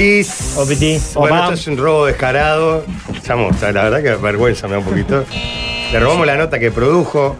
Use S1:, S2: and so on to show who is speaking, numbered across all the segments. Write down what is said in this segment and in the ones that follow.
S1: Olis.
S2: Opiti.
S1: Bueno,
S2: Oh, Opa.
S1: esto es un robo descarado. Chamo, o sea, la verdad que vergüenza me da un poquito. Le robamos la nota que produjo,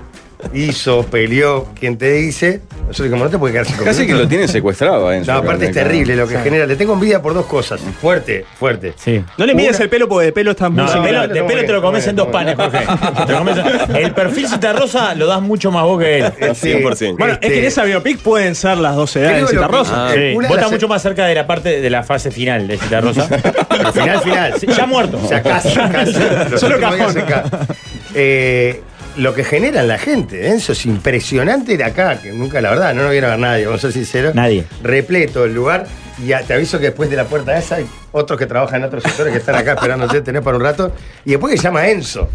S1: hizo, peleó, quien te dice. Nosotros como no te puede quedar sin
S3: Casi que lo tienen secuestrado. eh, en
S1: No,
S3: su
S1: aparte es
S3: carne,
S1: terrible lo que
S2: Sí.
S1: genera. Le tengo envidia por dos cosas. Fuerte, fuerte.
S2: Sí.
S4: No le mides
S1: Una-
S4: el pelo porque de pelo está muy
S2: No, de
S4: similar.
S2: pelo, de pelo te lo comes en dos panes, Jorge. Te lo comes en- El perfil citarrosa lo das mucho más vos que él.
S3: claro. 100%.
S4: Bueno, es que en
S1: Este-
S4: esa biopic pueden ser las dos edades
S1: Creo
S4: de Cita
S1: lo que-
S4: Rosa.
S1: Ah,
S2: Sí.
S1: una
S2: Vos
S1: de
S2: estás
S1: las-
S2: mucho más cerca de la parte de la fase final de citarrosa.
S1: Al final, final.
S2: Sí, ya muerto.
S1: O sea, casi, casi. Los
S4: Solo
S1: últimos días
S4: cajón.
S1: acá. Eh, lo que genera en la gente, ¿eh? eso es impresionante de acá, que nunca, la verdad, no nos vieron a ver nadie, vamos a ser sinceros.
S2: Nadie.
S1: Repleto el lugar. Y a- te aviso que después de la puerta esa hay otros que trabajan en otros sectores que están acá esperándote tener para un rato. Y después que llama Enzo.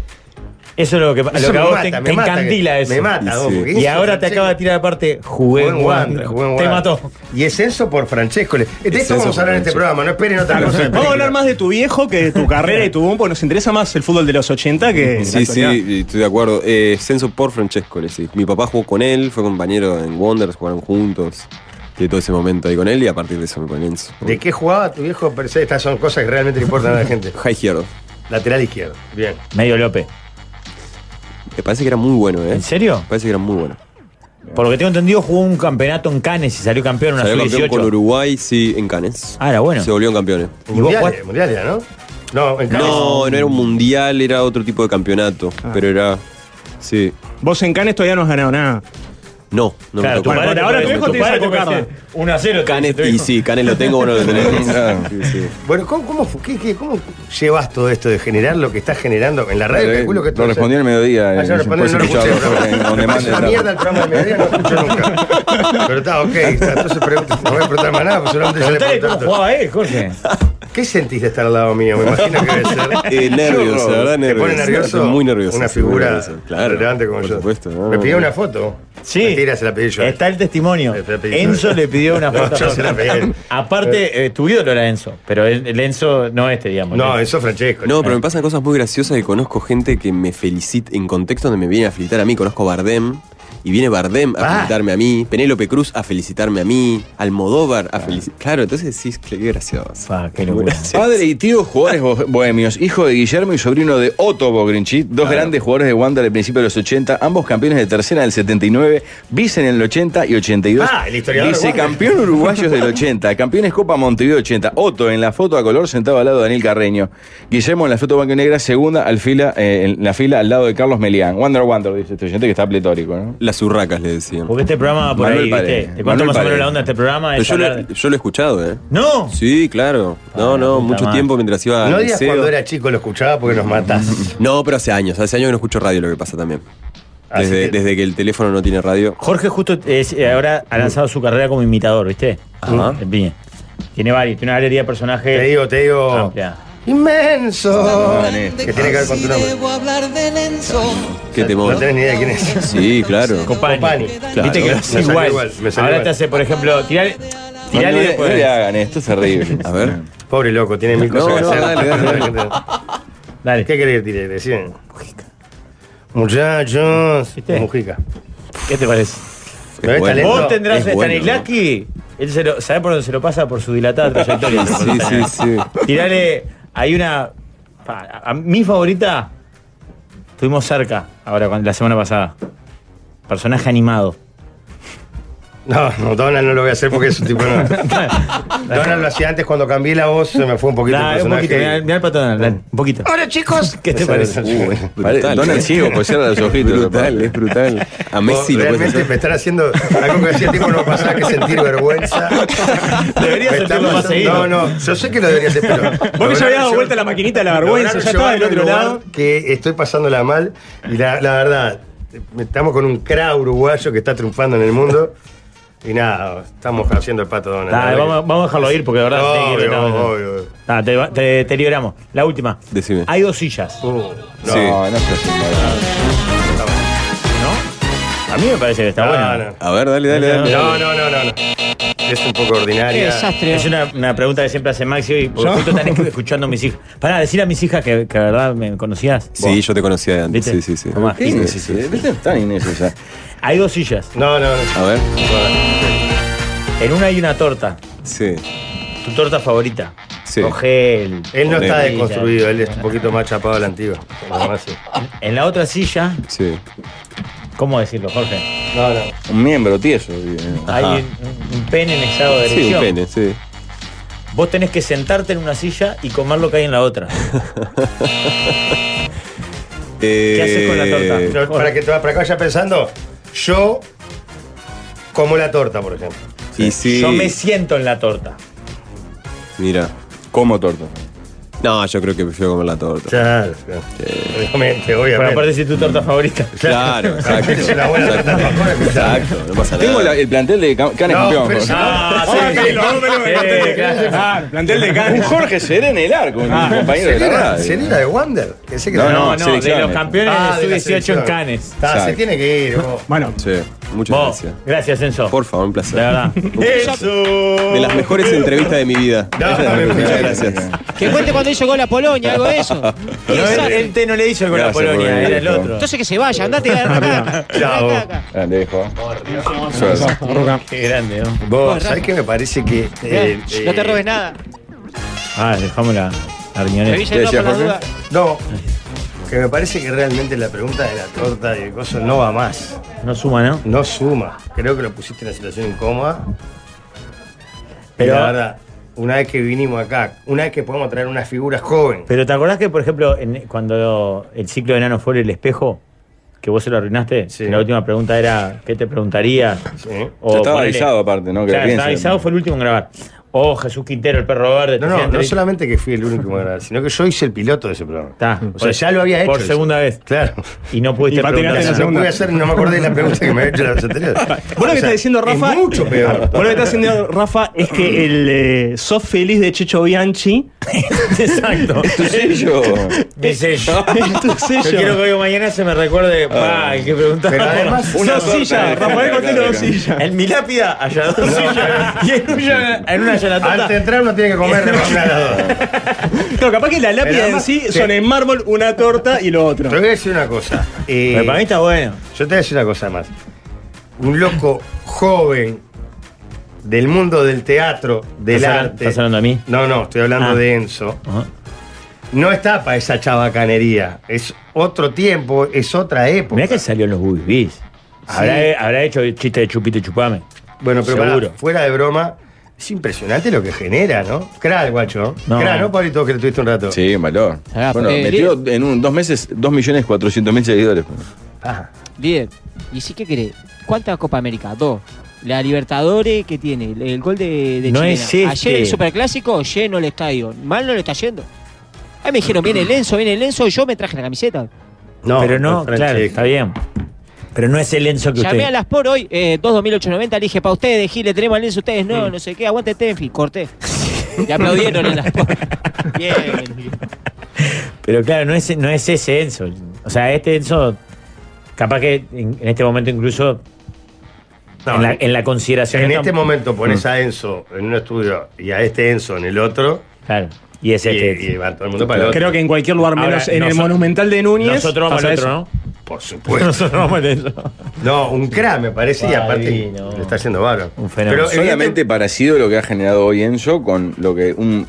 S2: Eso es lo que, lo
S1: Eso
S2: que
S1: me
S2: a vos
S1: mata,
S2: te,
S1: me
S2: te
S1: mata,
S2: encandila eso.
S1: Me mata,
S3: Y
S1: vos,
S3: sí.
S1: porque
S2: Y
S1: Enzo
S2: ahora te
S1: Francesco-
S2: acaba de tirar aparte,
S1: Jugó
S2: jugué en
S1: en Wander,
S2: Wanda.
S1: jugó en
S2: Te
S1: Wander.
S2: mató.
S1: Y es Enzo por Francesco. De
S3: Es
S1: esto
S3: Enzo
S1: vamos a
S3: por
S1: hablar en este
S3: Francesco.
S1: programa, no esperen otra cosa.
S4: Vamos a hablar más de tu viejo que de tu carrera y tu bombo. Nos interesa más el fútbol de los 80 que. la
S3: Sí, sí,
S4: actualidad.
S3: estoy de acuerdo. Eh, Censo por Francesco, le sí. Mi papá jugó con él, fue compañero en Wonders, jugaron juntos. Y todo ese momento ahí con él y a partir de eso me con Enzo.
S1: ¿De qué jugaba tu viejo per se? Estas son cosas que realmente le importan a la gente.
S3: High Hero.
S1: Lateral izquierdo. Bien.
S2: Medio López.
S3: Me parece que era muy bueno, ¿eh?
S2: ¿En serio?
S3: Me parece que era muy bueno.
S2: Por lo que tengo entendido, jugó un campeonato en Cannes y salió campeón en una
S3: Salió campeón con
S2: sub-18.
S3: Uruguay, sí, en Canes.
S2: Ah, era bueno.
S3: Se volvieron campeones.
S2: vos
S1: Mundial, eh,
S2: jugaste?
S1: mundial era, ¿no? No, en Cádiz.
S3: eh. No, no era un mundial, era otro tipo de campeonato. Pero era. Sí.
S4: Vos en Canes todavía no has ganado nada.
S3: No, no
S2: Claro,
S3: me tocó.
S4: Bueno,
S2: padre
S4: ahora
S2: te-
S4: tu viejo te
S2: padre
S4: hizo
S2: puede
S4: tocarla.
S2: decir, 1 a 0.
S3: Canes, y sí, Canes lo tengo, vos no lo tenés. Sí, sí.
S1: Bueno, ¿cómo, cómo, fu- qué- qué- cómo llevas todo esto de generar lo que estás generando en la radio?
S5: Eh,
S1: Calculo que
S5: lo respondí al mediodía.
S1: Ah,
S5: eh,
S1: yo respondí, no lo
S5: puedes
S1: escuché.
S5: escucharlo, porque en
S1: no.
S5: on
S1: Me
S5: demand
S1: parece una
S5: está.
S1: mierda el programa de mediodía, no lo escucho nunca. Pero está, ok. está, Entonces pregunto, no voy a preguntar más nada, pues solamente ya le
S2: Preguntale cómo
S1: preguntaste.
S2: jugaba él, Jorge.
S1: ¿Qué sentís de estar al lado mío? Me imagino que debe ser.
S3: Eh, nervios,
S5: horror.
S3: la verdad,
S1: ¿Te
S3: nervios.
S1: pone nervioso?
S3: Estoy Muy nervioso.
S1: Una
S3: sí, muy
S1: figura
S3: nervioso, claro,
S1: relevante como
S3: por
S1: yo.
S3: Supuesto, no,
S1: ¿Me
S3: no,
S1: pidió
S3: no.
S1: una foto?
S2: Sí.
S1: Mentira, se la pedí yo. eh.
S2: Está el testimonio.
S1: Le pedí-
S2: Enzo le pidió una
S1: No,
S2: foto.
S1: yo se la pedí.
S2: Aparte, eh, tu ídolo era Enzo, pero el, el Enzo no este, digamos.
S1: No,
S2: El-
S1: eso es Francesco.
S3: No, pero me pasan cosas muy graciosas que conozco gente que me felicita en contexto donde me viene a felicitar a mí. Conozco a Bardem y viene Bardem a
S1: Ah.
S3: felicitarme a mí, Penélope Cruz a felicitarme a mí, Almodóvar a felicitar. Claro, entonces sí, qué gracioso.
S2: Ah, qué locura.
S5: Padre y tío, jugadores bo- bohemios, hijo de Guillermo y sobrino de Otto Bogrinchit, dos grandes jugadores de Wanda del principio de los 80, ambos campeones de tercera del 79, vice en el 80 y 82,
S1: Ah, el historiador de Wander.
S5: vicecampeón uruguayos del 80, campeones Copa Montevideo 80, Otto en la foto a color sentado al lado de Daniel Carreño, Guillermo en la foto blanco y negra, segunda al fila, eh, en la fila al lado de Carlos Melián. Wonder Wonder, dice este oyente que está pletórico, ¿no?
S3: Las urracas le decían.
S2: Porque este programa va por
S5: Manuel
S2: ahí,
S5: Paredes.
S2: ¿viste? Te cuento
S5: Manuel
S2: más o menos
S5: Paredes.
S2: la onda de este programa.
S3: Pero
S2: es
S3: yo lo,
S2: hablar de-
S3: yo lo he escuchado, ¿eh?
S2: ¡No!
S3: Sí, claro. No,
S2: Ah, la
S3: no,
S2: puta
S3: mucho
S2: madre.
S3: tiempo mientras iba
S1: No
S3: al
S1: digas
S3: liceo.
S1: cuando era chico lo escuchaba porque nos matás. Ah,
S3: No, pero hace años, hace años que no escucho radio lo que pasa también.
S1: Así
S3: Desde,
S1: que-
S3: desde que el teléfono no tiene radio.
S2: Jorge justo es- eh, ahora ha lanzado su carrera como imitador, ¿viste?
S3: Ajá.
S2: Bien. Tiene varios, tiene una galería de personajes.
S1: Te digo, te digo.
S2: Amplia.
S1: Inmenso.
S5: Vanessa.
S1: Que tiene que ver con tu nombre.
S6: Debo hablar de Lenzo.
S3: Qué temor.
S1: No tenés ni idea de quién es.
S3: Sí, claro.
S2: Copani.
S1: Copani.
S3: Claro.
S2: Viste que
S1: Ah,
S2: lo
S1: Me
S2: hace
S1: salió
S2: igual.
S1: igual, me salió
S2: Ahora
S1: igual.
S2: te hace, por ejemplo, tirar. Tirale
S5: no, le-
S2: después.
S5: no le hagan esto, es terrible.
S3: A ver.
S1: Pobre loco, tiene mil
S3: No,
S1: cosas
S3: no,
S1: que hacer.
S3: eh, dale, dale,
S2: Dale.
S1: ¿Qué querés que tire? Deciden. Muchachos.
S2: ¿Viste?
S1: Mujica.
S2: ¿Qué te parece?
S1: ¿Me ves
S3: bueno.
S1: talento?
S2: Vos tendrás
S3: es
S2: a
S3: bueno.
S2: Stanislavski. Él se lo, ¿Sabés por dónde se lo pasa? Por su dilatada trayectoria.
S3: Sí, sí, sí.
S2: Tirale. Hay una. pa, a- a- mi favorita. Estuvimos cerca ahora, cuando- la semana pasada. Personaje animado.
S1: No, no, Donald no lo voy a hacer porque es un tipo. No. Donald lo hacía antes cuando cambié la voz, se me fue un poquito
S2: Da,
S1: el
S2: un poquito, mirá,
S1: personaje.
S2: mirá el patón, Ah, dale, un poquito.
S1: Hola chicos.
S2: ¿Qué te parece?
S5: Vale,
S3: Brutal. ¿eh?
S5: Donald ciego, pues cierra los ojitos.
S3: brutal, es brutal. A Messi lo puedes
S1: realmente
S3: hacer.
S1: me están haciendo algo que hacía tiempo no me pasaba que sentir vergüenza.
S2: Deberías
S1: Me está
S2: sentirlo más
S1: pasando-
S2: seguido.
S1: No, no, yo sé que lo debería hacer, pero.
S4: Vos que ya habías dado vuelta a la maquinita de la vergüenza, ya
S1: estaba
S4: estaba del otro lado.
S1: Que estoy pasándola mal y la, la verdad, estamos con un cra uruguayo que está triunfando en el mundo y nada, estamos haciendo el pato Donald. la
S2: Dale,
S1: verdad
S2: vamos,
S1: que-
S2: vamos a dejarlo ir porque de verdad tiene que ir,
S1: Obvio,
S2: no, no.
S1: obvio, obvio.
S2: Ah, te, te- te liberamos. La última.
S3: Decime.
S2: Hay dos sillas.
S1: Uh, no,
S3: Sí.
S5: No, no seas inmortal.
S2: A mí me parece que está
S1: no,
S2: buena.
S1: no.
S3: A ver, dale, dale, dale.
S1: No, no, no, no, no. Es un poco
S6: Qué
S1: ordinaria.
S6: desastre.
S2: Es una, una pregunta que siempre hace Maxi y porque justo están escu- escuchando mis hijas. Pará, decir a mis hijas que, que la verdad me conocías.
S3: Sí, yo te conocía de antes. Sí,
S2: ¿Viste?
S3: sí, sí.
S2: Tomá.
S5: ¿Qué innecesario?
S3: Este
S5: ¿Viste? Es tan innecesario.
S2: Hay dos sillas.
S1: No, no, no.
S3: A ver.
S2: En una hay una torta.
S3: Sí.
S2: Tu torta favorita.
S3: Sí.
S2: Cogel.
S1: Él no está
S3: Ponele.
S1: deconstruido, él es un poquito más chapado a la antigua. Lo demás sí.
S2: En la otra silla,
S3: Sí.
S2: ¿cómo decirlo, Jorge?
S1: No, no.
S5: Un miembro tieso. sí, eh.
S2: Hay un, un- un pene en estado de
S3: Sí,
S2: erección.
S3: un pene, sí.
S2: Vos tenés que sentarte en una silla y comer lo que hay en la otra.
S3: ¿Qué
S2: haces con la
S3: Eh,
S2: torta?
S1: Pero para que, te- para que vaya pensando, yo como la torta, por ejemplo.
S3: Y sí.
S2: Yo me siento en la torta.
S3: Mira.
S5: Como torta.
S3: No, yo creo que prefiero comer la torta.
S1: Claro, claro. Obviamente,
S2: Pero
S1: obviamente.
S2: aparte si tu torta favorita.
S3: Claro, exacto.
S1: Es una buena torta de alfajor,
S3: Exacto, exacto, no pasa nada.
S5: Tengo la- el plantel de Ca- Canes
S1: No,
S5: campeón.
S1: pero
S5: Jorge.
S1: si no-
S2: Ah,
S4: Ah,
S2: sí.
S4: Carlos, no me lo
S2: Sí,
S4: plantel de
S2: claro.
S4: Cano. Ah, plantel de
S5: Un
S4: Cano.
S5: Jorge Serena en el arco, un
S2: Ah.
S5: compañero de la
S1: Celina,
S5: radio.
S1: Celina de Wander. que sé que
S5: No,
S1: la-
S2: No, no, de
S5: selecciones.
S2: los campeones
S1: Ah,
S2: de
S1: de la
S2: sub-18 en
S1: selección.
S2: Canes.
S1: Está, se
S3: Exacto.
S1: tiene que ir. vos.
S4: Bueno,
S3: Sí, muchas
S2: Vos.
S3: gracias.
S2: Gracias, Enzo.
S3: Por favor, un placer.
S2: De verdad.
S3: De las mejores entrevistas de mi vida.
S1: No, no,
S3: muchas
S1: no.
S3: gracias.
S6: Que cuente cuando hizo gol a Polonia, algo de eso.
S2: No,
S6: Exacto.
S2: él, él te no le hizo con la
S5: Gracias,
S2: Polonia,
S5: Rubén.
S2: era el otro.
S6: Entonces que se vaya, andate.
S2: Ah,
S6: andate acá.
S1: Chao.
S6: Andate acá.
S5: Ah, te dejo. Suerte.
S4: Roca.
S2: Qué grande, ¿no?
S1: Vos, ¿sabés qué me parece que. eh,
S6: Bien, no te
S1: eh,
S6: robes nada.
S2: Ah, dejamos la, la riñonera.
S6: Revisa el
S5: decía
S6: mapa por las
S5: Jorge?
S6: dudas.
S1: No, que me parece que realmente la pregunta de la torta y el coso no va más.
S2: No suma, ¿no?
S1: No suma. Creo que lo pusiste en una situación incómoda.
S2: Pero-
S1: Pero ahora, una vez que vinimos acá, una vez que podemos traer una figura joven.
S2: Pero ¿te acordás que, por ejemplo, en- cuando el ciclo de Nano fue el espejo, que vos se lo arruinaste?
S1: Sí.
S2: La última pregunta era, ¿qué te preguntarías?
S1: ¿sí?
S2: O
S5: Ya estaba
S2: ponele-
S5: avisado aparte, ¿no? Que la
S2: Claro,
S5: piense.
S2: estaba avisado, fue el último en grabar. O Jesús Quintero, el perro verde.
S1: No, no, no solamente que fui el único en grabar, sino que yo hice el piloto de ese programa.
S2: Está,
S1: o sea, ya lo había hecho.
S2: Por segunda vez.
S1: Claro.
S2: Y no pudiste
S4: Y patinaste en
S2: preguntar
S4: la
S2: nada.
S1: No
S4: segunda.
S1: pude hacer, no me acordé de la pregunta que me había hecho la vez anterior.
S4: Vos lo
S1: O
S4: que
S1: sea,
S4: está diciendo Rafa.
S1: Es mucho peor.
S4: Vos lo que está diciendo Rafa es que el eh, sos feliz de Checho Bianchi.
S2: Exacto.
S5: Tu sello.
S2: Mi sello. Ah.
S4: tu sello.
S2: Yo quiero que hoy o mañana se me recuerde. pa, hay que preguntar.
S1: Pero además-
S5: Una
S4: Dos
S5: torta
S4: sillas,
S5: de-
S4: Rafael Cortelo dos sillas.
S2: En mi lápida, allá dos sillas. Y en una, en una ya la torta.
S1: Antes de entrar uno tiene que comer de una a las dos.
S4: Claro, capaz que la
S1: Pero
S4: lápida en
S1: además-
S4: sí
S1: sí.
S4: son en mármol una torta y lo otro.
S1: Te voy a decir una cosa. eh,
S2: Pero para mí está bueno.
S1: Yo te voy a decir una cosa más. Un loco joven del mundo del teatro, del
S2: ¿Estás hablando-
S1: arte.
S2: estás hablando de mí?
S1: No, no, estoy hablando
S2: Ah.
S1: de Enzo.
S2: Ajá.
S1: No está para esa chabacanería. Es otro tiempo, es otra época.
S2: Mirá que salió en los bubis. Habrá,
S1: Sí.
S2: habrá hecho el chiste de chupito y chupame.
S1: Bueno, pero
S2: Seguro.
S1: pará, fuera de broma, es impresionante lo que genera, ¿no? Cra, el guacho.
S2: No.
S1: Cra, ¿no, Pablito, que lo tuviste un rato?
S5: Sí, valor.
S6: Ah,
S5: Bueno,
S6: eh,
S5: metió en un, dos meses 2.400.000 seguidores.
S1: Ah,
S6: Bien. ¿Y si qué querés? ¿Cuántas Copa América? Dos. La Libertadores que tiene, el, el gol de, de
S2: No
S6: Chilena.
S2: es este.
S6: Ayer el Superclásico lleno el estadio. Mal no le está yendo. Ahí me dijeron, viene el Enzo, viene el Enzo, yo me traje la camiseta.
S1: no,
S2: Pero no,
S1: otra
S2: claro,
S1: chica.
S2: está bien. Pero no es el Enzo que
S6: Llamé a
S2: usted.
S6: las por hoy, eh, 2.2890, le dije, para ustedes, Gil, le tenemos al Enzo, ustedes no, no sé qué, aguante Tenfi, corté. Le aplaudieron en las por. Bien.
S2: Pero claro, no es, no es ese Enzo. O sea, este Enzo, capaz que en, en este momento incluso,
S1: No,
S2: en, la, en la consideración. Mm.
S1: en
S2: está-
S1: este momento pones a Enzo en un estudio y a este Enzo en el otro
S2: Claro. Y es
S1: y,
S2: este.
S1: y va todo el mundo para el otro.
S4: Creo que en cualquier lugar
S2: Ahora,
S4: menos en el
S2: noso-
S4: Monumental de Núñez.
S2: Nosotros vamos
S4: pasa
S2: al
S4: eso.
S2: otro, ¿no?
S1: Por supuesto.
S2: Nosotros vamos al Enzo.
S1: No, un cra me parece y
S2: Ay,
S1: aparte
S2: no.
S1: le está haciendo bárbaro.
S2: Un fenómeno.
S5: Solamente parecido lo que ha generado hoy Enzo con lo que un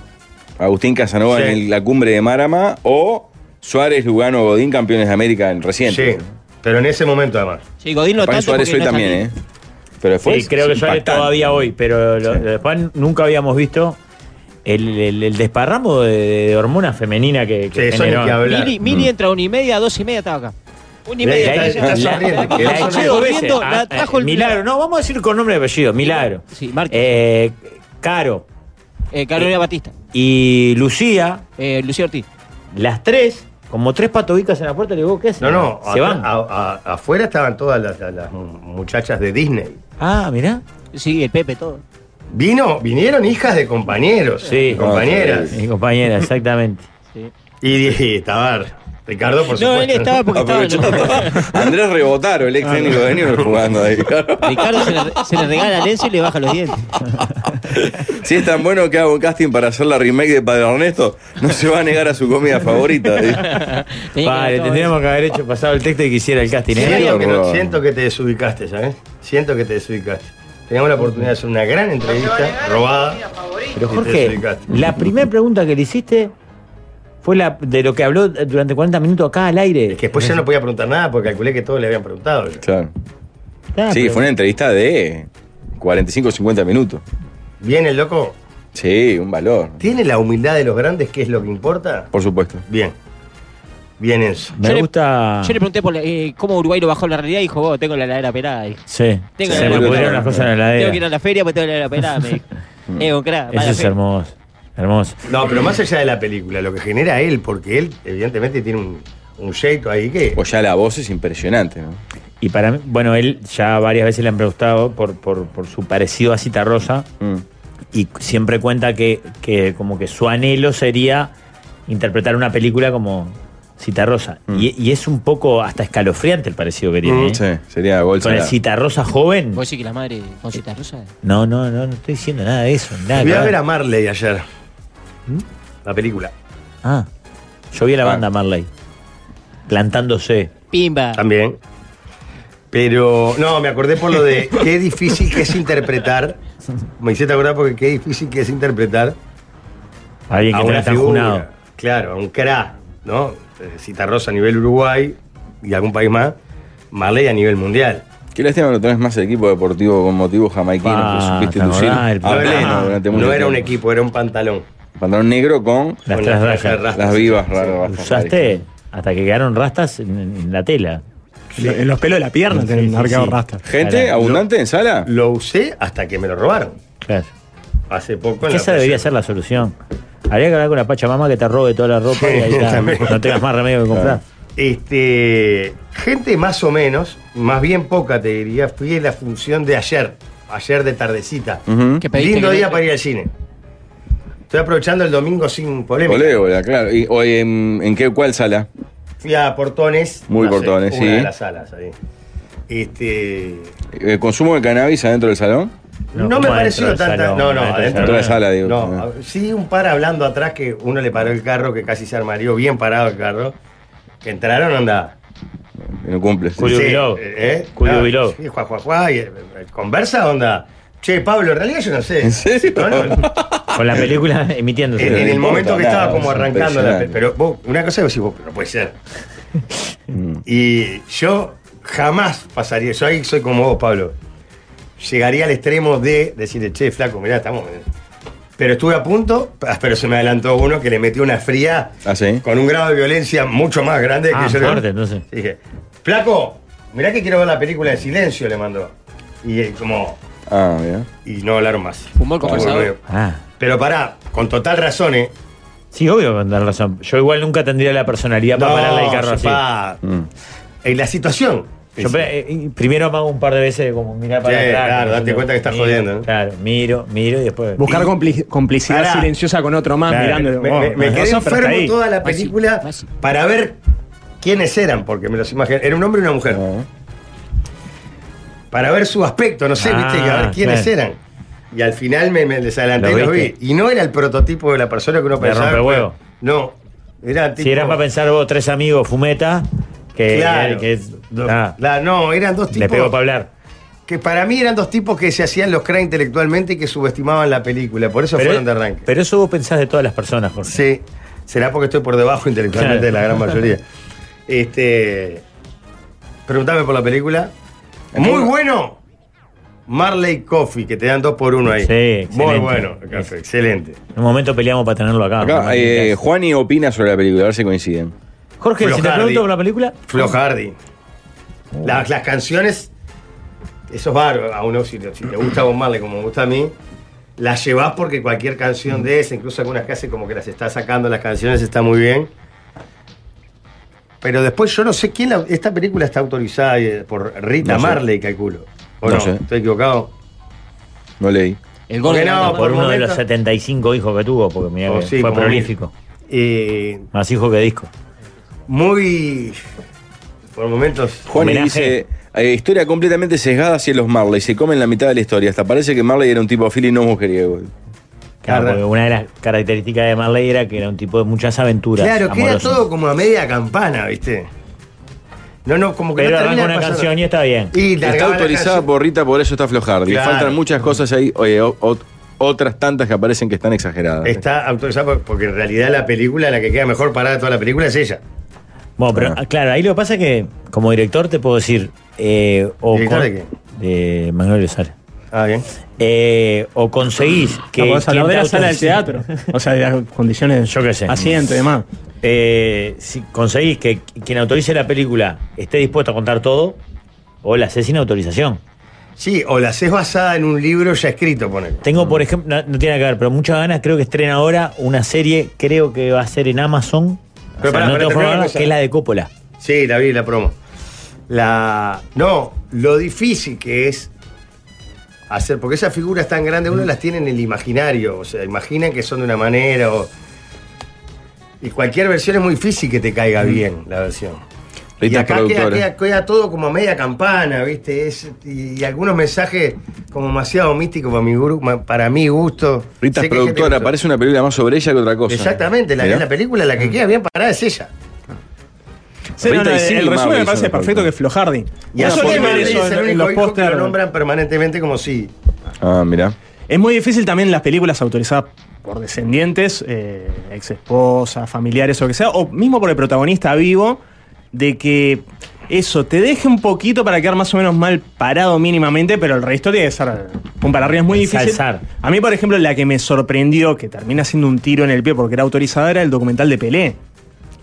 S5: Agustín Casanova
S1: Sí.
S5: en el- la cumbre de Marama o Suárez, Lugano, Godín, campeones de América en
S1: Sí,
S5: reciente.
S1: pero en ese momento además.
S6: Sí, Godín no
S5: Capaz que
S6: tanto
S5: Suárez
S6: porque
S5: hoy
S6: no está
S5: también,
S6: aquí.
S5: ¿eh? Pero después.
S2: sí, creo que
S5: es
S2: yo
S5: impactante.
S2: todavía hoy, pero lo-
S5: Sí.
S2: lo de Juan nunca habíamos visto el, el- el desparramo de, de hormona femenina que,
S1: Sí,
S2: que
S1: eso ni que
S2: generó.
S1: hablar.
S6: Mili,
S2: Mm.
S6: Mili entra a una y media, a dos y media estaba acá. Una y
S1: Mira,
S6: media.
S1: ahí
S6: estaba
S1: está
S6: allá.
S1: sonriendo.
S6: La-
S1: Que
S6: la-
S1: la-
S6: la-
S1: está
S6: la- corriendo, la trajo el
S2: Ah, eh, Milagro, no, vamos a decir con nombre y apellido, Milagro.
S6: Sí, Marque.
S2: Eh, Caro
S6: Eh, Carolina Batista,
S2: y Lucía,
S6: eh, Lucía Ortiz.
S2: las tres, como tres patobicas en la puerta, le digo, ¿qué
S1: No,
S2: hacen?
S1: no,
S2: Se
S1: acá-
S2: van.
S1: a- a- afuera estaban todas las, las- las muchachas de Disney.
S2: Ah, mirá.
S6: Sí, el Pepe, todo.
S1: Vino, vinieron hijas de compañeros,
S2: Sí.
S1: de compañeras.
S2: Mi compañera, exactamente.
S1: Y, y estaba Ricardo, por
S6: no,
S1: supuesto.
S6: él estaba porque estaba.
S5: Aprovechó todo. Andrés Rebotaro,
S2: Ah,
S5: el ex técnico de Newell's jugando ahí.
S6: Ricardo se le, re- se le regala al Enzo y le baja los dientes.
S5: Si es tan bueno que haga un casting para hacer la remake de Padre Ernesto, no se va a negar a su comida favorita.
S6: Tenía que haber
S2: Vale,
S6: tomado
S2: tendríamos que haber hecho pasado el texto y que hiciera el casting. ¿eh?
S1: Siento que, no-
S5: Horror.
S1: siento que te desubicaste, ¿sabes? Siento que te desubicaste. Teníamos la oportunidad de hacer una gran entrevista robada.
S2: Pero
S1: te
S2: Jorge,
S1: explicaste.
S2: la primera pregunta que le hiciste fue la de lo que habló durante 40 minutos acá al aire.
S1: Que después yo no podía preguntar nada porque calculé que todos le habían preguntado.
S5: Claro.
S2: Ah,
S5: sí,
S2: pero-
S5: fue una entrevista de 45 o 50 minutos.
S1: Bien, el loco.
S5: Sí, un valor.
S1: ¿Tiene la humildad de los grandes, que es lo que importa?
S5: Por supuesto.
S1: Bien. Bien, Enzo.
S2: Me
S6: Yo le-
S2: gusta.
S6: Yo le pregunté por la- eh, cómo Uruguay lo bajó la realidad y dijo, vos, tengo la heladera pelada. Dijo,
S2: Sí,
S6: Tengo la
S2: se me
S6: heladera
S2: pudrieron
S6: pelada.
S2: las cosas en la
S6: Tengo que ir
S2: heladera.
S6: a la feria porque tengo la heladera pelada, me dijo. Eh, un crack, va a
S2: Eso
S6: la
S2: es
S6: feria.
S2: hermoso. Hermoso.
S1: No, pero más allá de la película, lo que genera él, porque él evidentemente tiene un, un jeito ahí que...
S5: O Pues ya la voz es impresionante, ¿no?
S2: Y para mí, bueno, él ya varias veces le han preguntado por, por, por su parecido a Cita Rosa
S5: Mm.
S2: y siempre cuenta que, que como que su anhelo sería interpretar una película como Cita Rosa.
S5: Mm.
S2: Y, y es un poco hasta escalofriante el parecido que tiene. ¿eh?
S5: Sí, sería gol
S2: Con el
S5: salado.
S2: Cita Rosa joven. Eh,
S6: ¿Vos decís que la madre con citas rusas?
S2: No, no, no, no estoy diciendo nada de eso. Nada Ah.
S1: Voy
S2: que
S1: a
S2: ver.
S1: ver a Marley ayer. La película.
S2: Ah, yo vi a la
S5: Ah.
S2: banda Marley plantándose.
S6: Pimba.
S1: También. Pero no, me acordé por lo de qué difícil que es interpretar. Me hiciste acordar porque qué difícil que es interpretar
S2: Alguien
S1: a
S2: que no
S1: una
S2: está
S1: figura.
S2: junado.
S1: Claro, a un cra, ¿no? Eh, Cita Rosa a nivel Uruguay y algún país más. Marley a nivel mundial.
S5: Qué lástima que no tenés más el equipo deportivo con motivos jamaiquinos que
S2: Ah,
S5: supiste
S2: ¿te
S5: lucir
S2: acordás? El
S5: a
S1: No era,
S5: pleno durante mucho
S1: no era un
S5: tiempo.
S1: equipo, era un pantalón.
S5: Pantalón negro con
S2: Las
S1: Con
S2: tres
S1: las
S2: rayas.
S1: rastas.
S5: las vivas raras.
S2: Usaste hasta que quedaron rastas en, en la tela.
S4: En los pelos de la pierna
S2: Sí,
S4: tienen
S2: sí,
S4: marcado
S2: sí.
S4: rastas.
S5: Gente
S2: Para-
S5: abundante en sala.
S1: Lo usé hasta que me lo robaron.
S2: Claro.
S1: Hace poco. en la
S2: Que esa debería
S1: ocasión.
S2: ser la solución. Habría que hablar con la Pachamama que te robe toda la ropa y ahí
S1: Sí,
S2: está.
S1: también.
S2: No tengas más remedio que comprar.
S1: Este, gente más o menos, más bien poca te diría, fui en la función de ayer, ayer de tardecita.
S5: Ujú.
S6: ¿Qué pediste
S1: Lindo
S6: que
S1: día
S6: no-
S1: para ir al cine. Estoy aprovechando el domingo sin polémica.
S5: Olévola, claro. ¿Y hoy en, en qué, cuál sala?
S1: Fui a Portones.
S5: Muy
S1: no sé,
S5: Portones,
S1: una
S5: sí.
S1: de las salas ahí. Este,
S5: Eh, ¿Consumo de cannabis adentro del salón?
S2: No,
S1: no,
S2: ¿cómo
S1: me
S2: adentro
S1: pareció
S2: del
S1: tanta.
S2: salón?
S1: No, no,
S2: Adentro del
S1: adentro.
S5: Dentro de la sala, digo.
S1: No, a- sí, un par hablando atrás que uno le paró el carro, que casi se armarió, bien parado el carro. Que entraron, andaba.
S5: Que no cumple. sí.
S2: Julio
S1: Sí,
S2: Bilou.
S1: ¿eh?
S2: Julio
S1: Ah,
S2: Bilou.
S1: Sí, Juan, Juan, Juan, y, eh, conversa, onda. Che, Pablo, en realidad yo no sé.
S5: ¿En serio?
S1: No, no,
S2: Con la película emitiéndose.
S1: en, en el
S5: No
S1: momento
S5: importa,
S1: que
S5: nada,
S1: estaba como
S5: es
S1: arrancando la pe-
S5: impresionante.
S1: Pero vos, una cosa que vos decís, vos, pero no puede ser.
S5: Mm.
S1: y yo jamás pasaría, yo ahí soy como vos, Pablo. Llegaría al extremo de decirle, che, flaco, mirá, estamos. Pero estuve a punto, ah, pero se me adelantó uno que le metió una fría
S5: ¿Ah, sí?
S1: con un grado de violencia mucho más grande
S2: Ah,
S1: que yo.
S2: fuerte, entonces.
S1: Y Dije, flaco, mirá que quiero ver la película en silencio, le mandó. Y eh, como,
S5: Ah, bien.
S1: y no hablaron más.
S6: Fumó el conversador.
S2: Ah.
S1: Pero pará, con total razón, ¿eh?
S2: Sí, obvio que tenés razón. Yo igual nunca tendría la personalidad para pararle el carro así. Mm.
S1: sepa. En Eh, la situación.
S2: Yo pre- eh, primero me hago un par de veces de como mirar para
S1: Sí,
S2: atrás.
S1: claro,
S2: como
S1: date
S2: diciendo,
S1: cuenta que estás
S2: miro,
S1: jodiendo, ¿eh? ¿no?
S2: Claro, miro, miro y después.
S4: Buscar compli- complicidad
S1: Pará.
S4: silenciosa con otro más
S2: Claro,
S4: mirando.
S1: me,
S4: oh,
S1: me- me
S4: tenés
S1: quedé
S4: razón, pero está
S1: enfermo
S4: ahí.
S1: toda la
S6: Más sí,
S1: película
S6: más sí.
S1: para ver quiénes eran, porque me los imaginé. Era un hombre y una mujer.
S5: Ah.
S1: Para ver su aspecto, no sé,
S2: Ah,
S1: viste, a ver quiénes
S2: claro.
S1: eran. Y al final me, me les adelanté
S2: ¿Lo
S1: y los vi.
S2: viste?
S1: Y no era el prototipo de la persona que uno
S2: De
S1: pensaba.
S2: rompehuevo.
S1: No. Era tipo.
S2: Si eran para pensar vos, tres amigos, fumeta, que,
S1: Claro.
S2: que- que-
S1: Do-
S2: ah,
S1: la- no, eran dos tipos.
S2: le pegó para hablar.
S1: Que para mí eran dos tipos que se hacían los cra intelectualmente y que subestimaban la película. Por eso fueron de arranque.
S2: pero eso vos pensás de todas las personas, Jorge.
S1: Sí, será porque estoy por debajo intelectualmente
S2: Claro.
S1: de la gran mayoría. Este, preguntame por la película. Muy bueno. Marley Coffee, que te dan dos por uno ahí.
S2: Sí,
S1: Muy
S2: excelente.
S1: bueno, el café, excelente.
S2: En un momento peleamos para tenerlo acá. ¿no?
S5: Acá, eh, Juani opina sobre la película, a ver si coinciden.
S2: Jorge, si te
S1: Flojardi.
S2: pregunto por la película, Oh.
S1: Flo Hardy. Las, las canciones, eso es bárbaro. A uno, si, te- si te gusta Bob Marley como me gusta a mí, las llevas porque cualquier canción de esa, incluso algunas que hace como que las está sacando las canciones, está muy bien. Pero después yo no sé quién la- esta película está autorizada eh, por Rita
S5: No sé.
S1: Marley, calculo. ¿O no?
S5: No sé.
S1: ¿Estoy equivocado?
S5: No leí.
S6: El gordo.
S1: Porque
S6: de la
S1: no,
S6: cama.
S2: por uno de
S1: momento-
S2: los 75 hijos que tuvo, porque mirá
S1: Oh,
S2: que
S1: sí,
S2: fue
S1: como
S2: prolífico.
S1: Eh,
S2: Más hijo que disco.
S1: muy. Por momentos.
S5: Juani
S2: Homenaje.
S5: dice: eh, Historia completamente sesgada hacia los Marley. Se comen la mitad de la historia. Hasta parece que Marley era un tipo afil y no mujeriego.
S2: Claro,
S1: Carra-
S2: porque una de las características de Marley era que era un tipo de muchas aventuras.
S1: Claro, queda
S2: amorosas.
S1: todo como a media campana, ¿viste? No, no, como que
S2: Pero
S1: no termina
S2: arranca
S1: de
S2: una
S1: pasar.
S2: canción y está bien.
S1: Y
S5: Está
S1: largaba la
S5: autorizada
S1: canción.
S5: por Rita, por eso está Flojard. Le
S1: Claro.
S5: faltan muchas cosas ahí. Oye, eh, o- o- otras tantas que aparecen que están exageradas.
S1: Está autorizada por- porque en realidad la película, la que queda mejor parada de toda la película es ella.
S2: Bueno, pero ah, claro, ahí lo que pasa es que como director te puedo decir. eh, o
S1: ¿Director de
S2: de Manuel Besar.
S1: Ah, bien.
S2: Eh, o conseguís que.
S4: Que podés hablar de
S2: quien te
S4: Ah, la sala del
S2: autorice-
S4: teatro. este. O sea, de las condiciones.
S2: Yo qué sé.
S4: Asiento y demás.
S2: Eh, si conseguís que quien autorice la película esté dispuesto a contar todo, o la haces sin autorización.
S1: Sí, o la haces basada en un libro ya escrito, ponele. Mm.
S2: Tengo, por ejemplo, no, no tiene nada que ver, pero muchas ganas, creo que estrena ahora una serie, creo que va a ser en Amazon,
S1: Pero
S2: o sea,
S1: pará,
S2: no
S1: pará,
S2: tengo
S1: termina
S2: forma,
S1: una cosa.
S2: que es la de Coppola.
S1: Sí, la vi, la promo. La. No, lo difícil que es hacer, porque esas figuras tan grandes,
S2: Mm.
S1: uno las tiene en el imaginario, o sea, imaginan que son de una manera o. Y cualquier versión es muy difícil que te
S2: Mm.
S1: caiga bien la versión. Y
S5: Listas
S1: acá queda,
S5: productoras.
S1: queda- queda todo como a media campana, ¿viste? Es- y, y algunos mensajes como demasiado místicos para mi, gru- ma- para mi gusto.
S5: Rita
S1: Sé
S5: es
S1: que hay gente
S5: productora,
S1: que-
S5: parece una película más sobre ella que otra cosa.
S1: Exactamente, la,
S5: Mirá.
S1: la película,
S2: Mm.
S1: la que queda bien parada es ella.
S4: Sí, no, no,
S5: Rita y Silly
S4: el resumen me
S5: Mabel
S4: parece
S5: son
S4: perfecto
S5: los
S4: que es Flo Hardy.
S1: Y
S4: No
S1: a
S4: sé
S1: Paul
S4: qué
S1: Verhoeven
S4: ver
S1: es
S4: eso
S1: el
S4: en- en
S1: único
S4: los
S1: hijo que
S4: pósters.
S1: lo nombran permanentemente como si.
S5: Ah, mira.
S4: Es muy difícil también las películas autorizadas por descendientes, eh, ex esposas, familiares o lo que sea, o mismo por el protagonista vivo, de que eso te deje un poquito para quedar más o menos mal parado mínimamente, pero el resto tiene que ser un para arriba es muy difícil.
S2: Ensalzar.
S4: A mí, por ejemplo, la que me sorprendió, que termina siendo un tiro en el pie porque era autorizada, era el documental de Pelé.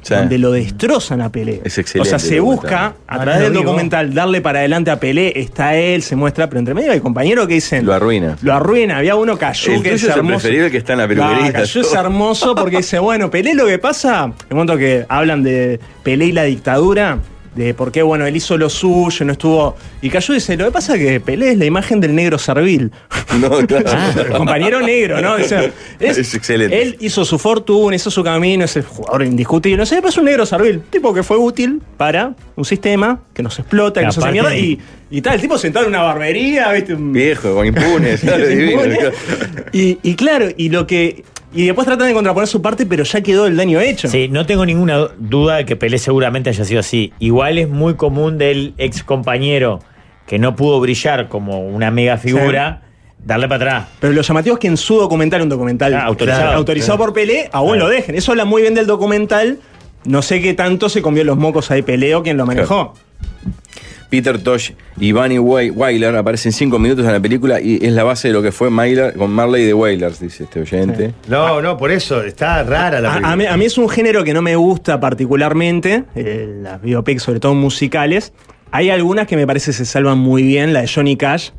S5: Sí.
S4: Donde lo destrozan a Pelé.
S5: Es excelente
S4: O sea, se
S5: el
S4: busca,
S5: documental.
S4: a
S1: Ah,
S4: través
S1: no
S4: del
S1: digo.
S4: documental, darle para adelante a Pelé, está él, se muestra, pero entre medio hay compañeros que dicen...
S5: Lo arruina.
S4: Lo arruina. Había uno cayó
S5: El
S4: que
S5: tuyo
S4: es
S5: es el
S4: hermoso.
S5: preferido, el que está en la peluquería.
S4: Ah, Cayú es hermoso porque dice, bueno, Pelé lo que pasa, en el momento que hablan de Pelé y la dictadura, de por qué, bueno, él hizo lo suyo, no estuvo... Y Cayú dice, lo que pasa es que Pelé es la imagen del negro servil.
S5: No, claro.
S4: El Ah, compañero negro, ¿no? O sea,
S5: Es excelente.
S4: Él hizo su fortuna, hizo su camino, es el jugador indiscutible. No sé, pero es un negro servil, tipo que fue útil para un sistema que nos explota, que
S2: Que
S4: nos hace
S2: aparte-
S4: mierda. Y, y tal, el tipo sentado en una barbería, ¿viste? Un-
S5: Viejo, con impunes. claro, divino, claro.
S4: y, y claro, y lo que. Y después tratan de contraponer su parte, pero ya quedó el daño hecho.
S2: Sí, no tengo ninguna du- duda de que Pelé seguramente haya sido así. Igual es muy común del ex compañero que no pudo brillar como una mega figura, darle para atrás.
S4: Pero lo llamativo es que en su documental, un documental
S2: Ah, autorizado.
S4: autorizado por Pelé, a vos
S2: Claro.
S4: lo dejen. Eso habla muy bien del documental. No sé qué tanto se comió los mocos ahí Pelé o quien lo manejó.
S5: Peter Tosh y Bunny Wai- Wailer aparecen cinco minutos en la película y es la base de lo que fue Myler con Marley de Wailers, dice este oyente.
S1: No, no, por eso, está rara la
S4: A,
S1: película.
S4: a mí, a mí es un género que no me gusta particularmente, eh, las biopics, sobre todo musicales. Hay algunas que me parece se salvan muy bien. La de Johnny Cash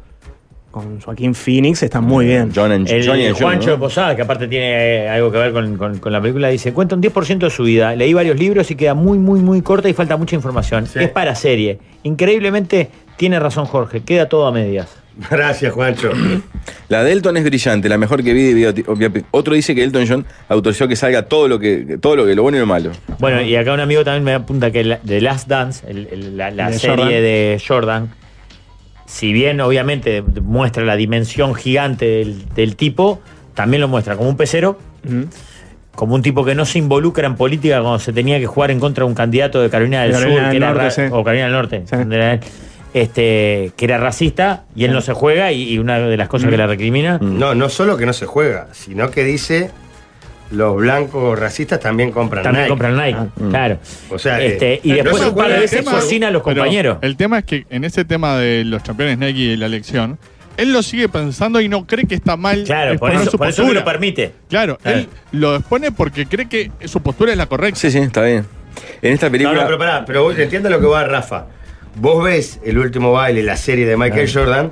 S4: con Joaquín Phoenix está muy bien.
S5: John and,
S2: El
S5: Johnny and John,
S2: Juancho
S5: ¿no?
S2: de Posada, que aparte tiene eh, algo que ver con, con- con la película, dice, cuenta un 10% de su vida, leí varios libros y queda muy, muy, muy corta y falta mucha información. Es para serie. Increíblemente, tiene razón Jorge, queda todo a medias.
S1: Gracias, Juancho.
S5: La de Elton es brillante, la mejor que vi de video- biopic. Otro dice que Elton John autorizó que salga todo lo que, todo lo que, lo bueno y lo malo.
S2: Bueno, y acá un amigo también me apunta que la- The Last Dance, el- el- la, la
S4: De
S2: serie
S4: Jordan.
S2: de Jordan, si bien obviamente muestra la dimensión gigante del, del tipo, también lo muestra como un pecero, como un tipo que no se involucra en política cuando se tenía que jugar en contra de un candidato de Carolina del
S4: Carolina
S2: Sur, que
S4: del
S2: era
S4: Norte,
S2: ra-
S4: sí.
S2: o Carolina del Norte,
S4: Sí.
S2: donde era él, este, que era racista y él no se juega y, y una de las
S4: Mm.
S2: cosas que la recrimina.
S1: No, no solo que no se juega, sino que dice los blancos racistas también compran
S2: También
S1: Nike. Ah.
S2: compran Nike, claro.
S1: O sea,
S2: Este,
S1: eh,
S2: y
S1: no
S2: después
S1: se
S2: un par
S1: juega
S2: de
S1: el
S2: veces
S1: tema,
S2: cocina a los
S7: Pero
S2: compañeros.
S7: El tema es que en ese tema de los campeones Nike y la elección, él lo sigue pensando y no cree que está mal.
S2: Claro, por
S7: exponer
S2: eso,
S7: su
S2: por eso no lo
S7: postura.
S2: permite.
S7: Claro,
S2: Claro.
S7: él lo expone porque cree que su postura es la correcta.
S5: Sí, sí, está bien. En esta
S1: No,
S5: película.
S1: no, pero pará, pero vos entiendo lo que va Rafa. Vos ves el último baile, la serie de Michael Jordan,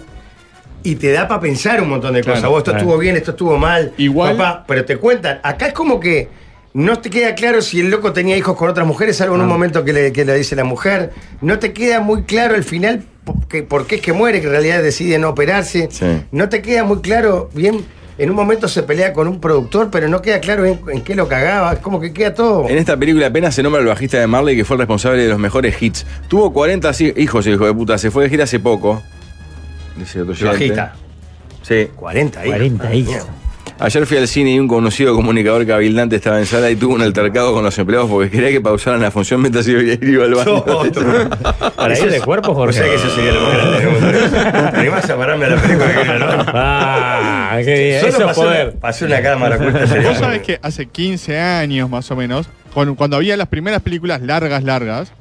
S1: y te da para pensar un montón de
S7: Claro,
S1: cosas. Vos esto
S2: claro.
S1: estuvo bien, esto estuvo mal,
S7: Igual-
S1: papá, pero te cuentan. Acá es como que no te queda claro si el loco tenía hijos con otras mujeres, salvo
S5: Ah.
S1: en un momento que le, que le dice la mujer. No te queda muy claro al final por qué, por qué es que muere, que en realidad decide no operarse.
S5: Sí.
S1: No te queda muy claro bien. En un momento se pelea con un productor, pero no queda claro en, en qué lo cagaba. Es como que queda todo.
S5: Oh. En esta película apenas se nombra al bajista de Marley que fue el responsable de los mejores hits. Tuvo 40 si- hijos, el hijo de puta. Se fue de gira hace poco. Dice otro
S1: El
S5: oyente.
S1: bajista.
S5: Sí.
S1: 40 hijos. Ah,
S2: 40 hijos.
S5: Ayer fui al cine y un conocido comunicador cabildante estaba en sala y tuvo un altercado con los empleados porque quería que pausaran la función mientras iba, iba al baño.
S2: Para ir de cuerpo,
S1: O
S2: Jorge.
S1: sea que eso sería lo más grande del mundo. Le vas a pararme a la película que era, ¿no?
S2: Ah, qué bien.
S1: Solo
S2: Eso es
S1: pasé
S2: poder.
S1: Una, pasé una cámara oculta. sería-
S7: Vos sabés que hace 15 años más o menos, con- cuando había las primeras películas largas, largas,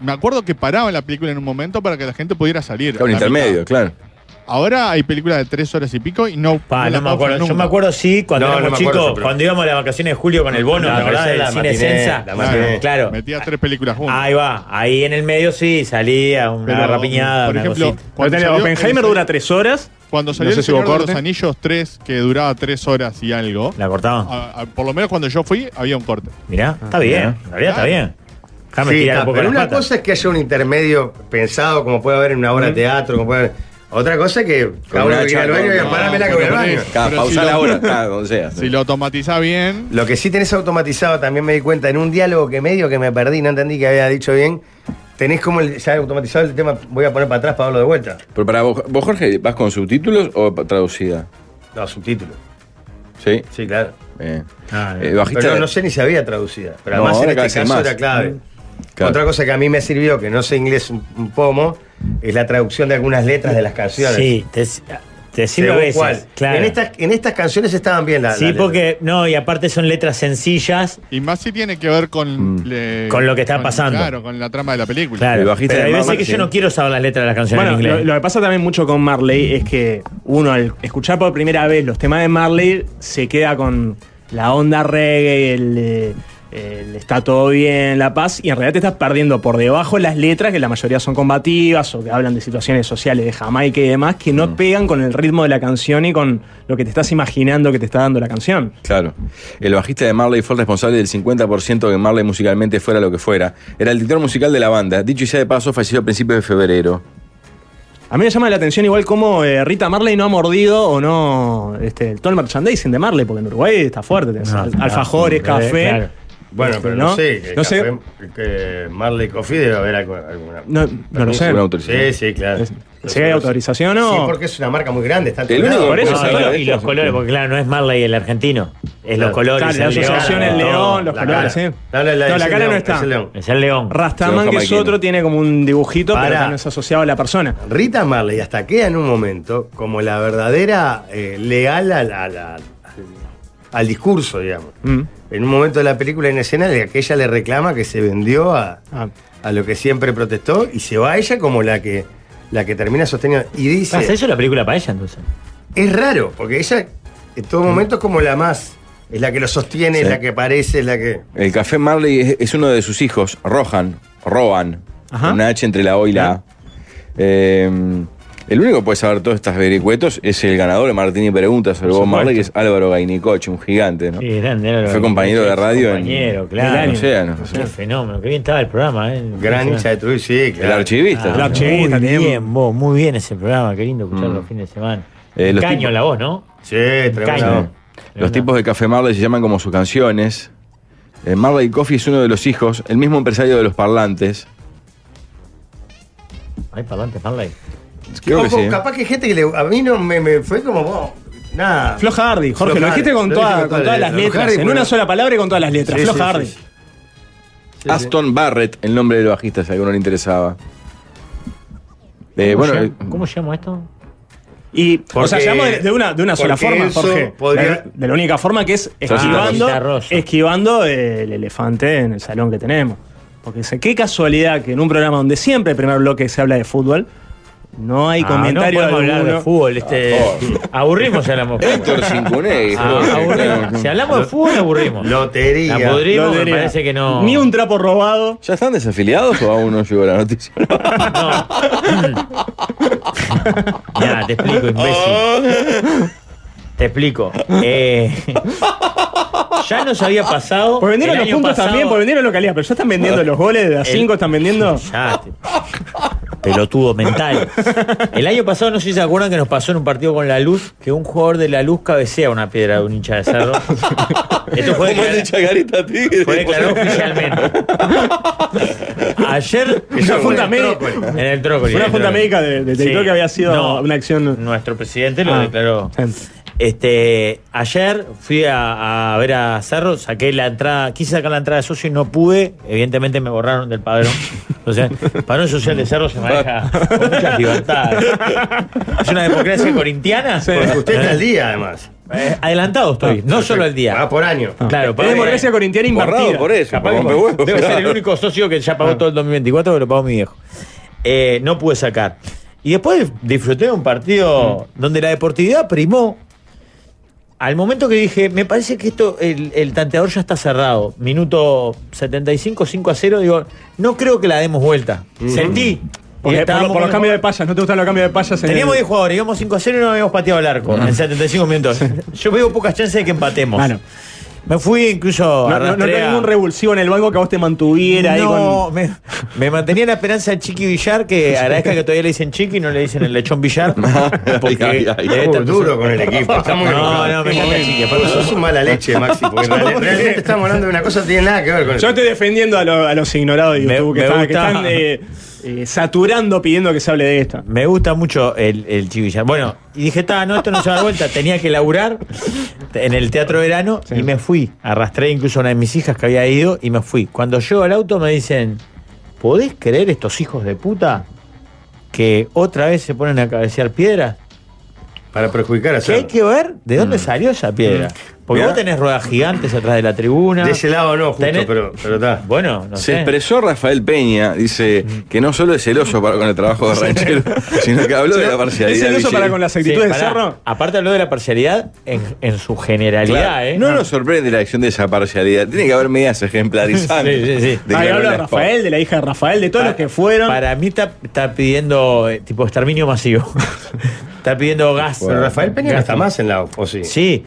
S7: me acuerdo que paraban la película en un momento para que la gente pudiera salir.
S5: Claro, un
S7: La
S5: intermedio,
S7: mitad.
S5: claro.
S7: Ahora hay películas de tres horas y pico y no.
S2: Pa,
S7: la
S2: no me
S7: pausan
S2: acuerdo. Yo
S7: nunca.
S2: me acuerdo sí, cuando
S1: No,
S2: éramos
S1: no me
S2: chicos,
S1: acuerdo eso, pero-
S2: cuando íbamos a las vacaciones de julio con el
S1: No,
S2: bono, ¿te
S1: pero
S2: acordás
S1: esa es
S2: del
S1: la
S2: cine
S1: matiné,
S2: Sensa?
S1: la
S7: Claro,
S1: matiné.
S2: Claro.
S7: Metías tres películas juntas.
S2: Ahí va, ahí en el medio sí, salía una
S7: Pero,
S2: garrapiñada,
S7: por
S2: una
S7: ejemplo,
S2: cosita.
S7: cuando
S4: Natalia,
S7: salió-
S4: Oppenheimer dura tres horas.
S7: Cuando salió
S8: No sé
S7: el
S8: si hubo
S7: Señor de los
S8: corte.
S7: Anillos 3, que duraba 3 horas y algo,
S2: La cortaban.
S7: a- a- por lo menos cuando yo fui, había un corte.
S2: Mirá, está
S1: ¿Eh?
S2: bien, en realidad está
S7: Claro.
S2: bien. Déjame
S1: Ah, Sí,
S2: tirar
S1: está,
S2: un poco
S1: pero
S2: las
S1: una
S2: patas. ¿Mm?
S1: cosa es que haya un intermedio pensado, como puede haber en una obra de teatro, como puede haber- Otra cosa es que cada uno
S5: una
S1: que quiera al
S5: chapa,
S1: baño y
S5: no,
S1: parame la que
S7: por
S1: voy al
S7: lo
S1: baño.
S7: menos.
S5: Cada,
S7: Pero si
S5: pausa la
S7: lo-
S5: hora, cada, o sea.
S7: Si lo automatizás bien,
S1: Lo que sí tenés automatizado, también me di cuenta, en un diálogo que medio que me perdí, no entendí que había dicho bien, tenés como el, ya automatizado el tema, voy a poner para atrás para darlo de vuelta.
S5: Pero para vos, vos, Jorge, ¿vas con subtítulos o pa- traducida?
S1: No, subtítulo.
S5: Sí.
S1: Sí, claro.
S5: Eh,
S2: Ah,
S5: eh, bajista
S1: Pero no,
S5: de-
S1: no sé ni si había traducida. Pero
S5: No,
S1: además
S5: ahora
S1: en
S5: cada
S1: este
S5: vez hay
S1: caso
S5: más.
S1: era clave.
S5: Claro.
S1: Otra cosa que a mí me sirvió, que no sé inglés un, un pomo, es la traducción de algunas letras de las canciones.
S2: Sí, te, te sirve a
S1: Según
S2: veces.
S1: cuál.
S2: Claro.
S1: En, estas, en estas canciones estaban bien las
S2: sí,
S1: las
S2: porque, no, y aparte son letras sencillas.
S7: y más si tiene que ver
S1: Mm.
S7: con. le-
S2: Con lo que está pasando.
S7: Claro, con la trama de la película.
S5: El
S2: Claro,
S5: bajista
S2: pero
S5: de
S2: hay veces
S5: Mamma,
S2: que
S5: sí.
S2: yo no quiero saber las letras de las canciones
S4: Bueno,
S2: en inglés.
S4: lo, lo que pasa también mucho con Marley es que uno al escuchar por primera vez los temas de Marley se queda con la onda reggae, el, eh, el está todo bien, la paz, y en realidad te estás perdiendo por debajo las letras, que la mayoría son combativas o que hablan de situaciones sociales de Jamaica y demás, que
S2: Mm.
S4: no pegan con el ritmo de la canción y con lo que te estás imaginando que te está dando la canción.
S5: Claro. El bajista de Marley fue el responsable del 50% de que Marley musicalmente fuera lo que fuera. Era el director musical de la banda. Dicho y sea de paso, falleció a principios de febrero.
S4: A mí me llama la atención igual cómo eh, Rita Marley no ha mordido o no este, todo el merchandising de Marley, porque en Uruguay está fuerte, tenés
S2: No,
S4: al-
S2: claro,
S4: alfajores,
S2: eh,
S4: café.
S2: claro.
S1: Ah, Bueno, pero no,
S4: ¿No?
S1: sé. que
S4: No sé.
S1: café- que Marley Coffee debe haber algo- alguna.
S4: No, no lo sé.
S5: Una
S1: Sí,
S5: autorización.
S1: sí, claro.
S4: Es- ¿Si hay autorización o...? Ah,
S1: Sí, porque es una marca muy grande. Está en
S5: El
S1: todos
S5: único
S1: lados.
S5: que
S4: Por eso,
S2: No,
S5: puede
S2: y
S5: saber
S2: lo-
S5: de
S2: y
S5: esto-
S2: los colores, porque claro, no es Marley el argentino. Es
S1: Claro.
S2: los colores.
S4: Claro, la
S2: el
S4: asociación
S2: león,
S4: el león,
S2: todo.
S4: los colores,
S1: cara.
S4: sí.
S1: No, la,
S4: No,
S1: es
S4: la
S1: el
S4: cara
S1: león,
S4: no está.
S1: es el león.
S2: Es el león.
S4: Rastaman,
S5: León
S4: que es
S5: jamaiquino.
S4: otro, tiene como un dibujito,
S1: Pará.
S4: pero que no es asociado a la persona.
S1: Rita Marley hasta queda en un momento como la verdadera eh, leal a la- a la- al, al discurso, digamos.
S4: Mm.
S1: En un momento de la película en escena, le- que ella le reclama que se vendió a,
S4: Ah.
S1: a lo que siempre protestó y se va ella como la que, la que termina sosteniendo. Y dice,
S2: ¿Pasa eso la película para ella entonces?
S1: es raro, porque ella en todo momento es como la más, es la que lo sostiene, es
S5: Sí.
S1: la que aparece, es la que...
S5: El café Marley es, es uno de sus hijos, Rohan. Rohan.
S4: Ajá.
S5: con Una H entre la O y la A. Eh, el único que puede saber todos estos vericuetos es el ganador de Martini Preguntas sobre Bob Marley, que es Álvaro Gainicoche, un gigante, ¿no?
S2: Sí, grande, era lo
S5: Fue
S2: que-
S5: compañero de radio en-
S2: Compañero,
S5: En el
S2: claro.
S5: año. Océano,
S2: Qué
S5: sí.
S2: fenómeno, qué bien estaba el programa, ¿eh? Ah,
S1: Gran hincha de Trujillo, sí,
S5: El
S1: claro.
S5: archivista.
S4: El archivista,
S2: muy
S4: tenemos.
S2: bien, vos, muy bien ese programa, qué lindo
S5: Mm.
S2: escucharlo los fines de semana.
S5: Eh, los
S2: Caño
S5: tipos-
S2: la voz, ¿no?
S1: Sí, tremendo.
S2: Caño.
S5: Los tipos de Café Marley se llaman como sus canciones. Eh, Marley Coffee es uno de los hijos, el mismo empresario de los parlantes.
S2: Hay parlantes Marley.
S5: Eh, Creo que
S1: Ojo,
S5: sí.
S1: Capaz que hay gente que le, a mí no me, me fue como vos. Nada.
S4: Flo Hardy, Jorge,
S1: Flo
S4: lo dijiste
S1: Hardy,
S4: con,
S1: lo
S4: toda-
S1: dije
S4: con todas las letras,
S1: Hardy,
S4: en
S1: bueno.
S4: una sola palabra y con todas las letras.
S1: Sí,
S4: Flo
S1: sí,
S4: Hardy.
S1: sí, sí. sí.
S5: Aston Barrett, el nombre del bajista, si a alguno le interesaba. Eh, bueno,
S2: ¿Cómo
S5: eh,
S2: llamo- ¿Cómo llamo esto?
S4: Y, o sea,
S1: Porque-
S4: llamamos de, de una, de una sola
S1: porque
S4: forma,
S1: eso
S4: Jorge.
S1: podría-
S4: De, de la única forma que es esquivando,
S2: Rosita Rosso.
S4: esquivando el elefante en el salón que tenemos. Porque dice, qué casualidad que en un programa donde siempre el primer bloque se habla de fútbol, no hay
S2: Ah,
S4: comentario
S2: no podemos
S4: alguno. Ah,
S2: hablar de fútbol. Este, aburrimos si hablamos de
S5: Héctor
S2: fútbol.
S5: Cincunegui.
S2: Ah,
S5: joder, claro.
S2: aburrimos. Si hablamos de fútbol, aburrimos.
S1: Lotería.
S2: La podrimos,
S4: No
S2: me
S4: diría.
S2: parece que no.
S4: Ni un trapo robado.
S5: ¿Ya están desafiliados o aún no llegó la noticia?
S2: No. ya, Ah, te explico,
S5: Oh.
S2: imbécil. Te explico. Eh, ya nos había pasado.
S4: Pues vendieron
S2: el
S4: los
S2: año
S4: puntos
S2: pasado- Ah.
S4: también, pues vendieron localidad, pero ya están vendiendo los goles de las
S2: El-
S4: 5, están vendiendo.
S2: Ya, te- pelotudo mental. El año pasado, no sé si se acuerdan que nos pasó en un partido con la luz que un jugador de la luz cabecea una piedra de un hincha de cerro. Esto fue
S5: ¿Cómo
S2: declarado,
S5: dicha Garita Tigre?
S2: fue declarado oficialmente. Ayer.
S4: Una junta médica.
S2: En el trócoli.
S4: Una
S2: en
S4: junta
S2: el trócoli.
S4: médica de- detectó
S2: Sí.
S4: que había sido una Oh, acción-
S2: Nuestro presidente lo
S4: Ah.
S2: declaró. Este, ayer fui a, a ver a Cerro, saqué la entrada, quise sacar la entrada de socio y no pude. Evidentemente me borraron del padrón. O sea, el padrón social de Cerro se maneja con muchas libertades. Es una democracia corintiana.
S1: Porque usted está al día, Ah, además.
S2: Eh, adelantado estoy, no solo el día.
S1: Va por año.
S2: Claro,
S4: Es
S2: para-
S4: democracia corintiana
S5: Borrado
S4: invertida.
S5: por eso,
S2: Capaz
S5: por
S2: que
S5: rompe huevos.
S2: debe ser el único socio que ya pagó todo el 2024, que lo pagó mi viejo. Eh, no pude sacar. Y después disfruté de un partido
S5: Mm.
S2: donde la deportividad primó. Al momento que dije, me parece que esto, el, el tanteador ya está cerrado. Minuto 75, 5 a 0, digo, no creo que la demos vuelta.
S5: Mm.
S2: Mm. Sentí.
S4: Porque por,
S2: y estábamos
S4: lo- por los
S2: con-
S4: cambios de payas, ¿no te gustan los cambios de payas? en
S2: Teníamos
S4: el- Ah.
S2: 10 jugadores, íbamos 5 a 0 y no habíamos pateado el arco en 75 minutos. Yo veo pocas chances de que empatemos.
S4: Mano,
S2: Me fui incluso.
S4: no, no, no
S2: arrastré
S4: tengo
S2: a-
S4: ningún revulsivo en el banco que a vos te mantuviera ahí
S2: no,
S4: con.
S2: me, me mantenía la esperanza de Chiqui Villar, que agradezca que todavía le dicen Chiqui y no le dicen el lechón Villar. Porque
S5: Ay, ay, ay.
S1: Estamos
S2: debe estar-
S1: Uh, duro con el equipo. Estamos
S2: No,
S1: enojados.
S2: no, me encanta
S1: Estamos-
S2: Chiqui, aparte-
S1: Sos un mala leche, Maxi, porque en realidad- realmente estamos hablando de una cosa que tiene nada que ver con
S4: Yo
S1: eso.
S4: estoy defendiendo a, lo- a los ignorados de
S2: Me-
S4: YouTube que,
S2: me
S4: están, que
S2: gusta.
S4: están, eh, eh, saturando pidiendo que se hable de esta.
S2: Me gusta mucho el, el Chiqui Villar. Bueno, y dije, está, no, esto no se va a dar vuelta. Tenía que laburar en el Teatro Verano y me fui. Arrastré incluso a una de mis hijas que había ido y me fui. Cuando llego al auto me dicen, ¿podés creer estos hijos de puta que otra vez se ponen a cabecear piedras?
S1: Para perjudicar a Mm.
S2: Que hay
S1: Cerro.
S2: que ver de dónde salió esa piedra. Porque
S5: Mirá.
S2: vos tenés ruedas gigantes atrás de la tribuna.
S1: De ese lado no, justo,
S2: Tenés-
S1: pero, pero está.
S2: Bueno, no
S5: Se
S2: sé.
S5: expresó Rafael Peña, dice que no solo es celoso para con el trabajo de ranchero, sino que habló de la
S4: ¿Es
S5: parcialidad.
S4: el uso
S5: Villegas.
S4: para con las
S2: Sí,
S4: actitudes de
S2: pará.
S4: Cerro?
S2: Aparte habló de la parcialidad en, en su generalidad,
S5: Claro.
S2: ¿eh?
S5: No nos sorprende la acción de esa parcialidad. Tiene que haber medidas ejemplarizantes.
S2: Sí, sí, sí.
S5: de
S4: Ahí
S5: Carolina
S4: habla de
S5: Esparza.
S4: Rafael, de la hija de Rafael, de todos
S2: Para-
S4: los que fueron.
S2: Para mí está, está pidiendo eh, tipo exterminio masivo. está pidiendo gas.
S1: Pero Rafael Peña no
S2: Gas.
S1: está más en la o sí.
S2: Sí,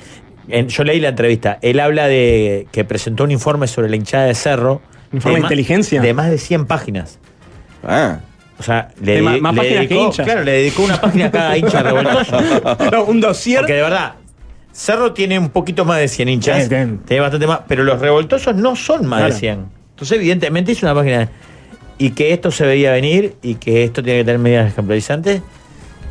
S2: En- yo leí la entrevista. Él habla de que presentó un informe sobre la hinchada de Cerro.
S4: ¿Informe de
S2: ma-
S4: inteligencia?
S2: De más de 100 páginas.
S5: Ah,
S2: O sea, le,
S4: De ma-
S2: de-
S4: más
S2: le
S4: páginas que
S2: dedicó,
S4: hinchas.
S2: Claro, le dedicó una página a cada hincha revoltoso.
S4: No, un dossier.
S2: Porque de verdad, Cerro tiene un poquito más de 100 hinchas.
S4: Sí, tiene.
S2: Tiene bastante más. Pero los revoltosos no son más
S4: Claro.
S2: de 100. Entonces, evidentemente, hizo una página. Y que esto se veía venir y que esto tiene que tener medidas ejemplarizantes.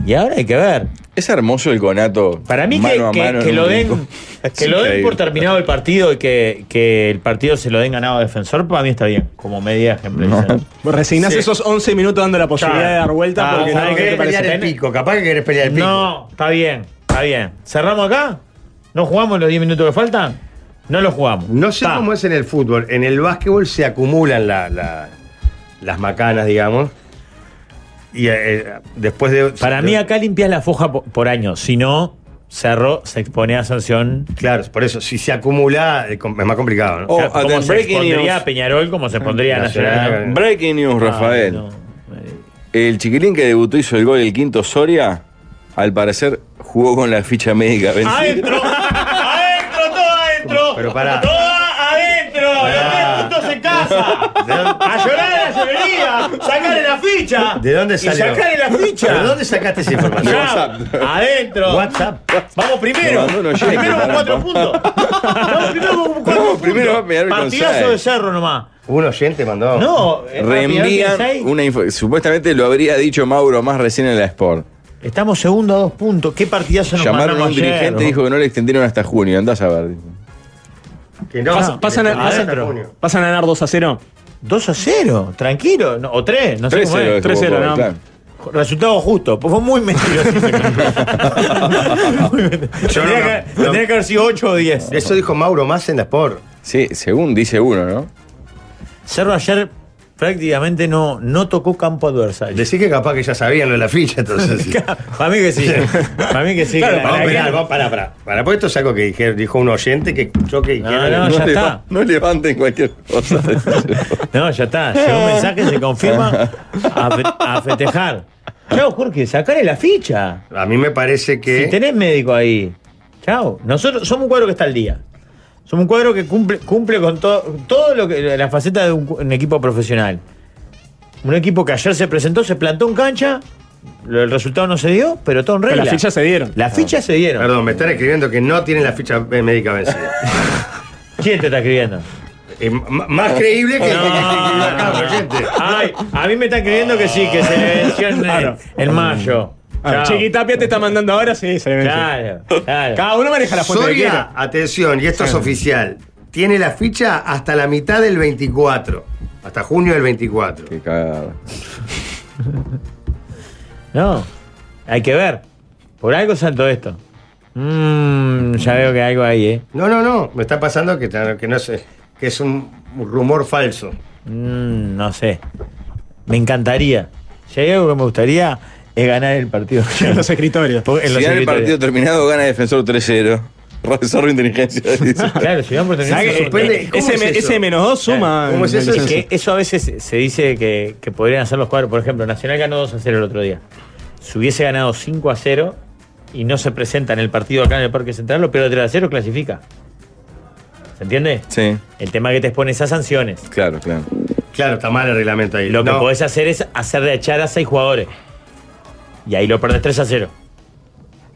S2: Y ahora hay que ver.
S5: es hermoso el conato.
S2: Para mí,
S5: mano a
S2: que, que-
S5: mano en
S2: que
S5: un
S2: lo
S5: rincón.
S2: den.
S5: Es
S2: Que lo den
S5: increíble.
S2: por terminado el partido y que, que el partido se lo den ganado a defensor, para mí está bien, como medida ejemplarizante.
S4: Vos Resignás
S1: Sí.
S4: esos 11 minutos dando la posibilidad
S2: Claro.
S4: de dar vuelta
S2: Ah,
S4: porque
S1: Porque
S4: no,
S2: ojalá
S1: no
S4: ¿qué te
S1: querés
S4: parece?
S1: pelear el pico, capaz que querés pelear el pico.
S2: No, está bien, está bien. ¿Cerramos acá? ¿No jugamos los 10 minutos que faltan? No los jugamos.
S1: No sé
S2: Está.
S1: cómo es en el fútbol. En el básquetbol se acumulan la- la- las macanas, digamos. Y eh, después de.
S2: Para mí acá limpias la foja po- por año. Si no, Cerro se expone a sanción.
S1: Claro, por eso, si se acumula, eh, com- es más complicado, ¿no?
S5: Oh,
S2: O sea, como
S5: atención,
S2: se
S5: breaking
S2: expondría
S5: news.
S2: a Peñarol, como se expondría a
S1: Nacional.
S2: Nacional.
S5: Breaking news, Rafael.
S2: Ay, no, eh,
S5: El chiquilín que debutó hizo el gol el quinto Soria, al parecer jugó con la ficha médica. vencida.
S2: ¡Adentro! ¡Adentro! ¡Todo adentro!
S1: Pero Ah. pará.
S2: ¡Toda adentro!
S1: Pará.
S2: ¡Los tres puntos en casa! ¡A llorar a la llorería! ¡Sacarle la ficha!
S1: ¿De dónde salió?
S2: ¡Y sacarle la ficha!
S1: ¿De dónde sacaste esa información?
S2: Ya,
S5: WhatsApp.
S2: ¡Adentro!
S1: WhatsApp.
S2: ¡Vamos primero!
S5: No, no, no llega,
S2: primero con
S5: pará,
S2: cuatro
S5: pa.
S2: puntos. Vamos primero con cuatro
S5: Vamos
S2: puntos.
S5: primero a Peñarol con
S2: Partidazo
S5: seis.
S2: de cerro nomás.
S1: Un oyente mandó.
S2: No, eh, Peñarol
S5: Reenvían
S2: tiene seis.
S5: una info- Supuestamente lo habría dicho Mauro más recién en la Sport.
S2: Estamos segundo a dos puntos. ¿Qué partidazo nos
S5: Llamaron a un
S2: mandamos ayer?
S5: dirigente y dijo que no le extendieron hasta junio. Andás a ver.
S1: Que no,
S4: Pasa-
S1: que
S4: pasan a-
S1: está hasta
S2: adentro.
S1: junio.
S4: Pasan a ganar 2 a 0.
S2: 2 a 0, tranquilo. no, o 3, no sé cómo
S5: 3-0
S2: es.
S5: estuvo
S4: 3-0,
S5: por-
S4: ¿no?
S5: claro.
S2: Resultado justo, pues fue muy mentiroso. Muy mentiroso.
S1: Yo no,
S2: tendría,
S1: no,
S2: que,
S1: no.
S2: tendría que haber sido 8 o 10.
S1: Eso dijo Mauro más en la Sport.
S5: Sí, según dice uno, ¿no?
S2: Cerro ayer prácticamente no, no tocó campo adversario.
S1: Decí que capaz que ya sabían lo de la ficha, entonces. sí.
S2: Para mí que sí. Para mí que sí. que la-
S1: Vamos a
S2: la-
S1: esperar, vamos, pará, pará. Para, pues esto es algo que dijeron- dijo un oyente que yo que
S2: No, no, ya está.
S5: no levanten cualquier cosa.
S2: No, ya está. Llegó un mensaje, se confirma a, fe- a festejar. Chao, Jorge, sacale la ficha.
S1: A mí me parece que.
S2: Si tenés médico ahí, chao. Nosotros somos un cuadro que está al día. Somos un cuadro que cumple, cumple con todo, todo lo que la faceta de un, cu- un equipo profesional. Un equipo que ayer se presentó, se plantó en cancha, lo- el resultado no se dio, pero todo en
S4: Pero
S2: regla.
S4: las fichas se dieron. Ah.
S2: Las fichas se dieron.
S1: Perdón, me están escribiendo que no tienen la ficha eh, médica vencida.
S2: ¿Quién te está escribiendo?
S1: Eh, m- más creíble que.
S2: No, no, no.
S1: oyente.
S2: Ay, a mí me están creyendo que sí, que se le venció en,
S4: Claro.
S2: en mayo. Chao.
S4: Chiqui Tapia te está mandando ahora, sí, se le
S2: Claro, claro.
S4: Cada uno maneja la fuente que
S1: Soria,
S4: quiera.
S1: atención, y esto es oficial, tiene la ficha hasta la mitad del 24, hasta junio del 24.
S5: Qué cagada.
S2: No, hay que ver. Por algo saltó esto. Mmm, ya veo que hay algo ahí, ¿eh?
S1: No, no, no, me está pasando que, que no sé, que es un rumor falso.
S2: Mm, no sé. Me encantaría. Si hay algo que me gustaría es ganar el partido.
S4: En los escritorios.
S2: Porque en
S5: Si
S2: los
S5: gana el partido
S2: escritorios.
S5: terminado, gana Defensor 3-0. Profesor de inteligencia. dice.
S2: Claro, si dan por tener-
S4: ¿Sabés que
S2: Eh,
S1: suspende?
S2: eh,
S1: ¿Cómo
S4: ese,
S1: es
S4: me-
S1: eso?
S4: ese menos 2 suma.
S1: ¿Cómo es
S4: en el
S1: eso?
S2: es
S4: descenso.
S2: que eso a veces se dice que, que podrían hacer los cuadros. Por ejemplo, Nacional ganó 2 a 0 el otro día. Si hubiese ganado 5 a 0 y no se presenta en el partido acá en el Parque Central, lo pierde 3 a 0, clasifica. ¿Se entiende?
S5: Sí,
S2: El tema que te expone esas sanciones.
S5: claro, claro.
S1: Claro, está mal el reglamento ahí.
S2: Lo que
S1: No,
S2: podés hacer es hacer de echar a 6 jugadores. Y ahí lo perdés 3 a 0.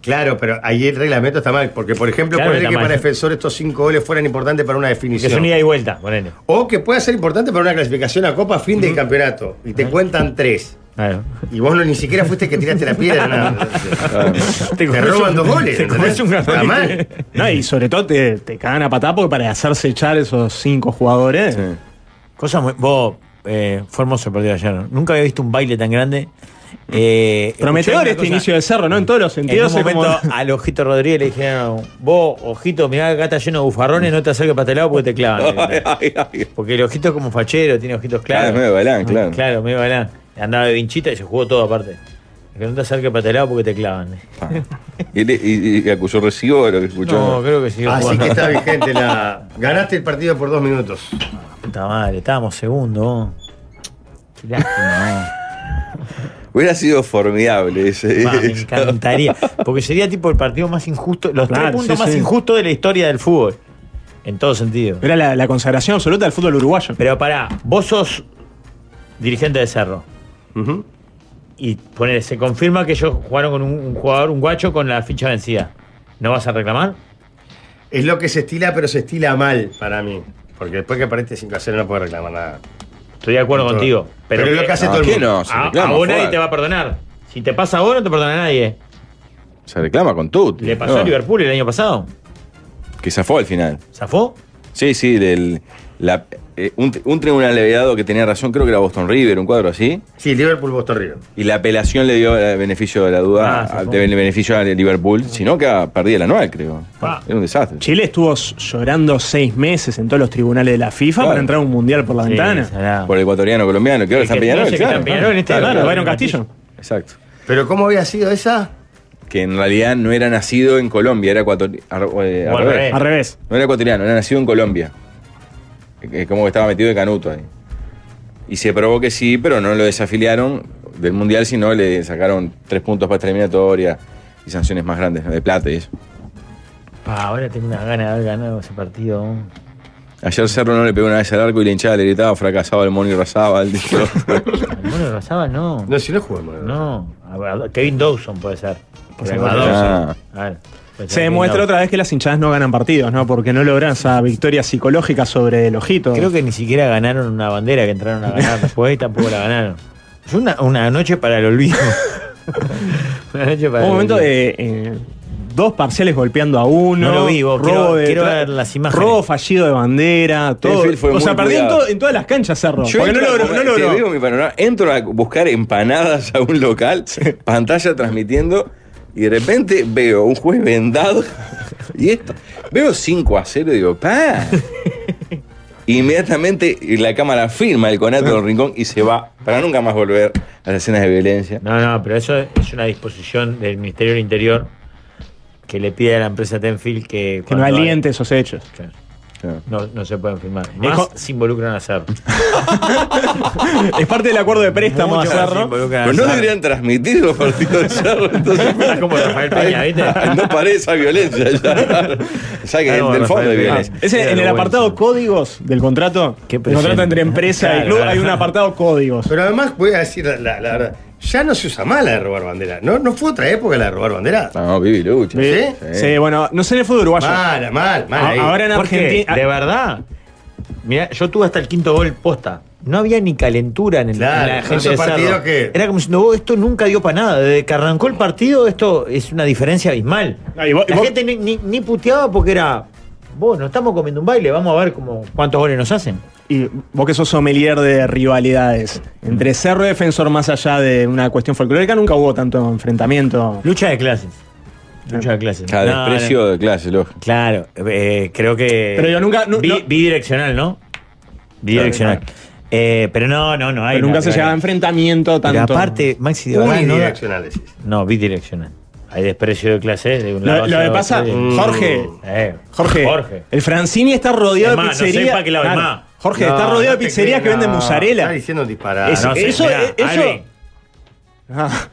S1: Claro, pero ahí el reglamento está mal, porque por ejemplo,
S2: Claro,
S1: ponerle
S2: está
S1: que
S2: mal.
S1: para defensor estos cinco goles fueran importantes para una
S2: Que es
S1: definición.
S2: un ida y vuelta, ponele.
S1: O que pueda ser importante para una clasificación a Copa fin del campeonato. Y te cuentan tres.
S2: Claro.
S1: Y vos no, ni siquiera fuiste que tiraste la piedra. nada. Te
S2: comes
S1: roban
S2: un-
S1: dos goles.
S2: te comes
S1: ¿entendés?
S2: un garrón.
S1: Está mal.
S4: No, y sobre todo te, te cagan a patada porque para hacerse echar esos cinco jugadores.
S5: sí.
S2: Cosa muy. Vos, eh, fue hermoso el partido de ayer. Nunca había visto un baile tan grande. Eh, escuché
S4: Prometedor
S2: una
S4: este
S2: cosa-
S4: inicio de cerro, ¿no? En todos los
S2: En un
S4: sentidos. es como-
S2: momento al Ojito Rodríguez le dijeron, vos, Ojito, mirá acá está lleno de bufarrones, no te acerques para este lado porque te
S5: Ay,
S2: clavan.
S5: ay, ay.
S2: Porque el Ojito es como fachero, tiene ojitos
S5: Claro, es medio
S2: claros.
S5: balán, claro.
S2: Claro, medio galán. Andaba de vinchita y se jugó todo aparte. Que no te acerques para este lado porque te clavan.
S5: Ah. Y, y- y acusó recibo de lo que escuchó.
S2: No, creo que siguió
S1: Así
S2: jugando.
S1: Ah, que está vigente la. Ganaste el partido por dos minutos.
S2: Puta madre, estábamos segundo. Qué lástima.
S5: Hubiera sido formidable ese.
S2: ¿no? Va, me encantaría. Porque sería tipo el partido más injusto, los
S4: Claro,
S2: tres puntos
S4: sí,
S2: más
S4: sí.
S2: injustos de la historia del fútbol. En todo sentido.
S4: Era la, la consagración absoluta del fútbol uruguayo.
S2: Pero pará, vos sos dirigente de Cerro.
S1: Ujú.
S2: Y ponele, se confirma que ellos jugaron con un, un jugador, un guacho, con la ficha vencida. ¿No vas a reclamar?
S1: Es lo que se estila, pero se estila mal para mí. Porque después que aparece 5 a 0 no puedo reclamar nada.
S2: Estoy de acuerdo
S1: Todo.
S2: contigo. Pero,
S1: Pero es lo que hace
S5: No,
S1: todo el
S5: ¿qué
S1: mundo.
S5: no? Se
S2: a,
S5: reclama,
S2: a vos nadie
S5: fuera.
S2: te va a perdonar. Si te pasa a vos, no te perdona a nadie.
S5: Se reclama con Tut.
S2: Le pasó
S5: No,
S2: a Liverpool el año pasado.
S5: Que zafó al final.
S2: ¿Zafó?
S5: Sí, sí, del, la- eh, un, un tribunal leviado que tenía razón, creo que era Boston River, un cuadro así.
S1: Sí, Liverpool Boston River.
S5: Y la apelación le dio el beneficio de la duda,
S2: Ah,
S5: al-
S2: zafó.
S5: de beneficio al Liverpool, sino que perdía el anual, creo.
S2: Ah.
S5: Era un desastre.
S4: Chile estuvo llorando seis meses en todos los tribunales de la FIFA
S5: Claro.
S4: para entrar a un mundial por la
S2: Sí,
S4: ventana.
S2: salado.
S5: Por el ecuatoriano colombiano, que ahora
S2: El
S5: está
S2: que
S5: en Peñarol.
S2: no sé que está en Peñarol, en este
S5: claro,
S4: Claro,
S2: Claro,
S4: Byron
S2: Castillo.
S4: Castillo.
S5: Exacto.
S1: Pero ¿cómo había sido esa?
S5: Que en realidad no era nacido en Colombia, era ecuatoriano.
S2: O al revés.
S4: Al revés.
S5: eh, No era ecuatoriano, era nacido en Colombia. Eh, Como que estaba metido de canuto ahí. Y se probó que sí, pero no lo desafiliaron del Mundial, sino le sacaron tres puntos para esta eliminatoria y sanciones más grandes, ¿no? de plata y eso.
S2: Pa, ahora tengo una gana de haber ganado ese partido.
S5: Ayer Cerro no le pegó una vez al arco y la hinchada le gritaba fracasado al Moni Razabal. dijo.
S2: ¿Al mono Rosaba? No.
S1: No, si no jugamos.
S2: No. A- a- Kevin Dawson puede ser.
S4: Por
S2: Kevin
S4: supuesto.
S2: Dawson.
S5: Ah.
S2: A ver, puede ser
S4: Se
S2: Kevin
S4: demuestra
S2: Dawson.
S4: otra vez que las hinchadas no ganan partidos, ¿no? Porque no logran esa victoria psicológica sobre el ojito.
S2: Creo que ni siquiera ganaron una bandera que entraron a ganar después y tampoco la ganaron. Es una, una noche para el olvido. una noche para
S4: Hubo
S2: el
S4: un momento
S2: olvido.
S4: de eh, dos parciales golpeando a uno.
S2: No lo vi, vos. Quiero-
S4: robo de
S2: quiero
S4: tra-
S2: ver las imágenes.
S4: Robo fallido de bandera, todo.
S5: Tenfield fue
S4: O
S5: muy
S4: sea, perdió en,
S5: cuidado.
S4: to- en todas las canchas Cerro.
S5: Yo
S4: porque no
S5: entro a
S4: logró.
S5: comer-
S4: No
S5: te digo
S4: logró.
S5: mi panorama. Entro a buscar empanadas a un local, pantalla transmitiendo, y de repente veo un juez vendado. Y esto. Veo 5 a 0 y digo, ¡pa! Inmediatamente la cámara firma el conato
S2: Ah.
S5: del rincón y se va para nunca más volver a las escenas de violencia.
S2: No, no, pero eso es una disposición del Ministerio del Interior que le pide a la empresa Tenfield que.
S4: Que no
S2: cuando-
S4: aliente esos hechos.
S2: Ah, Claro,
S5: Claro.
S2: No, no se pueden firmar. Más
S4: co-
S2: se involucran a hacer.
S4: Es parte del acuerdo de préstamo a
S2: Mucho más se
S4: Cerro.
S2: involucran a
S5: Pero no
S2: hacer.
S5: deberían transmitir los partidos de Cerro, entonces.
S2: Es como Rafael Peña, ¿viste?
S5: No parece esa violencia ya. O sea que
S2: Ah, bueno,
S5: Eh, del fondo de
S2: Rafael Peña.
S5: violencia.
S4: Ese, en el
S2: vergüenza.
S4: apartado códigos del contrato,
S2: Qué
S4: el contrato
S2: presente.
S4: entre empresa y
S2: Claro,
S4: club,
S2: claro.
S4: hay un apartado códigos.
S1: Pero además voy a decir la, la- la verdad. Ya no se usa más la de robar bandera. No, no fue otra época la de robar bandera.
S5: No, Vivi Lucha.
S1: ¿Sí?
S4: Sí, Eh, bueno, no sé en el fútbol uruguayo.
S1: Mal, mal, mal.
S4: A-
S1: ahí.
S4: ahora en
S2: Jorge,
S4: Argentina.
S2: de verdad. Mira, yo tuve hasta el quinto gol posta. no había ni calentura en, el,
S1: Claro,
S2: en la
S1: esos
S2: gente de Cerro.
S1: partidos que-
S2: Era como diciendo, "Oh, esto nunca dio para nada. Desde que arrancó el partido, esto es una diferencia abismal.
S4: Ah, y vos- y
S2: la
S4: vos-
S2: gente ni, ni- ni puteaba porque era, vos, nos estamos comiendo un baile, vamos a ver cómo, cuántos goles nos hacen.
S4: Y vos que sos sommelier de rivalidades, entre Cerro y Defensor, más allá de una cuestión folclórica, nunca hubo tanto enfrentamiento.
S2: Lucha de clases. Lucha de clases.
S5: A
S2: No,
S5: desprecio de clase, lógico.
S2: no. Claro, eh, creo que.
S4: Pero yo nunca- nu-
S2: Bi-
S4: no-
S2: bidireccional, ¿no? Bidireccional. Eh, pero no, no, no. Hay
S4: Pero nunca
S2: una
S4: se llegaba a
S2: rivalidad.
S4: enfrentamiento
S2: Pero
S4: tanto.
S2: aparte, Maxi, de verdad, no da-
S1: Unidireccional, decís.
S2: No, bidireccional. Hay desprecio de clases de un lado
S4: Lo,
S2: hacia
S4: lo que
S2: otro.
S4: pasa,
S1: Mm.
S4: Jorge,
S2: Eh,
S4: Jorge,
S2: Jorge.
S4: el Francini está rodeado
S2: Es más,
S4: de
S2: no
S4: pizzerías.
S2: sepa que la- es más.
S4: Jorge,
S1: No,
S4: está
S1: no
S4: rodeado
S1: te
S4: de pizzerías
S1: creo,
S4: que venden
S1: no,
S4: mozzarella.
S1: Está diciendo disparada.
S2: Ah,
S4: Eso-
S2: no sé,
S4: eso-
S2: mirá,
S4: eh, eso-
S2: Alvin,
S4: Ah,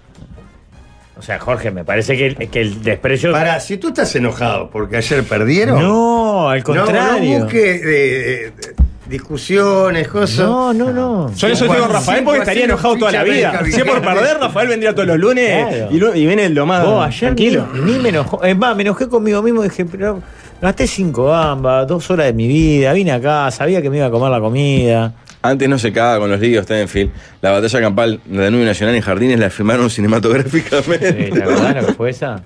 S2: O sea, Jorge, me parece que el, que el desprecio.
S1: Para, si tú estás enojado porque ayer perdieron.
S2: No, al
S1: no,
S2: contrario.
S1: No busques eh, eh, discusiones, cosas.
S2: No, no, no.
S4: yo eso digo a Rafael porque estaría enojado toda la vida. Si es por perder, Rafael vendría todos los lunes
S2: Claro.
S4: y, lu- y viene lo más
S2: Vos, ayer ni,
S4: tranquilo.
S2: ni me enojó. Es más, me enojé conmigo mismo. Dije, pero gasté cinco gambas, dos horas de mi vida. Vine acá, sabía que me iba a comer la comida.
S5: Antes no se cagaba con los líos, Tenfield. La batalla campal de Danubio Nacional en Jardines la filmaron cinematográficamente.
S2: Eh, ¿Te acordás lo que fue esa?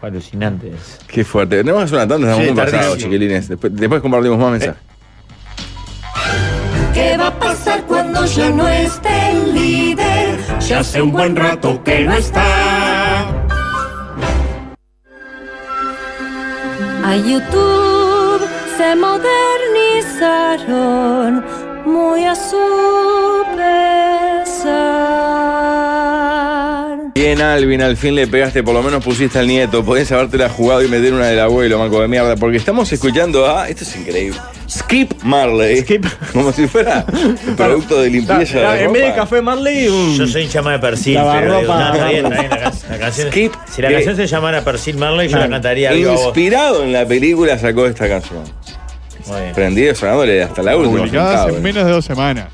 S2: Fue alucinante. eso.
S5: Qué fuerte. Tenemos que hacer una tanda, estamos
S1: Sí,
S5: muy pasados,
S1: tardísimo.
S5: chiquilines. Después, después compartimos más mensajes.
S4: Eh.
S8: ¿Qué va a pasar cuando ya no esté el líder? Ya hace un buen rato que no está. A YouTube se modernizaron muy a su pesar.
S5: Bien, Alvin, al fin le pegaste, por lo menos pusiste al nieto. Podés habértela jugado y meter una del abuelo, manco de mierda. Porque estamos escuchando a. Esto es increíble. Skip Marley.
S4: Skip.
S5: Como si fuera un producto de limpieza.
S4: Claro,
S5: de
S4: en vez de
S5: ropa.
S4: café Marley, un-
S2: Yo soy hincha más de Persil.
S4: La
S2: pero digo,
S4: barropa.
S2: no, está bien, está bien, la, can- la canción.
S5: Skip.
S2: si la
S5: Eh,
S2: canción se llamara Persil Marley, yo la cantaría viva voz.
S5: Inspirado en la película, sacó esta canción.
S2: Muy bien.
S5: Prendido sonándole hasta la última.
S7: Publicadas
S5: centavo.
S7: en menos de dos semanas.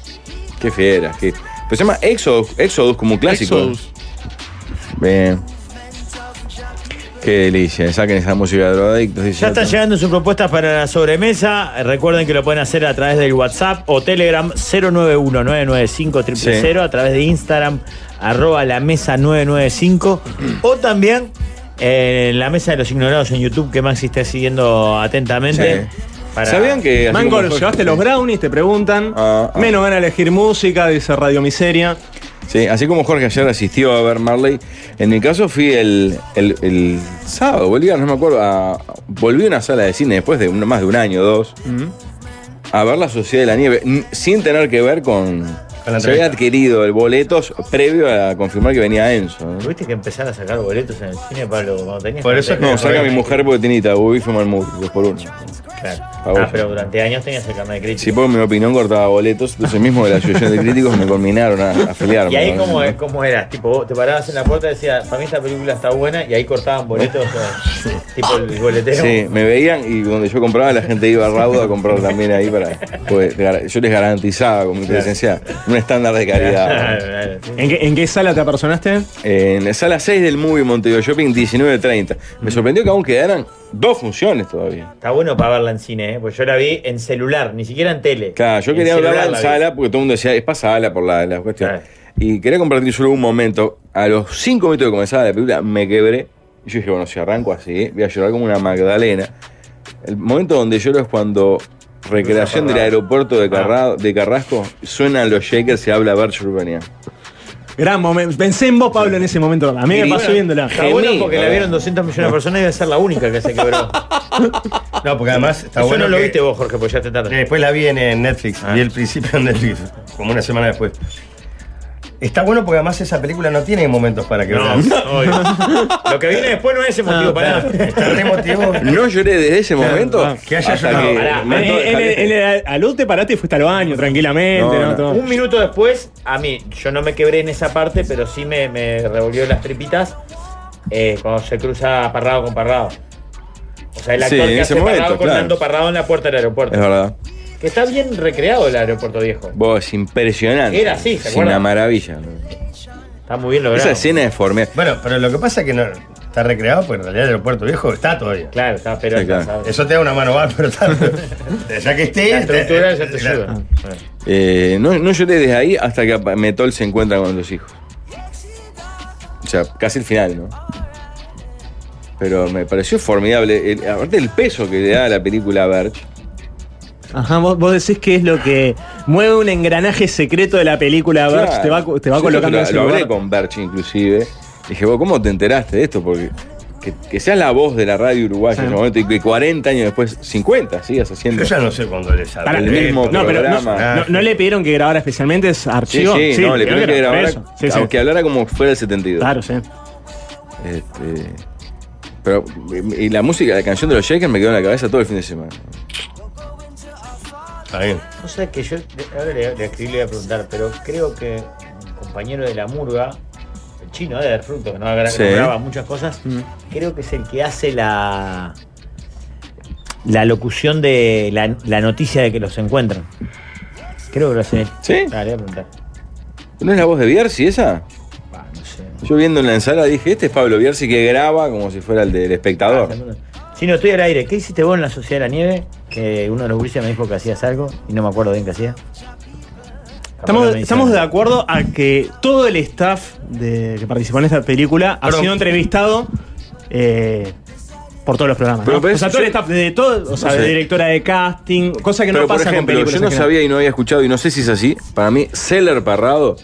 S5: Qué fieras, qué. Pero se llama Exodus, Exodus como un clásico.
S7: Exodus.
S5: Bien. Qué delicia. Saquen esa música de drogadictos. dice
S2: Ya están
S5: otro.
S2: llegando sus propuestas para la sobremesa. Recuerden que lo pueden hacer a través del WhatsApp o Telegram 091-995-000,
S5: Sí.
S2: a través de Instagram, arroba la mesa 995, o también eh, en la mesa de los ignorados en YouTube, que Maxi está siguiendo atentamente.
S5: Sí.
S2: para-
S5: ¿Sabían que.? así
S4: Mango,
S5: como fue-
S4: llevaste los brownies, te preguntan.
S5: Ah, ah.
S4: Menos van a elegir música, dice Radio Miseria.
S5: Sí, así como Jorge ayer asistió a ver Marley, en mi caso fui el, el- el sábado, volví, no me acuerdo, a- volví a una sala de cine después de un- más de un año o dos
S9: Mm.
S5: a ver La Sociedad de la Nieve, n- sin tener que ver con...
S1: Con la
S5: se había
S1: entrevista.
S5: adquirido el boletos previo a confirmar que venía Enzo. ¿eh? ¿no?
S2: ¿Tuviste que empezar a sacar boletos en el cine, Pablo? cuando tenías
S1: Por eso es
S2: carnet?
S5: No, saca a mi mujer porque tiene Itaú y fue mal dos por uno.
S2: Claro.
S5: Ah, vos.
S2: Ah, pero durante años tenías el carnet de
S5: Si
S2: crítico.
S5: pongo mi opinión cortaba boletos, entonces mismo de la Asociación de Críticos me combinaron a a afiliarme.
S2: y ahí,
S5: ¿no?
S2: cómo, ¿cómo eras? Tipo, vos te parabas en la puerta y decías, para mí esta película está buena, y ahí cortaban boletos, o sea, tipo el boletero.
S5: Sí, me veían y donde yo compraba la gente iba a raudo a comprar también ahí para. pues, gar- yo les garantizaba con mi presencia un estándar de
S2: Claro,
S5: calidad.
S2: claro, sí.
S4: ¿En qué, en qué sala te apersonaste?
S5: En la sala 6 del Movie Montevideo Shopping, 19.30. Me sorprendió que aún quedaran dos funciones todavía.
S2: Está bueno para verla en cine, ¿eh? porque yo la vi en celular, ni siquiera en tele.
S5: Claro, yo
S2: En
S5: quería
S2: celular
S5: hablar en
S2: la vi.
S5: sala porque todo el mundo decía, es para sala por la, la cuestión.
S2: Claro.
S5: Y quería compartir solo un momento. A los cinco minutos de comenzar la película me quebré. Y yo dije, bueno, si arranco así, voy a llorar como una Magdalena. El momento donde lloro es cuando recreación del aeropuerto de, Carra- de Carrasco suenan los shakers y habla Bert Urbania.
S4: Gran momento. Pensé en vos, Pablo, en ese momento. A mí me
S5: Y
S4: pasó
S5: bueno,
S4: viéndola.
S2: Está bueno
S5: Gemí,
S2: porque la
S1: eh.
S5: ¿no?
S2: vieron 200 millones de personas y debe ser la única que se quebró.
S1: No, porque además está
S2: Eso
S1: bueno.
S2: no lo
S1: que-
S2: viste vos, Jorge, porque ya te Ah.
S1: que
S2: tarde.
S1: Después la vi en, en Netflix. Vi el principio en Netflix, como una semana después. Está bueno porque además esa película no tiene momentos para que
S2: No, obvio. Lo que viene después no es ese motivo para nada.
S1: Está re emotivo.
S5: No lloré desde ese momento.
S1: ah, que haya
S5: hasta
S1: llorado.
S5: que-
S2: Pará,
S4: En, en- en- en- al luz te paraste y fuiste al baño tranquilamente.
S5: No,
S4: ¿no?
S5: no.
S4: Todo.
S2: Un minuto después, a mí, yo no me quebré en esa parte, pero sí me, me revolvió las tripitas eh, cuando se cruza Parrado con Parrado. O sea, el
S5: Sí,
S2: actor
S5: en
S2: que
S5: ese
S2: hace Parrado
S5: momento,
S2: con
S5: claro. Eh.
S2: Nando Parrado en la puerta del aeropuerto.
S5: Es verdad.
S2: Que está bien recreado el aeropuerto viejo.
S5: Vos, es impresionante.
S2: Era así,
S5: Es
S2: ¿te acuerdas?
S5: una maravilla.
S2: Está muy bien logrado.
S5: Esa escena es formidable.
S1: Bueno, pero lo que pasa es que no. Está recreado, pero en realidad el aeropuerto viejo está todavía.
S2: Claro, está, pero
S5: Sí, claro.
S2: ¿sabes?
S1: Eso te da una mano más, pero está. ya que esté.
S2: la estructura
S1: te-
S2: ya te
S1: la-
S2: ayuda.
S5: Eh, no, no lloré desde ahí hasta que apa- Metol se encuentra con los hijos. O sea, casi el final, ¿no? Pero me pareció formidable. El- aparte el peso que le da a la película a Birch.
S4: Ajá, vos, vos decís que es lo que mueve un engranaje secreto de la película, Birch,
S5: Claro.
S4: te va, te va
S5: Yo
S4: colocando
S5: lo,
S4: en ese
S5: lo hablé
S4: lugar.
S5: con Berch inclusive. Dije, vos, ¿cómo te enteraste de esto? Porque que, que seas la voz de la radio uruguaya en
S4: Sí.
S5: el momento y que 40 años después, 50, sigas haciendo.
S1: Yo ya no sé cuándo les
S4: Pará,
S1: sale.
S5: el mismo
S4: No, pero no,
S5: programa.
S4: no- no le pidieron que grabara especialmente, es
S5: Sí,
S4: archivo.
S5: sí, no, le
S4: pidieron
S5: pidieron que grabara,
S4: eso. Sí, sí.
S5: aunque hablara como fuera el 72.
S4: Claro, sí.
S5: Este, pero y la música, la canción de los Shakers me quedó en la cabeza todo el fin de semana.
S1: Está bien.
S2: O sea que yo ahora le, le escribí le voy a preguntar, pero creo que un compañero de la murga, el chino eh, de fruto, que no agra-
S5: Sí.
S2: no graba muchas cosas,
S4: Mm.
S2: creo que es el que hace la la locución de la, la noticia de que los encuentran. Creo que lo hace él.
S5: ¿Sí?
S2: Ah, le voy a preguntar.
S5: ¿No es la voz de Bierzi esa?
S2: Ah, no sé.
S5: Yo viendo en la sala dije, este es Pablo Bierzi que graba como si fuera el del
S4: Ah,
S5: espectador.
S2: Chino, estoy al aire. ¿Qué hiciste vos en la Sociedad de la Nieve? Que uno de los gurises me dijo que hacías algo y no me acuerdo bien qué hacía.
S4: Estamos, estamos de acuerdo a que todo el staff de, que participó en esta película ha
S1: Pero-
S4: sido entrevistado eh, por todos los programas.
S5: Pero
S4: ¿no?
S5: ves,
S4: o sea, todo
S5: yo-
S4: el staff de todo, o sea,
S5: no sé.
S4: de directora de casting, cosa que
S5: Pero
S4: no
S5: por
S4: pasa con
S5: ejemplo,
S4: películas
S5: yo
S4: en
S5: no
S4: general.
S5: sabía y no había escuchado y no sé si es así. Para mí, Seller Parrado,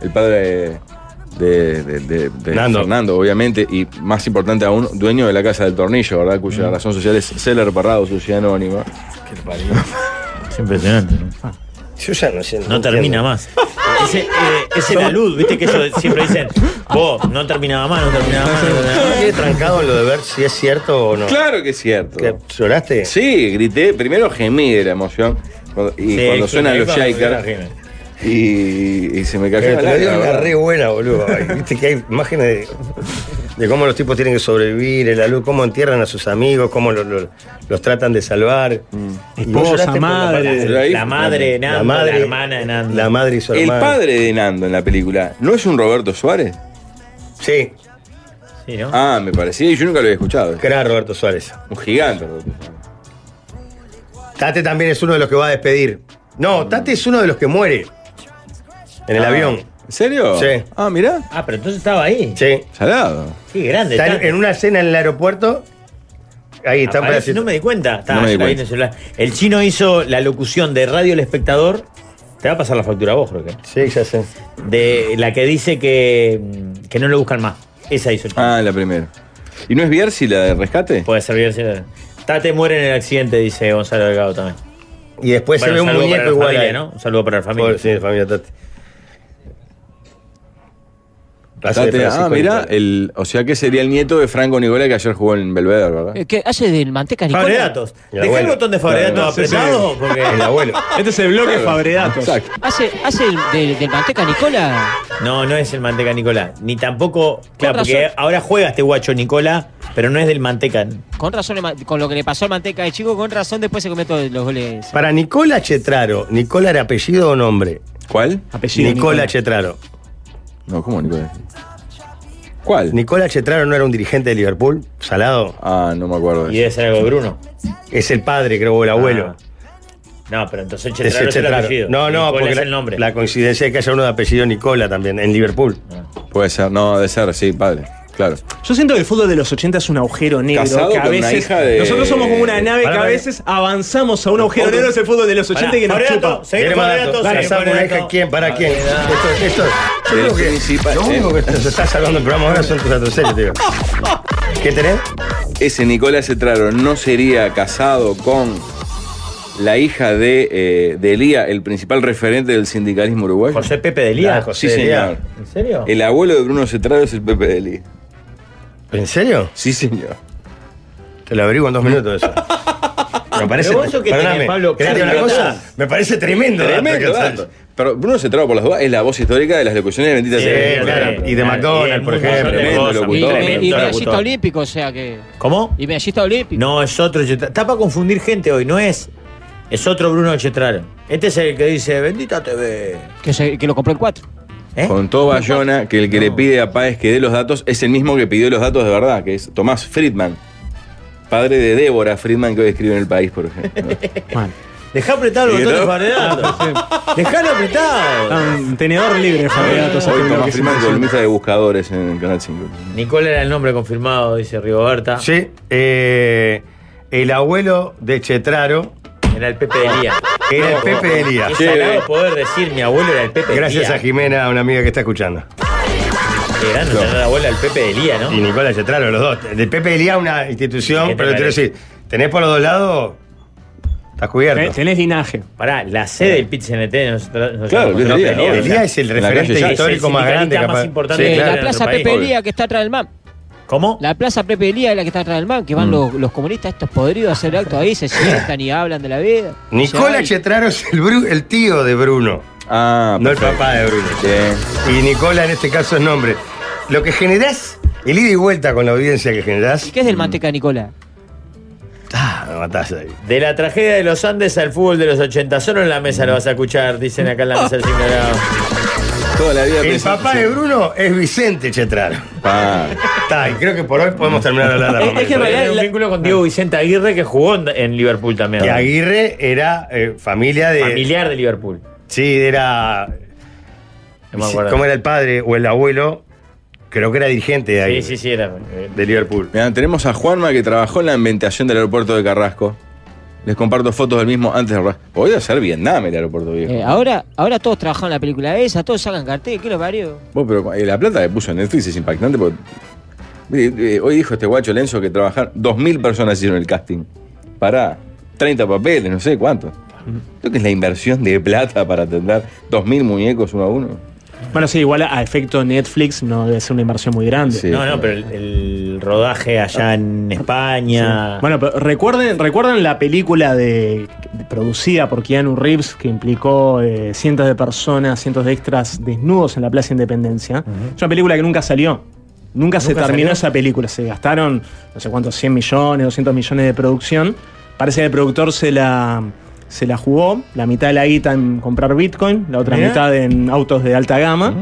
S5: el padre de, de- de- de
S1: Nando.
S5: Fernando, obviamente, y más importante aún, dueño de la Casa del Tornillo, ¿verdad? Cuya
S4: Mm.
S5: razón social es Seller Parrado, sociedad anónima.
S2: Es impresionante, ¿no?
S1: Yo ya no sé.
S2: No termina
S1: entiendo.
S2: más. Ese, eh, ese la luz, viste que ellos siempre dicen, vos, no terminaba más, no terminaba más. no terminaba
S1: Me
S2: más.
S1: quedé trancado en lo de ver si es cierto o no.
S5: Claro que es cierto.
S1: ¿Qué, ¿Lloraste?
S5: Sí, grité, primero gemí de la emoción. cuando- y
S2: Sí,
S5: cuando
S2: sí,
S5: suenan
S2: ahí
S5: los
S2: cuando
S5: Shakers.
S2: suena la
S5: Y, y se me cayó
S1: Pero
S5: la
S1: te lo digo,
S5: lágrima,
S1: una
S5: ¿verdad?
S1: re buena, boludo. Ay, Viste que hay imágenes de, de cómo los tipos tienen que sobrevivir, en la luz, cómo entierran a sus amigos, cómo lo- lo- los tratan de salvar. Y vos
S4: Esposa,
S1: lloraste por la
S4: madre,
S1: parte-
S5: Pero ahí-
S2: Mm. La madre de Nando, la, hermana de Nando.
S1: La madre y su
S5: El
S1: hermana.
S5: padre de Nando en la película, ¿no es un Roberto Suárez?
S1: Sí,
S2: Sí, ¿no?
S5: Ah, me parecía, y yo nunca lo había escuchado.
S1: que era Roberto Suárez.
S5: Un gigante. Roberto Suárez.
S1: Tate también es uno de los que va a despedir. No, Tate es uno de los que muere. En el
S5: Ah,
S1: avión.
S5: ¿En serio?
S1: Sí.
S5: Ah, mirá.
S2: Ah, pero entonces estaba ahí.
S1: Sí.
S5: Salado.
S2: Qué grande.
S1: Está en,
S2: tanto.
S1: en una cena en el aeropuerto. Ahí está
S2: Aparece-
S1: parecido.
S2: no me di cuenta. Estaba,
S5: No me di
S2: yo la vi en
S5: cuenta.
S2: el celular. El chino hizo la locución de Radio El Espectador. Te va a pasar la factura a vos, creo que.
S1: Sí, ya sé.
S2: De la que dice que, mm, que no lo buscan más. Esa hizo el chino.
S5: Ah, la primera. ¿Y no es Bierzi la de rescate?
S2: Puede servirse. Tate muere en el accidente, dice Gonzalo Delgado también.
S1: Y después
S2: Bueno,
S1: se ve un
S2: saludo
S1: muñeco
S2: para la
S1: igual.
S2: familia,
S1: ahí.
S2: ¿no? Un saludo para la familia.
S1: Pobre, sí, familia Tati. Raza de
S5: Date-
S1: Francisco
S5: ah, mirá,
S1: Nicolás.
S5: el, o sea que sería el nieto de Franco Nicola que ayer jugó en Belvedere, ¿verdad?
S6: Eh, ¿Qué hace del manteca Nicola?
S2: Fabredatos.
S1: Mi
S2: Dejá el
S1: abuelo.
S2: botón de Fabredatos
S7: Sí, sí.
S2: apretado porque.
S1: El abuelo.
S4: Este es el bloque
S5: Claro.
S4: Fabredatos.
S5: Exacto.
S6: ¿Hace, hace el- del, del manteca Nicola?
S2: No, no es el Manteca Nicolás. Ni tampoco. Claro,
S6: razón.
S2: porque ahora juega este guacho Nicolás, pero no es del Manteca.
S6: Con razón, el ma- con lo que le pasó al manteca de chico, con razón después se comió todos los goles.
S1: Para Nicola Chetraro, ¿Nicola era apellido o nombre?
S5: ¿Cuál?
S4: Apellido
S1: Nicola
S4: Nicola.
S1: Chetraro.
S5: No, ¿cómo Nicola? ¿Cuál?
S1: Nicola Chetraro no era un dirigente de Liverpool, salado.
S5: ah, no me acuerdo.
S2: Y
S5: de eso.
S2: debe ser algo de Bruno.
S1: Es el padre, creo, o el abuelo.
S2: No, pero entonces
S1: Ese
S2: Chetraro es el
S1: Chetraro.
S2: apellido.
S1: No, no,
S2: Nicola
S1: porque
S2: es
S1: la-
S2: el nombre.
S1: la coincidencia es que haya uno de apellido Nicola también, en Liverpool.
S2: Ah.
S5: Puede ser, no, debe ser, sí, padre. Claro.
S4: Yo siento que el fútbol de los 80 es un agujero negro.
S5: Casado
S4: que a
S5: con una
S4: veces,
S5: hija de-
S4: Nosotros somos como una nave
S1: Pará,
S4: que a
S1: pará.
S4: veces avanzamos a un agujero negro, es el fútbol de los 80 que nos
S2: Fabredato,
S4: chupa.
S2: seguí con
S1: Hermano,
S2: Fabredato,
S1: claro,
S2: seguí
S1: ¿sabe
S2: con
S1: una
S2: Fabredato.
S1: hija quién? ¿Para quién? Esto, esto, yo
S5: Del
S1: creo que
S5: principal,
S1: lo
S5: sí.
S1: único
S2: eh.
S1: que nos está salvando el programa ahora son tus atrocidades, tío. ¿Qué tenés?
S5: Ese Nicolás Cetraro no sería casado con la hija de, eh, de Elía, el principal referente del sindicalismo uruguayo.
S2: José Pepe de Lía.
S1: Ah, José.
S5: sí, señor.
S2: ¿En serio?
S5: El abuelo de Bruno Cetraro es el Pepe de Elía.
S1: ¿En serio?
S5: Sí, señor.
S1: Te lo averiguo en dos minutos eso. Me parece.
S2: Pero vos eso que tenés,
S1: perdóname,
S2: Pablo,
S1: ¿querés decir una
S2: cardiota.
S1: cosa? Me parece tremendo. dato
S5: Tremendo
S1: que estás-
S5: dato. Pero Bruno Cetraro, por las dudas, es la voz histórica de las locuciones de Bendita
S1: Sí,
S5: Sea.
S1: claro.
S5: Nicolás.
S1: Y de McDonald's, por ejemplo.
S5: Tremendo
S6: Y,
S5: locutor,
S6: me- y
S5: tremendo
S6: medallista olímpico, o sea que.
S2: ¿Cómo?
S6: Y medallista olímpico.
S2: No, es otro Chetraro. Está para confundir gente hoy, no es. Es otro Bruno Chetraro. Este es el que dice, bendita TV.
S6: Que, se- que lo compró el 4.
S2: ¿Eh?
S5: Con todo Bayona, que el que le pide a Páez que dé los datos es el mismo que pidió los datos de verdad, que es Tomás Friedman, padre de Débora Friedman, que hoy escribe en el país, por ejemplo.
S2: Dejá apretado el
S5: ¿Sí,
S2: botón de
S5: no?
S1: Ah,
S2: Faredato. Dejalo apretado.
S4: Un tenedor libre, Fabiato.
S5: Hoy Tomás Friedman, columnista de buscadores en el Canal 5.
S2: Nicole era el nombre confirmado, dice Rigoberta.
S1: Sí, eh, el abuelo de Chetraro
S2: Era el Pepe de Elías.
S1: era el Pepe de Elías.
S2: Qué sagrado poder decir, mi abuelo era el Pepe de
S1: Gracias a Jimena, una amiga que está escuchando.
S2: Qué grande tener al abuelo al Pepe de Elías, ¿no?
S1: Y Nicola Chetraro, los dos. El Pepe de Elías una institución,
S2: ¿Qué te
S1: pero te quiero
S2: parece?
S1: decir, tenés por los dos lados, estás cubierto.
S4: Tenés linaje.
S2: Pará, la
S1: Eh.
S2: sede del PIT CNT no se tra- no se
S5: Claro,
S2: llama
S5: Luis
S2: Pepe
S5: Elías,
S2: Elías.
S5: obvio.
S1: Elías es el
S5: En la
S1: referente
S5: calle ya.
S1: histórico
S2: Es el
S1: más grande.
S2: sindicalista más
S1: capaz.
S2: importante
S1: Sí,
S2: de
S6: Eh,
S1: claro.
S6: la plaza
S2: nuestro
S6: Pepe
S2: país.
S6: Lía que está atrás del MAM.
S2: ¿Cómo?
S6: La plaza Pepe Lía es la que está atrás del MAM, que van los, los comunistas estos podridos a hacer acto ahí, se sientan y hablan de la vida. Se
S1: Nicola
S6: van.
S1: Chetraro es el, Bru- el tío de Bruno,
S5: Ah,
S1: no el
S5: perfecto.
S1: papá de Bruno.
S5: Bien.
S1: Y Nicola en este caso es nombre. Lo que generás, el ida y vuelta con la audiencia que
S6: ¿Y
S1: generás, mm.
S6: qué es del manteca, Nicola?
S1: ah, me matás ahí.
S2: De la tragedia de los Andes al fútbol de los 80. Solo en la mesa lo vas a escuchar, dicen acá en la mesa del signo dorado.
S5: Toda la vida
S1: El
S5: pensé-
S1: papá de Bruno es Vicente Chetraro.
S5: Pa.
S1: Está, y creo que por hoy podemos terminar de hablar de
S2: Es, es que en
S1: Romero.
S2: realidad un vínculo con Diego Vicente Aguirre que jugó en, en Liverpool también.
S1: Que
S2: ¿no?
S1: Aguirre era eh, familia de.
S2: Familiar de Liverpool.
S1: Sí, era.
S2: No me acuerdo.
S1: ¿Cómo era el padre o el abuelo? Creo que era dirigente de
S2: Sí,
S1: ahí.
S2: sí, sí, era. eh,
S1: De Liverpool.
S5: Mirá, tenemos a Juanma que trabajó en la inventación del aeropuerto de Carrasco. Les comparto fotos del mismo antes de Carrasco. Podría ser Vietnam el aeropuerto viejo.
S6: Eh, ahora, ahora todos trabajan en la película esa, todos sacan cartel, ¿qué lo parió?
S5: Vos, pero eh, la plata que puso en Netflix es impactante porque. Mire, eh, hoy dijo este guacho Lenzo que trabajar 2.000 personas hicieron el casting. Para 30 papeles, no sé cuánto. Creo que es la inversión de plata para atender 2.000 muñecos uno a uno.
S4: Bueno, sí, igual a efecto Netflix no debe ser una inversión muy grande.
S5: Sí.
S2: No, no, pero el, el rodaje allá en España.
S4: Bueno, pero recuerden, recuerden la película de, de- producida por Keanu Reeves que implicó eh, cientos de personas, cientos de extras desnudos en la Plaza Independencia. Es una película que nunca salió. Nunca, se terminó esa película. Se gastaron no sé cuántos, 100 millones, 200 millones de producción. Parece que el productor se la, se la jugó, la mitad de la guita en comprar Bitcoin, la otra
S2: Mirá. Mm.
S4: mitad en autos de alta gama.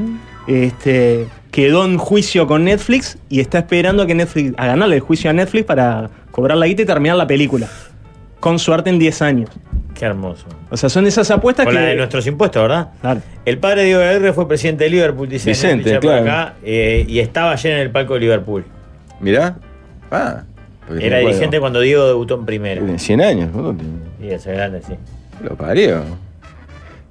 S4: Este, quedó en juicio con Netflix y está esperando a que Netflix a ganarle el juicio a Netflix para cobrar la guita y terminar la película. Con suerte en 10 años.
S2: Qué hermoso.
S4: O sea, son esas apuestas
S2: Con
S4: que
S2: la de nuestros impuestos, ¿verdad?
S4: Claro.
S2: El padre de Diego Aguirre fue presidente de Liverpool, dice
S5: Vicente,
S2: Netflix, ya por
S5: claro.
S2: acá, eh, y estaba ayer en el palco de Liverpool.
S5: Mirá. Ah. porque
S2: Era
S5: bueno,
S2: dirigente cuando Diego debutó en primera.
S5: Tiene 100 años, ¿no? Tiene-
S2: Y ese grande, sí.
S5: Lo parió.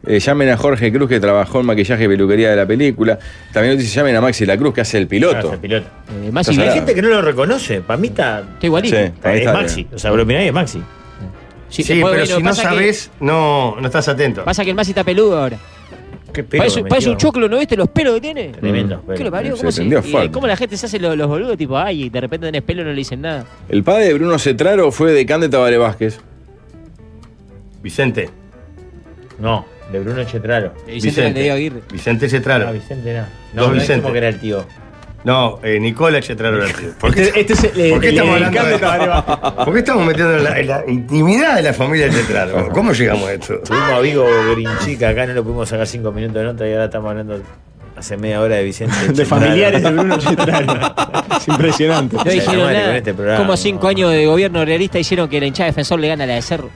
S5: Eh, llamen a Jorge Cruz que trabajó en maquillaje y peluquería de la película. También nos dice llamen a Maxi La Cruz que hace el
S2: Claro,
S5: piloto.
S2: es el piloto.
S6: Eh, más
S5: Está
S6: y
S2: Hay
S5: Claro.
S2: gente que no lo reconoce. Para mí está.
S6: está igualito.
S5: Sí. Ahí
S2: Es
S5: está,
S2: Maxi.
S5: bien.
S2: O sea, lo mirá y es Maxi.
S1: Sí,
S6: después,
S1: pero
S6: bueno,
S1: si no
S6: pasa que-
S1: sabés, no, no estás atento.
S6: Pasa que el Masi está peludo ahora.
S2: Qué pelo
S6: Parece,
S2: que
S6: parece
S2: metió.
S6: un choclo, ¿no viste los pelos que tiene?
S2: Tremendo.
S6: ¿Qué lo
S2: pelo.
S6: parió?
S5: Se
S6: ¿Cómo, se-
S5: prendió
S6: y
S5: fuego.
S6: cómo la gente se hace lo- los, boludos? Tipo, ay, y de repente tenés pelo no le dicen nada.
S5: El padre de Bruno Cetraro fue decán de Tabaré Vázquez.
S1: Vicente.
S2: No, de Bruno Chetraro.
S6: Y Vicente,
S1: Vicente.
S6: le dio a Aguirre.
S1: Vicente
S2: Ah,
S1: Chetraro.
S2: Vicente, no.
S1: No,
S2: No, no es
S1: Vicente.
S2: como que era el tío.
S1: No, eh, Nicola Chetraro era el tío. ¿Por qué,
S4: Este, este es el,
S2: eh,
S1: por qué
S4: el-
S1: estamos
S4: el
S1: hablando de
S4: cambio de-
S1: ¿Por qué estamos metiendo en la, en la intimidad de la familia Chetraro? ¿Cómo llegamos a esto?
S2: Tuvimos a Vigo Grinchica acá, no lo pudimos sacar cinco minutos de nota y ahora estamos hablando hace media hora de Vicente.
S4: de
S2: Chetraro.
S4: familiares de Bruno Chetrano. Es impresionante.
S6: No
S2: Se
S6: dijeron
S2: armaron con
S6: nada.
S2: este programa,
S6: como cinco
S2: no.
S6: años de gobierno realista hicieron que la hinchada defensor le gana a la de Cerro.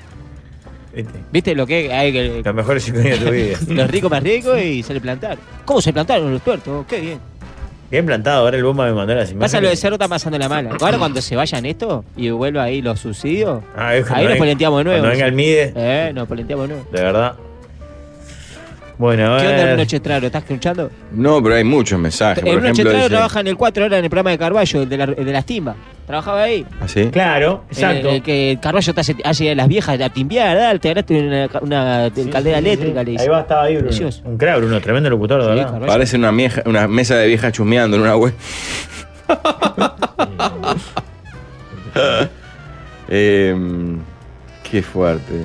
S4: Este.
S2: ¿Viste?
S6: ¿Viste lo que hay? que-
S2: Los mejores cinco años de tu vida.
S6: los ricos más ricos y se le plantaron. ¿Cómo se plantaron los tuertos? Qué bien.
S2: Bien plantado, ahora el bomba me mandó las imágenes.
S6: Pasa lo de Cerro, está pasando la mala. Ahora cuando se vayan esto y vuelva ahí los subsidios,
S2: Ah, es cuando
S6: ahí nos
S2: venga-
S6: polenteamos de nuevo.
S2: Cuando venga el MIDE,
S6: Eh, nos polenteamos de nuevo.
S2: de verdad. Bueno, a
S6: ¿Qué onda
S2: ver. Ah,
S6: Bruno Chetraro? ¿Estás escuchando?
S5: No, pero hay muchos mensajes. Por
S6: Bruno
S5: ejemplo,
S6: Chetraro
S5: dice-
S6: trabaja en el 4 horas en el programa de Carballo, el de, la- el de las timbas. Trabajaba ahí.
S5: ¿Ah, sí?
S2: Claro,
S6: El,
S2: exacto.
S6: el Eh, que Carballo te hace, hace las viejas, la timbiada, ¿verdad? Te ganaste una, una
S2: Sí,
S6: caldera
S2: sí, sí,
S6: eléctrica,
S2: sí.
S6: le
S2: Ahí
S6: dice.
S2: va, estaba ahí, Bruno.
S6: Precioso.
S2: Un crack, Bruno, tremendo locutor, de
S6: Sí,
S2: ¿verdad?
S6: Carballo.
S5: Parece una, mieja- una mesa de viejas chusmeando en una web. Em, qué fuerte.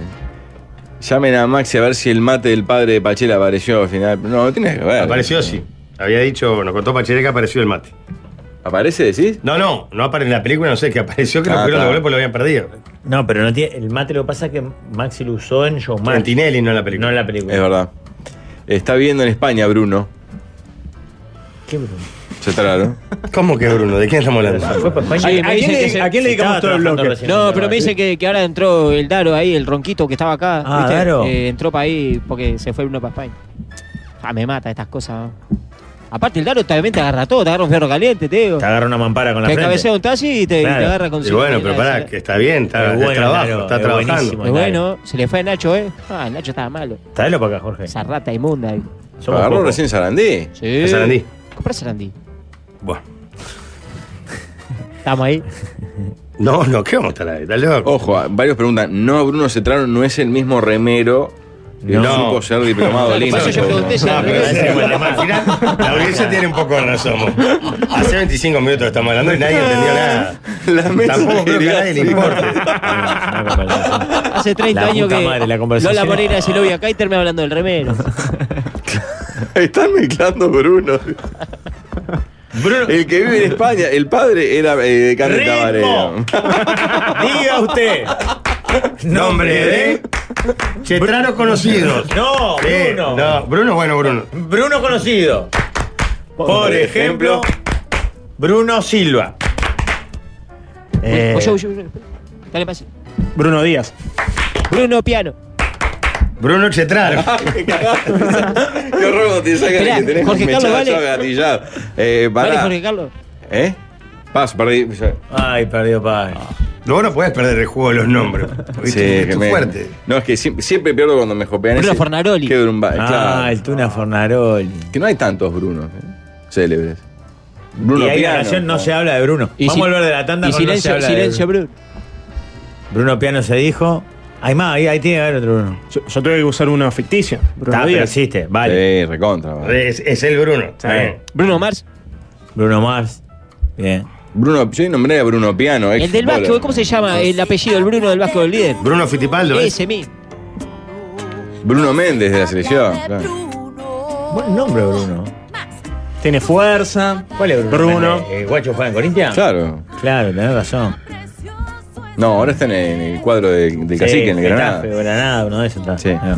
S5: Llamen a Maxi a ver si el mate del padre de Pachela apareció al final. No, no tiene que ver.
S1: Apareció, sí. Había dicho, nos contó Pachele que apareció el mate.
S5: ¿Aparece, decís?
S1: No, no, no apareció en la película, no sé, que apareció que
S5: Ah,
S1: lo pudieron
S5: está.
S1: devolver porque lo habían perdido.
S2: No, pero no tiene, el mate lo que pasa es que Maxi lo usó en Showmatch.
S1: Martinelli no en la película.
S2: No en la película.
S5: Es verdad. Está viviendo en España, Bruno.
S2: ¿Qué Bruno?
S5: Se tardaron.
S1: ¿Cómo que Bruno? ¿De quién estamos hablando?
S2: Ah, Fue para España.
S6: Ay, me
S4: ¿A quién,
S6: dicen
S4: le,
S6: que se-
S4: a quién le
S2: se
S4: dedicamos
S2: estaba
S4: todo el
S2: trabajando
S4: bloque?
S2: recién.
S6: No, pero me dice que, que ahora entró el Daro ahí, el ronquito que estaba acá.
S2: Ah,
S6: ¿viste?
S2: Daro.
S6: Eh, entró para ahí porque se fue Bruno para España. Ah, me mata estas cosas. ¿no? Aparte, el Daro también te agarra todo, te agarra un fierro caliente, te digo.
S2: Te agarra una mampara con la
S6: Te
S2: frente.
S6: cabecea un taxi y te, y te
S2: Claro.
S6: agarra con
S1: Y bueno, pero pará,
S6: para
S1: que está bien, está,
S2: Es bueno,
S1: es trabajo,
S2: claro,
S1: está
S2: es
S1: trabajando.
S2: buenísimo.
S6: Es bueno, se le fue a Nacho, ¿eh? Ah, Nacho estaba malo.
S2: Tráelo para acá, Jorge.
S6: Esa rata inmunda. ahí.
S2: Somos
S5: Agarró
S2: pocos.
S5: recién Sarandí.
S6: Sí.
S1: ¿A Sarandí?
S6: Comprá Sarandí.
S1: Bueno.
S6: Estamos ahí.
S1: No, no, ¿qué vamos a estar ahí? Está loco.
S5: Ojo, a- varios preguntan. No, Bruno Cetrano no es el mismo remero que
S1: No.
S5: supo ser diplomado
S6: Lo que
S5: lindo.
S6: pasa es que yo pregunté si
S1: No,
S6: era
S1: pero
S6: remero.
S1: sí, bueno, al final, la audiencia tiene un poco de razón. vos. Hace 25 minutos que estamos hablando y nadie entendió nada.
S5: La mesa
S1: Tampoco creo que a nadie le importe.
S2: Una conversación.
S6: Hace 30
S2: La
S6: años
S2: puta
S6: que
S2: madre, la conversación.
S6: Lola Moreira se lo vi acá y termina hablando del remero.
S5: Están mezclando Bruno.
S2: Bruno,
S5: El que vive en España, el padre era eh, de Carmen
S2: Ritmo.
S5: Tabarero.
S2: diga usted.
S1: Nombre de. Chetrano conocidos.
S2: No,
S1: Sí,
S2: Bruno.
S1: no, Bruno, bueno, Bruno.
S2: Bruno conocido. Por ejemplo, Bruno Silva.
S4: Eh,
S6: Oye, oye, oye. Dale pase.
S4: Bruno Díaz.
S6: Bruno Piano.
S1: Bruno Chetrano.
S5: Qué robo te sacan
S6: Esperá,
S5: que tenés
S6: Jorge
S5: mechado,
S6: Carlos, vale.
S5: yo agatillado. Eh, pará.
S6: Vale, Jorge Carlos.
S5: ¿Eh? Paz, perdí.
S2: Ay, perdió paz.
S1: Luego Ah. no podés perder el juego de los nombres. ¿Viste?
S5: que
S1: es
S5: me-
S1: fuerte.
S5: No, es que siempre, siempre pierdo cuando me jopean.
S6: Bruno
S5: ese-
S6: Fornaroli.
S5: Qué brumba-
S2: Ah,
S5: claro.
S2: el Tuna Fornaroli.
S5: Que no hay tantos Brunos ¿eh? célebres. Bruno
S2: y hay
S5: Piano,
S2: relación, no
S5: claro.
S2: se habla de Bruno.
S6: Y
S2: Vamos
S6: si-
S2: a volver de la tanda
S6: Y
S2: con no se
S6: silencio,
S2: habla de
S6: silencio,
S2: Bruno.
S6: Bruno.
S2: Bruno Piano se dijo. Hay más, ahí, ahí tiene que haber otro Bruno.
S4: Yo, yo tuve que usar uno ficticio. Bruno
S2: Está, pero
S4: Díaz.
S2: existe, vale.
S5: Sí, recontra. vale.
S1: Es, es el Bruno.
S4: Sí.
S1: Bien.
S6: Bruno Mars.
S2: Bruno Mars. Bien.
S5: Bruno, yo nombré a Bruno Piano. ex
S6: El del
S5: futbolero.
S6: básquetbol, ¿cómo se llama el apellido del Bruno del básquetbol líder?
S1: Bruno Fitipaldo. ¿eh?
S6: Ese mismo.
S5: Bruno Méndez de la selección. claro.
S2: Buen nombre, Bruno.
S4: Tiene fuerza.
S2: ¿Cuál es Bruno?
S4: Bruno.
S2: Eh, ¿Guacho juega en Corintia?
S5: Claro.
S2: Claro, tenés razón.
S5: No, ahora están en el cuadro de- del cacique, en el Granada.
S2: Getafe, Granada, uno de esos está.
S5: Sí.
S2: Ah.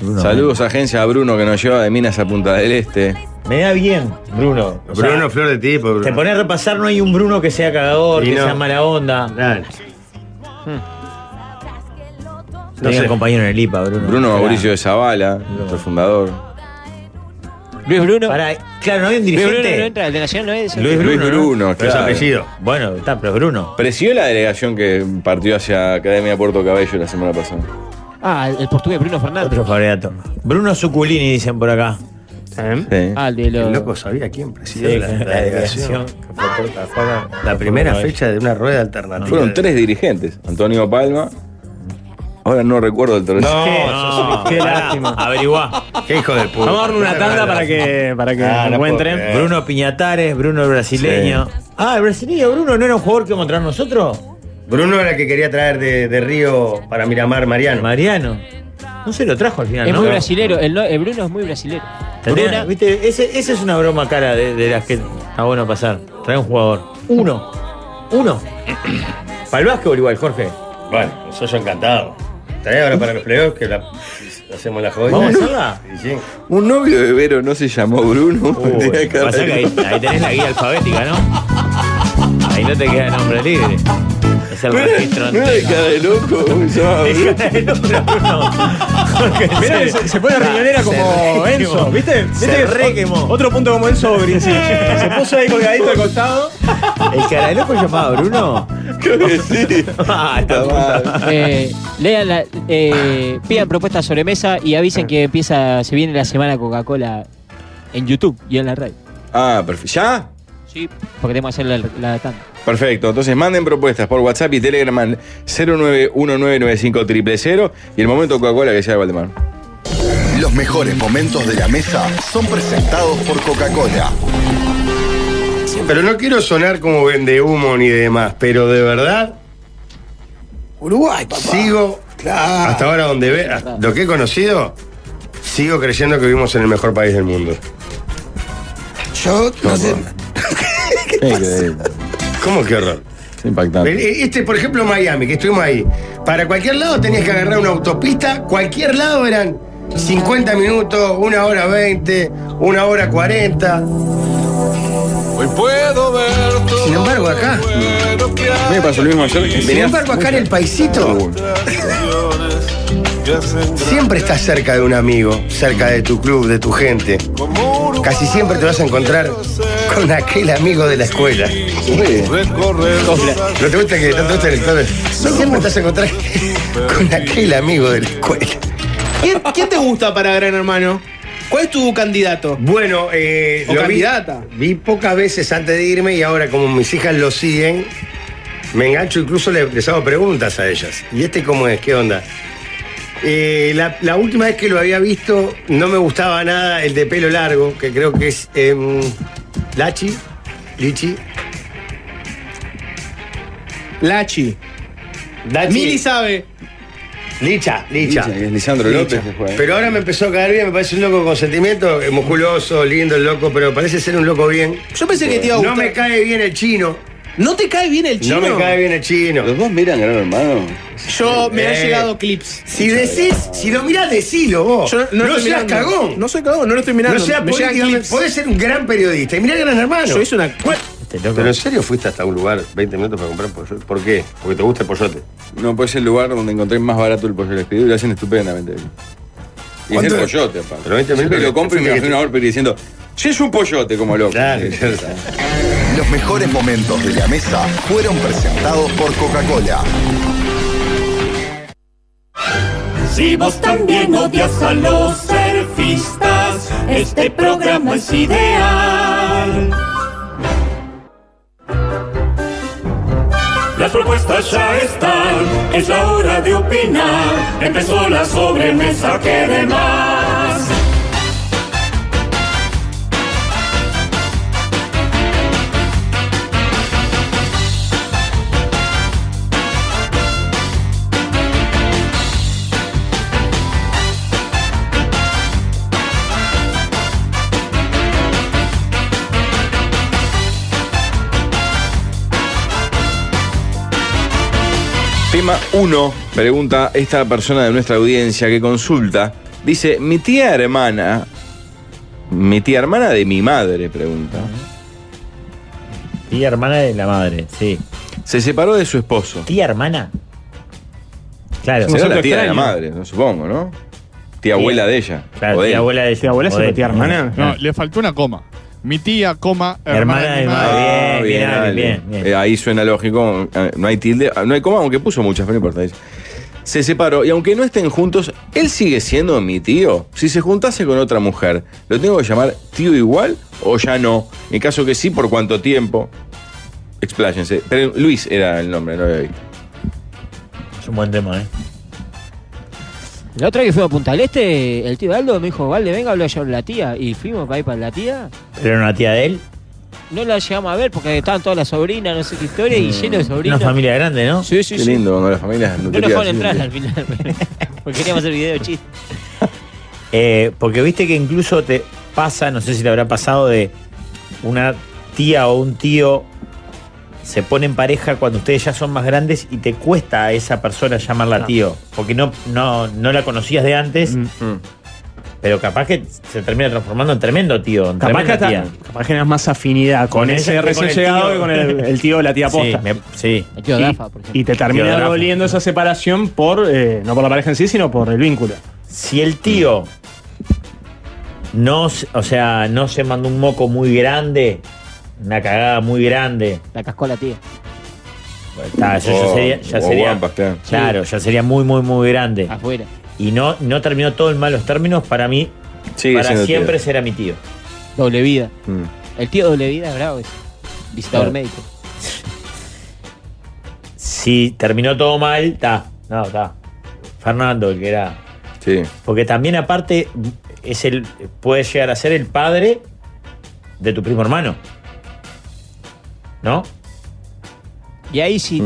S2: Bruno.
S1: eh.
S5: Saludos a agencia a Bruno que nos lleva de Minas a Punta del Este.
S2: Me da bien, Bruno. O sea,
S1: Bruno, flor de tipo. Bruno.
S2: te pones a repasar, no hay un Bruno que sea cagador,
S1: Y
S2: que
S1: no.
S2: sea mala onda.
S1: Nah,
S2: No
S1: sé.
S2: un compañero en el IPA, Bruno.
S5: Bruno
S2: Pará.
S5: Mauricio de Zavala, nuestro fundador.
S6: Luis Bruno.
S2: Pará, claro, no hay un
S6: Luis Bruno no
S2: dirigente.
S6: entra, el de Nacional no es.
S2: Luis Bruno.
S5: Luis
S2: ¿no?
S5: Bruno,
S1: Pero es
S5: claro.
S1: apellido.
S2: Bueno, está, pero es Bruno.
S5: Presidió la delegación que partió hacia Academia Puerto Cabello la semana pasada.
S6: Ah, el portugués Bruno Fernández.
S2: Otro favoriato. Bruno Suculini, dicen por acá.
S1: ¿Eh?
S4: Sí.
S5: Sí.
S6: Ah, el de
S1: El
S6: los.
S1: loco sabía quién presidió la, la delegación.
S2: que fue por- a jugar a-
S1: La primera
S2: por-
S1: fecha de una rueda alternativa.
S5: Fueron tres dirigentes. Antonio Palma. Ahora no recuerdo el tercero.
S1: No,
S2: No,
S4: Qué
S2: pará,
S4: lástima.
S2: Averiguá.
S1: qué hijo de puta.
S4: Vamos a darle una tanda para que, para que
S1: Ah, no puedo
S4: encuentren.
S1: creer.
S2: Bruno Piñatares, Bruno el brasileño. Ah, el brasileño Bruno no era un jugador que íbamos a traer nosotros.
S1: Bruno era el que quería traer de, de Río para Miramar Mariano.
S2: Mariano. No se lo trajo al final,
S6: Es
S2: ¿no?
S6: muy brasilero, el, no- el Bruno es muy brasilero.
S2: Tendría-
S6: Bruna,
S2: ¿viste? Ese- esa es una broma cara de, de las que está bueno pasar. Trae un jugador. Uno. Uno. Para el básquetbol igual, Jorge.
S1: Bueno, eso yo encantado. Trae ahora para los playoffs que la, hacemos la jodida.
S2: ¿Vamos a hacerla?
S1: Sí, sí.
S5: Un novio de Vero no se llamó Bruno.
S2: Uy,
S5: Tenía que
S2: pasa
S5: haber-
S2: que ahí, ahí tenés la guía alfabética, ¿no? Ahí no te queda nombre libre. Es el
S5: No era-
S2: registro.
S5: no era de cara de loco. se llamaba Bruno.
S4: Mirá, se, se
S1: Ah,
S4: pone riñonera como Enzo, ¿viste? ¿Viste
S2: se
S4: que-
S2: re quemó.
S4: Este Otro punto como Enzo Brinci. se puso ahí colgadito al costado.
S2: ¿El cara de loco llamaba Bruno?
S5: Creo que sí.
S2: Ah, esta puta.
S6: eh, lean la- eh, pidan propuestas sobre mesa y avisen que empieza, se viene la semana Coca-Cola en YouTube y en la radio.
S5: Ah, perfecto. ¿Ya?
S6: Sí. Porque tenemos que hacer la, la tanda.
S5: Perfecto, entonces manden propuestas por WhatsApp y Telegram al 091995000 y el momento Coca-Cola que sea de Valdemar.
S10: Los mejores momentos de la mesa son presentados por Coca-Cola.
S1: Pero no quiero sonar como vende humo ni demás, pero de verdad
S11: Uruguay, papá.
S1: sigo
S11: Claro.
S1: hasta ahora donde ve, hasta lo que he conocido, sigo creyendo que vivimos en el mejor país del mundo.
S11: Yo no sé.
S1: ¿Cómo que horror?
S5: Es impactante.
S1: Eh, Este, por ejemplo, Miami, que estuvimos ahí. Para cualquier lado tenías que agarrar una autopista, cualquier lado eran 50 minutos, una hora 20, Una hora cuarenta.
S12: Hoy puedo ver todo
S1: Sin embargo, acá.
S12: lo que
S5: Me pasó lo mismo ayer. que
S1: Sin
S5: tenía-
S1: embargo, acá en el paisito siempre estás cerca de un amigo, cerca de tu club, de tu gente. Casi siempre te vas a encontrar con aquel amigo de la escuela. ¿No te gusta que tanto te entonces? Siempre te vas a encontrar con aquel amigo de la escuela.
S9: ¿Quién, quién te gusta para Gran Hermano? ¿Cuál es tu candidato?
S1: Bueno, eh,
S9: o
S1: lo vi-
S9: candidata.
S1: Vi, pocas veces antes de irme y ahora como mis hijas lo siguen, me engancho incluso le- les, hago preguntas a ellas. ¿Y este cómo es? ¿Qué onda? Eh, la, la última vez que lo había visto no me gustaba nada el de pelo largo, que creo que es em, Lachi. Lichi.
S9: Lachi. Mili sabe.
S1: Licha, Licha.
S5: Licha, que es Lisandro López que juega.
S1: Pero ahora me empezó a caer bien, me parece un loco con sentimiento, eh, musculoso, lindo el loco, pero parece ser un loco bien.
S9: Yo pensé que te iba a gustar.
S1: No me cae bien el chino.
S9: ¿No te cae bien el chino?
S1: No me cae bien el chino.
S5: Los dos miran gran hermano.
S9: Yo me han
S1: Eh,
S9: llegado clips.
S1: Si decís, si lo mirás, decilo vos.
S9: Yo
S1: no
S9: estoy
S1: seas
S9: mirando.
S1: cagón.
S9: No soy cagón, no lo estoy mirando.
S1: no seas
S9: me llegan
S1: políticamente.
S9: clips.
S1: Podés ser un gran periodista. Y mirá Gran Hermano.
S9: Yo hice una.
S1: Pero en serio fuiste hasta un lugar 20 minutos para comprar pollote. ¿Por qué? Porque te gusta el pollote.
S5: No, pues es el lugar donde encontré más barato el pollo escribir y lo hacen estupendamente. Y es el
S1: ¿Cuánto?
S5: pollote, aparte.
S1: Pero 20
S5: Siempre
S1: minutos
S5: lo compro y me
S1: que-
S5: imagino a Orper diciendo, si es un pollote como loco.
S10: Los mejores momentos de la mesa fueron presentados por Coca-Cola.
S8: Si vos también odias a los surfistas, este programa es ideal. Las propuestas ya están, es la hora de opinar. Empezó la sobremesa que de más.
S5: Tema 1, pregunta esta persona de nuestra audiencia que consulta. Dice, mi tía hermana, mi tía hermana de mi madre, pregunta,
S2: Tía hermana de la madre, sí.
S5: se separó de su esposo.
S2: ¿Tía hermana? Claro.
S5: Será la tía de la madre, no supongo, ¿no? Tía abuela de ella.
S2: Claro,
S5: o de
S2: tía
S5: él.
S2: abuela de ella.
S4: ¿Tía abuela
S2: o
S4: se
S2: de
S4: la tía
S2: él.
S4: hermana?
S7: No, le faltó una coma. Mi tía, coma, hermana, de mi madre.
S5: Ah,
S2: Bien, bien, Ale, bien, bien.
S5: Eh, ahí suena lógico. eh, No hay tilde, ah, no hay coma, aunque puso muchas, pero no importa. dice. Se separó y aunque no estén juntos, él sigue siendo mi tío. Si se juntase con otra mujer, ¿lo tengo que llamar tío igual o ya no? En caso que sí, ¿por cuánto tiempo? Expláyense. Pero Luis era el nombre, no lo había visto.
S2: Es un buen tema, ¿eh?
S6: La otra vez que fuimos a Punta del Este, el tío Aldo me dijo, Valde, venga, hablo a llevar a la tía. Y fuimos para ir para la tía.
S2: Pero era una tía de él.
S6: No la llegamos a ver porque estaban todas las sobrinas, no sé qué historia, y lleno de
S2: Mm, Una
S6: sobrinas.
S2: familia grande, ¿no?
S6: Sí, sí,
S5: Qué
S6: sí.
S5: lindo cuando las familias
S6: No nos
S5: nutridas,
S6: dejaron
S5: sí,
S6: entrar
S5: sí.
S6: al final. porque queríamos hacer video chiste.
S2: Eh, porque viste que incluso te pasa, no sé si te habrá pasado, de una tía o un tío se pone en pareja cuando ustedes ya son más grandes y te cuesta a esa persona llamarla
S4: Ah. Mm,
S2: tío. Porque no, no, no la conocías de antes, pero capaz que se termina transformando en tremendo tío, en
S4: Capaz que,
S2: tremenda
S4: hasta-
S2: tía.
S4: capaz generas más afinidad con,
S2: Con
S4: ese
S2: ella que con
S4: recién
S2: el
S4: llegado
S2: tío.
S4: que con el, el tío o la tía
S2: Sí,
S4: posta.
S2: me- sí.
S6: El tío
S4: Y-
S6: Dafa, por ejemplo.
S4: Y te
S2: Tío
S4: termina
S2: Rafa.
S4: doliendo esa separación por, eh, no por la pareja en sí, sino por el vínculo.
S2: Si el tío no, se- o sea, no se mandó un moco muy grande, una cagada muy grande,
S6: La cascó la tía.
S2: está, eso ya
S5: O-
S2: sería, ya
S5: Oh, o
S2: sería-
S5: guampas, claro.
S2: claro, ya sería muy, muy, muy grande.
S6: Afuera.
S2: Y no, no terminó todo en malos términos, para mí,
S5: Sigue
S2: para
S5: siendo tío.
S2: siempre será mi tío.
S6: Doble vida.
S5: Mm.
S6: El tío doble vida es bravo ese. Visitador
S2: Claro.
S6: médico.
S2: Si terminó todo mal, está, no, está. Fernando, el que era.
S5: Sí.
S2: Porque también aparte es el, puede llegar a ser el padre de tu primo hermano. ¿No?
S6: Y ahí sí.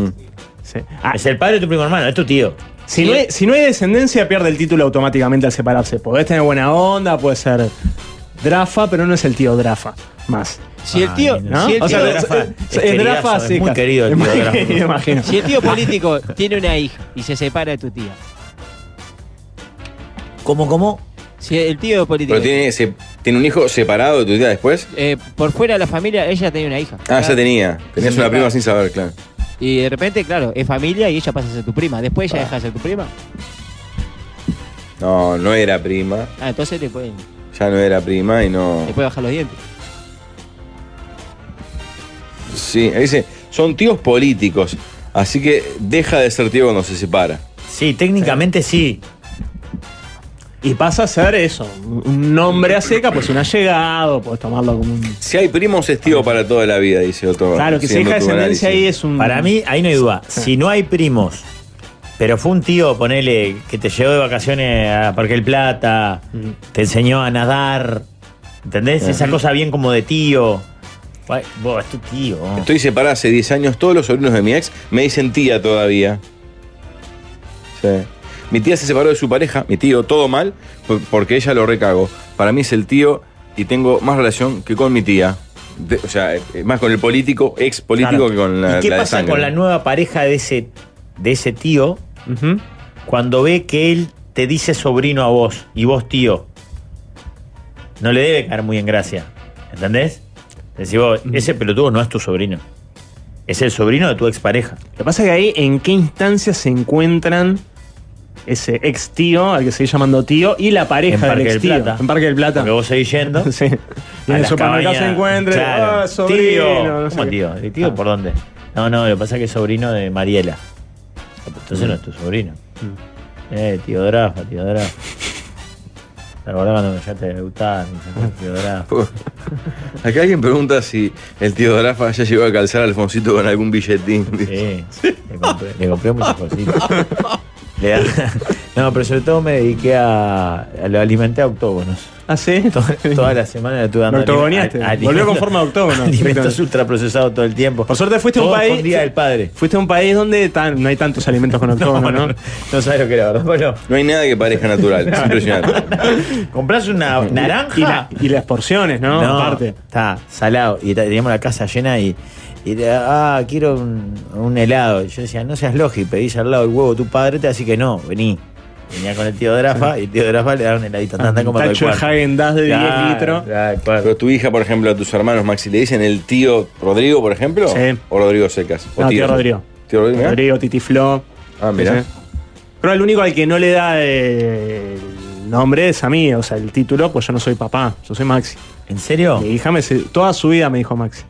S4: Sí. Ah,
S2: Es el padre de tu primo hermano, es tu tío.
S4: si, no hay, si no hay descendencia, pierde el título automáticamente al separarse. Podés tener buena onda, puede ser Drafa, pero no es el tío Drafa. Más. Ah,
S6: Si el tío.
S2: ¿no?
S6: Si el
S4: O sea,
S6: tío-
S2: Drafa
S4: es-
S2: es
S4: es
S2: queridazo,
S4: Drafa,
S2: es
S4: sí,
S2: muy
S4: ca-
S2: querido el tío
S4: imagino-
S2: Drafa.
S4: imagino.
S6: Si el tío político tiene una hija y se separa de tu tía.
S2: ¿Cómo, cómo?
S6: Si el tío político.
S5: Pero tiene, se- ¿Tiene un hijo separado de tu tía después?
S6: Eh, por fuera de la familia, ella tenía una hija.
S5: Ah, ya tenía. Tenías
S6: Sí,
S5: una prima
S6: claro.
S5: sin saber, claro.
S6: Y de repente, claro, es familia y ella pasa a ser tu prima. Después ella deja de ser tu prima.
S5: No, no era prima.
S6: Ah, entonces te pueden,
S5: Ya no era prima y no.
S6: te puede bajar los dientes.
S5: Sí, ahí dice, son tíos políticos, así que deja de ser tío cuando se separa.
S2: Sí, técnicamente sí.
S4: Y pasa a ser eso, un nombre a seca, pues un allegado, puedes tomarlo como un.
S5: Si hay primos es tío para toda la vida, dice otro.
S4: Ah. Claro, que si
S5: siguiendo
S4: deja
S5: tu
S4: descendencia
S5: análisis.
S4: ahí es un.
S2: Para mí, ahí no hay duda. Si no hay primos, pero fue un tío, ponele, que te llevó de vacaciones a Parque del Plata, te enseñó a nadar, ¿entendés?
S5: Ajá.
S2: Esa cosa bien como de tío. Ay, Vos, es tu tío.
S5: Estoy separada hace 10 años, todos los sobrinos de mi ex me dicen tía todavía. Sí. Mi tía se separó de su pareja, mi tío, todo mal, por- porque ella lo recagó. Para mí es el tío y tengo más relación que con mi tía. De- o sea, eh, más con el político, ex político
S2: Claro.
S5: que con
S4: Ah,
S5: la,
S2: ¿Y qué
S5: la de
S2: pasa
S5: sangre.
S2: con la nueva pareja de ese, de ese tío cuando ve que él te dice sobrino a vos y vos tío? No le debe caer muy en gracia. ¿Entendés? Decís vos, ese pelotudo no es tu sobrino. Es el sobrino de tu expareja.
S4: Lo que pasa es que ahí, ¿en qué instancia se encuentran ese ex tío, al que seguís llamando tío, y la
S2: En
S4: pareja
S2: Parque
S4: del
S2: del
S4: ex tío?
S2: Plata.
S4: En Parque del Plata.
S2: Porque vos seguís yendo.
S4: sí. Y
S2: A
S4: en el
S2: las
S4: supermercado se
S2: cabañas.
S4: encuentra.
S2: Claro.
S4: Ah, sobrino.
S2: Tío.
S4: no sé
S2: ¿Cómo
S4: qué.
S2: tío? ¿Y tío por dónde? No, no, lo que pasa es que es sobrino de Mariela. Entonces no es tu sobrino.
S4: Mm.
S2: Eh, tío Drafa, tío Drafa. ¿Te acordás cuando ya te gustaban? Tío Drafa.
S5: Acá alguien pregunta si el tío Drafa ya llegó a calzar a Alfonsito con algún billetín.
S2: Sí, le compré, le compré muchas cositas. Le da- No, pero sobre todo me dediqué a. a- lo alimenté a octógonos.
S4: ¿Ah, sí?
S2: Toda, toda la semana le estuve dando.
S4: Lo octogoneaste.
S2: alime- a-
S4: Volvió con
S2: alimento-
S4: forma de octógono.
S2: Alimentos ultraprocesados todo el tiempo.
S4: Por suerte fuiste a un
S2: Todo
S4: país.
S2: con día del padre.
S4: Fuiste a un país donde tan- no hay tantos alimentos con octógono, ¿no?
S2: No sabes lo que era, ¿verdad? Bueno,
S5: No hay nada que parezca natural, es impresionante.
S2: Comprás una naranja.
S4: Y, la- y las porciones, ¿no? Aparte.
S2: Está salado. Y ta- teníamos la casa llena y. y era, ah, quiero un, un helado. Y yo decía, no seas lógico, pedís al lado el huevo de tu padre, te así que no, vení. Venía con el tío Drafa y el tío Drafa le daban un heladito tanta como
S4: Tacho de Häagen-Dazs de 10 litros.
S5: Pero tu hija, por ejemplo, a tus hermanos Maxi, ¿le dicen el tío Rodrigo, por ejemplo?
S4: Sí.
S5: ¿O Rodrigo Secas? ¿O
S4: No, tío Rodrigo.
S5: ¿Tío Rodrigo? mirá?
S4: Rodrigo, Titiflo.
S5: Ah, mirá.
S4: Sí, Pero el único al que no le da eh, el nombre es a mí, o sea, el título, pues yo no soy papá, yo soy Maxi.
S2: ¿En serio?
S4: Mi hija me se- toda su vida me dijo Maxi.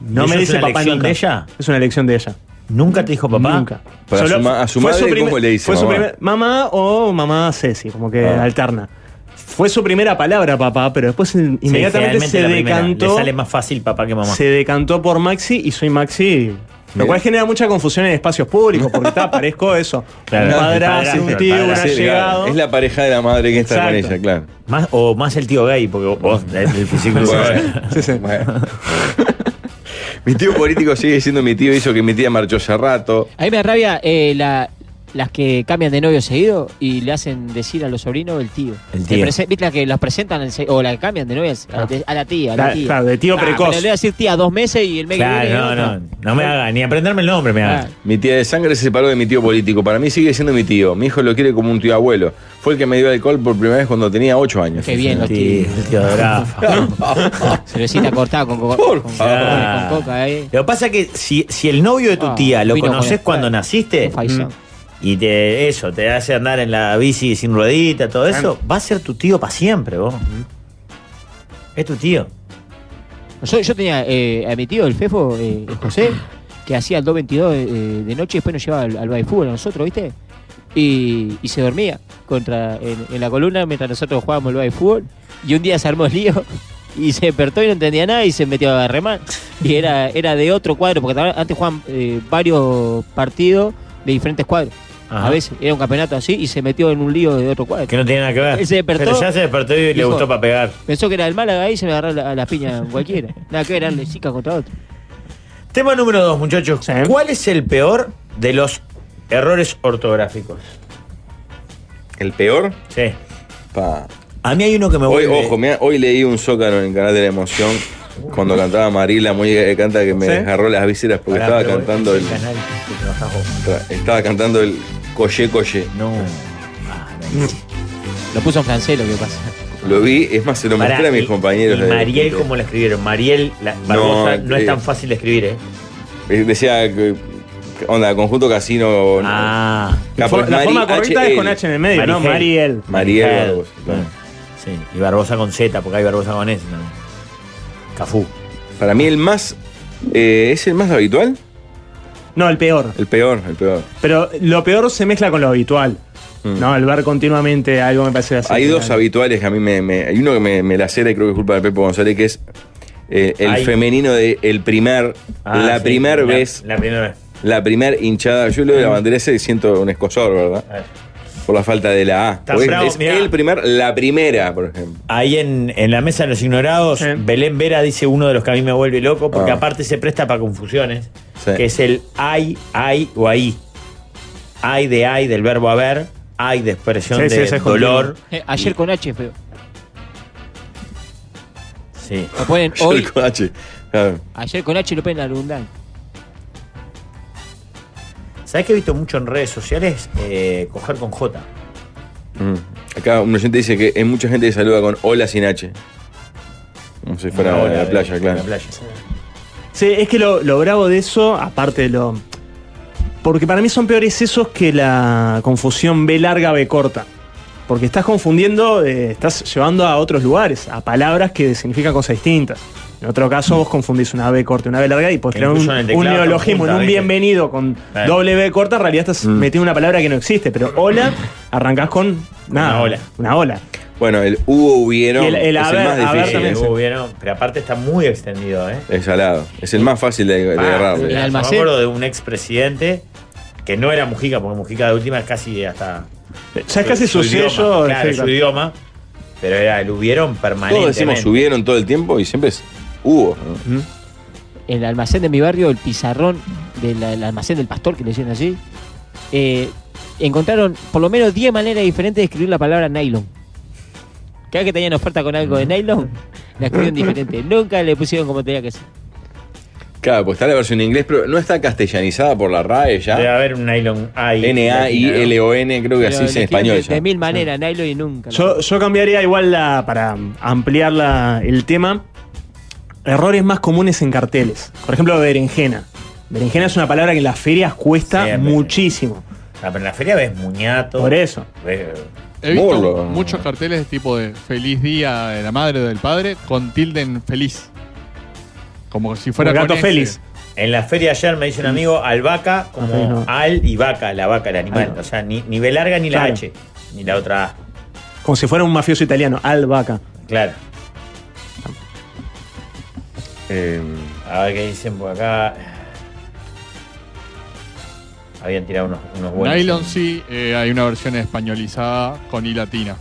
S4: No
S2: ¿Eso
S4: me
S2: es
S4: dice
S2: una
S4: papá
S2: elección
S4: nunca.
S2: de ella?
S4: Es una elección de ella.
S2: ¿Nunca te dijo papá?
S4: Nunca.
S5: Pero a
S4: Solo-
S5: su ma- a su
S4: fue
S5: madre,
S4: primer-
S5: ¿cómo le dice
S4: Fue su
S5: mamá?
S4: primer- mamá o mamá Ceci, como que
S5: Ah.
S4: alterna. Fue su primera palabra, papá, pero después in-
S2: Sí,
S4: inmediatamente
S2: generalmente
S4: se
S2: la primera.
S4: decantó.
S2: Le sale más fácil papá que mamá.
S4: se decantó por Maxi y soy Maxi. Lo cual genera mucha confusión en espacios públicos, porque está, parezco eso.
S2: Claro,
S4: un padrastro,
S2: padrastro,
S4: un tío, un
S2: padrastro.
S5: Sí, eh, claro,
S4: allegado.
S5: Es la pareja de la madre que está
S4: Exacto.
S5: con ella, claro.
S2: Más, o más el tío gay, porque vos, el el físico.
S5: Bueno.
S4: Sí, sí.
S5: eh, Bueno. mi tío político sigue siendo mi tío, hizo que mi tía marchó hace rato.
S6: A mí me da rabia eh, la- las que cambian de novio seguido y le hacen decir a los sobrinos el tío.
S2: El
S6: Te
S2: tío.
S6: prese- ¿Viste las que las presentan al se- o las que cambian de novia a, la- a la tía? A la
S4: Claro,
S6: tía. Ah,
S4: claro, de tío precoz.
S6: pero Le voy a decir tía dos meses y el mes que
S2: Claro,
S6: viene,
S2: no,
S6: otra.
S2: no. No me haga, ni aprenderme el nombre me haga.
S6: Ah.
S5: Mi tía de sangre se separó de mi tío político. Para mí sigue siendo mi tío. Mi hijo lo quiere como un tío abuelo. Fue el que me dio alcohol por primera vez cuando tenía 8 años.
S6: Qué bien los
S2: Sí,
S6: tíos.
S2: el tío Drafa.
S6: Cerecita cortada con, coca-
S5: Por
S6: con-
S2: favor.
S6: con coca, eh.
S2: Lo que pasa es que si, si el novio de tu
S6: Ah,
S2: tía lo
S6: vino con
S2: conoces
S6: el-
S2: cuando naciste mm,
S6: Un faisán.
S2: y te eso, te hace andar en la bici sin ruedita, todo eso, va a ser tu tío para siempre, vos. Es tu tío.
S6: Yo, yo tenía eh, a mi tío, el Fefo, eh, José, que hacía el 2.22 de, eh, de noche y después nos llevaba al, al baile de fútbol a nosotros, ¿viste? Y, y se dormía contra, en, en la columna mientras nosotros jugábamos al baile de fútbol. Y un día se armó el lío y se despertó y no entendía nada y se metió a remar. Y era, era de otro cuadro, porque tab- antes jugaban eh, varios partidos de diferentes cuadros.
S2: Ajá.
S6: A veces era un campeonato así y se metió en un lío de otro cuadro.
S2: Que no tiene nada que ver.
S6: Él se despertó.
S2: ah, Pero ya se despertó y le
S6: Dijo-
S2: gustó para pegar.
S6: Pensó que era el Málaga y se me agarró la- a las piñas cualquiera. Nada que ver, eran de chicas contra otro.
S2: Tema número dos, muchachos. ¿Cuál es el peor de los errores ortográficos?
S5: ¿El peor?
S2: Sí.
S5: Pa.
S2: A mí hay uno que me
S5: Hoy,
S2: vuelve.
S5: ojo, mirá, hoy leí un zócano en el canal de la emoción cuando cantaba Marila, muy que canta que me
S4: ¿Sí?
S5: agarró las vísceras porque
S2: Pará,
S5: estaba
S2: pero
S5: cantando
S2: es
S5: el.
S2: el canal que trabajás vos.
S5: Estaba cantando el Coye Coye.
S2: No.
S6: Lo puso en francés lo que pasa.
S5: Lo vi, es más, se lo
S2: Pará,
S5: mostré a mis
S2: y-
S5: compañeros.
S2: Y
S5: de-
S2: Mariel, ¿cómo la escribieron? Mariel la, Barbosa no, es
S5: eh,
S2: tan fácil de escribir, ¿eh?
S5: Eh, Decía, que- onda, conjunto casino.
S2: Ah,
S4: La for- la forma correcta es con H en el medio, ¿no? Mariel.
S5: Mariel.
S2: Mariel.
S5: Barbosa, claro.
S2: Sí, y Barbosa con Z, porque hay Barbosa con S. también. Cafú.
S5: Para mí el más. eh, ¿Es el más habitual?
S4: No, el peor.
S5: El peor, el peor.
S4: Pero lo peor se mezcla con lo habitual. No, el ver continuamente algo me parece así.
S5: Mm. Hay dos habituales que a mí me. me- hay uno que me, me lacera y creo que es culpa de Pepo González, que es eh, el
S2: Ay.
S5: femenino de el primer.
S2: Ah,
S5: la
S2: sí,
S5: primer
S2: la-
S5: vez.
S2: La primera vez.
S5: La primer hinchada. Yo lo de la bandera ese siento un escosor, ¿verdad? Por la falta de la A.
S2: Está
S5: Porque
S2: bravo,
S5: es
S2: mirá.
S5: el primer, la primera, por ejemplo.
S2: Ahí en, en la mesa de los ignorados, Belén Vera dice uno de los que a mí me vuelve loco, porque
S5: Ah.
S2: aparte se presta para confusiones,
S5: Sí.
S2: que es el ay, ay o ahí. Ay de ay del verbo haber, ay de expresión de dolor.
S6: Eh, ayer con H, pero.
S2: Sí.
S6: Lo ponen
S5: Yo
S6: hoy.
S5: el con H, claro.
S6: Ayer con H lo ponen abundante.
S2: ¿Sabés que he visto mucho en redes sociales? Eh, coger con J.
S5: Mm. Acá un oyente dice que hay mucha gente que saluda con hola sin H. Como si fuera
S4: Una ola
S5: de la
S4: de-
S5: playa,
S4: de
S5: claro.
S4: la playa. Sí, es que lo, lo bravo de eso, aparte de lo. Porque para mí son peores esos que la confusión B larga, B corta. Porque estás confundiendo, eh, estás llevando a otros lugares, a palabras que significan cosas distintas. En otro caso, vos confundís una B corta y una B larga y podés crear un,
S2: Incluso en el
S4: un
S2: teclado
S4: neologismo, en
S2: conjunta,
S4: un
S2: ¿viste?
S4: bienvenido con
S2: Claro.
S4: doble B corta, en realidad estás metiendo una palabra que no existe. Pero hola, arrancás con nada. Una ola. Una ola.
S5: Bueno, el hubo, hubieron.
S4: Y el- el
S5: es
S4: haber-
S5: el más
S4: haber
S5: difícil. ¿eh?
S4: también,
S5: es-
S4: sí.
S2: Hubieron, pero aparte está muy extendido, ¿eh?
S5: Es salado. Es el más fácil de, de
S4: Ah,
S2: Pa,
S5: agarrarle.
S2: yo Me acuerdo de un expresidente que no era Mujica, porque Mujica de última es casi hasta.
S4: Ya es casi su
S2: idioma,
S4: sello,
S2: Claro,
S4: sí,
S2: su
S4: claro.
S2: idioma. Pero era, el hubieron permanente.
S5: Todos decimos subieron todo el tiempo y siempre es hubo.
S2: Ah.
S5: ¿no?
S6: el almacén de mi barrio, el pizarrón del el almacén del pastor, que le dicen así, eh, encontraron por lo menos 10 maneras diferentes de escribir la palabra nylon. Cada vez que tenían oferta con algo de
S2: Mm.
S6: nylon, la escribieron diferente. Nunca le pusieron como tenía que ser.
S5: Claro, pues está la versión en inglés, pero no está castellanizada por la RAE ya.
S2: Debe haber un nylon I.
S5: N-A-I-L-O-N, creo que
S6: Pero
S5: así es en
S6: le escribieron
S5: español
S6: de,
S5: ya.
S6: de mil maneras, nylon y nunca.
S4: Yo, yo cambiaría igual la, para ampliar la- el tema. Errores más comunes en carteles. Por ejemplo, berenjena. Berenjena es una palabra que en las ferias cuesta muchísimo.
S2: pero en la feria ves muñato.
S4: Por eso.
S7: He visto
S4: Murlo.
S7: muchos carteles de tipo de feliz día de la madre o del padre con tilde en feliz. Como si fuera con S.
S2: En la feria ayer me dice un amigo albahaca como
S7: Ajá.
S2: al y vaca, la vaca, el animal. O sea, ni, ni B larga ni la
S4: Claro.
S2: H, ni la otra A.
S4: Como si fuera un mafioso italiano, albahaca.
S2: Claro.
S5: Eh.
S2: A ver qué dicen por acá. Habían tirado unos, unos buenos.
S7: Nylon sí, eh, hay una versión españolizada con I latina.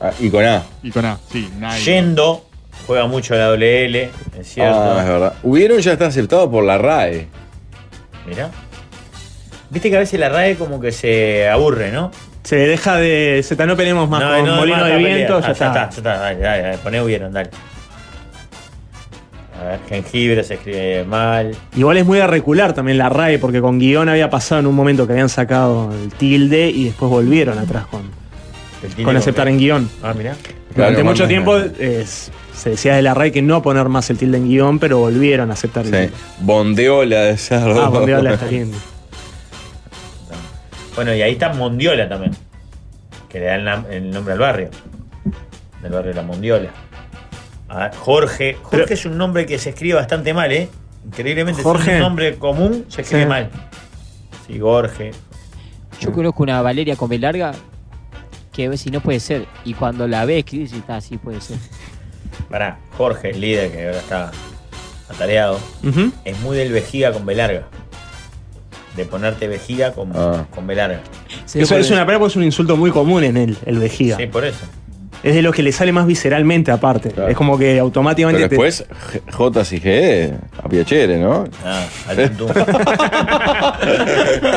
S5: Ah, y con A.
S7: Y con A, sí, nylon.
S2: Yendo, juega mucho la WL, es cierto.
S5: Ah, es verdad. Hubieron ya está aceptado por la RAE.
S2: Mirá. Viste que a veces la RAE como que se aburre, ¿no?
S4: Se deja de. Se tan- no peleemos más con molino
S2: más
S4: de
S2: está
S4: viento,
S2: peleada.
S4: ya
S2: Ah,
S4: está.
S2: Ya está, dale, dale, dale, poné hubieron, dale. A ver, jengibre se escribe mal.
S4: Igual es muy arrecular también la RAE, porque con guión había pasado en un momento que habían sacado el tilde y después volvieron atrás con,
S2: tilde
S4: con
S2: con
S4: aceptar
S2: qué?
S4: en guión.
S2: Ah, mirá.
S4: Durante
S2: Claro,
S4: mucho
S2: más-
S4: tiempo eh, se decía de la RAE que no poner más el tilde en guión, pero volvieron a aceptar el
S5: Sí.
S4: tilde.
S5: Bondeola de cerdo.
S4: Ah, Mondiola está lindo.
S2: Bueno, y ahí está Mondiola también. Que le da el, nam- el nombre al barrio. Del barrio de la Mondiola. A ver, Jorge. Jorge es un nombre que se escribe bastante mal, ¿eh? Increíblemente
S6: Jorge.
S2: es un nombre común, se escribe
S6: Sí.
S2: mal. Sí, Jorge.
S6: Yo conozco una Valeria con B larga que ve si no puede ser. Y cuando la ve escribir, si está así, puede ser.
S2: Pará, Jorge, el líder que ahora está atareado. Es muy del vejiga con B larga. De ponerte vejiga con, con B larga.
S4: Eso es una palabra porque es un insulto muy común en el, el vejiga.
S2: Sí, por eso.
S4: Es de los que le sale más visceralmente aparte. Es como que
S5: Pero
S4: automáticamente te-
S5: después, J- J y G, E, a Piachere, ¿no?
S2: Ah, al tuntum.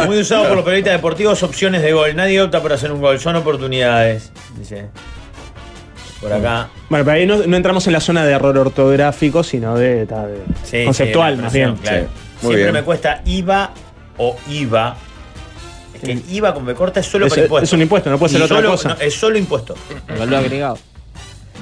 S2: Muy usado por los periodistas deportivos, opciones de gol. Nadie opta por hacer un gol, son oportunidades. Dice. Por acá.
S4: Bueno, pero ahí no, no entramos en la zona de error ortográfico, sino de, ta- de-
S2: Sí,
S4: conceptual,
S2: sí, la
S4: más bien.
S2: expresión, claro. Siempre me cuesta IVA o IVA. Es que IVA con B corta es solo
S4: Es-
S2: para impuestos.
S4: es un impuesto, no puede ser otra
S2: solo-
S4: cosa.
S2: no, es solo impuesto.
S6: Valor agregado.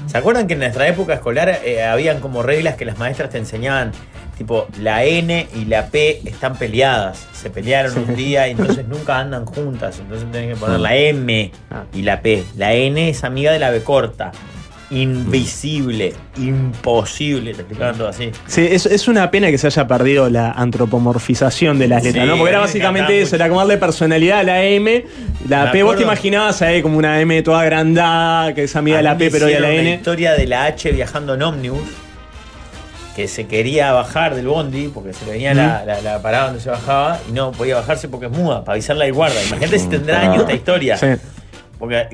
S2: ¿Se acuerdan que en nuestra época escolar eh, habían como reglas que las maestras te enseñaban? Tipo, la N y la P están peleadas. Se pelearon un día y entonces nunca andan juntas. Entonces tenés que poner la M y la P. La N es amiga de la B corta. Invisible, imposible, te explicaban todo así.
S4: Sí, es, es una pena que se haya perdido la antropomorfización de las letras,
S2: Sí,
S4: ¿no? Porque era
S2: a mí me
S4: básicamente
S2: encantaba
S4: eso, era como darle personalidad a la M. La
S2: Me
S4: P, vos te
S2: acuerdo-
S4: imaginabas ahí como una M toda agrandada, que es amiga de
S2: A
S4: la
S2: mí me
S4: P, pero de la
S2: hicieron
S4: N.
S2: La historia de la H viajando en ómnibus, que se quería bajar del bondi porque se le venía la,
S4: Mm.
S2: la- la parada donde se bajaba y no podía bajarse porque es muda, para avisarla y guarda. Imagínate si tendrá años esta historia.
S4: Mm, Sí.
S2: Porque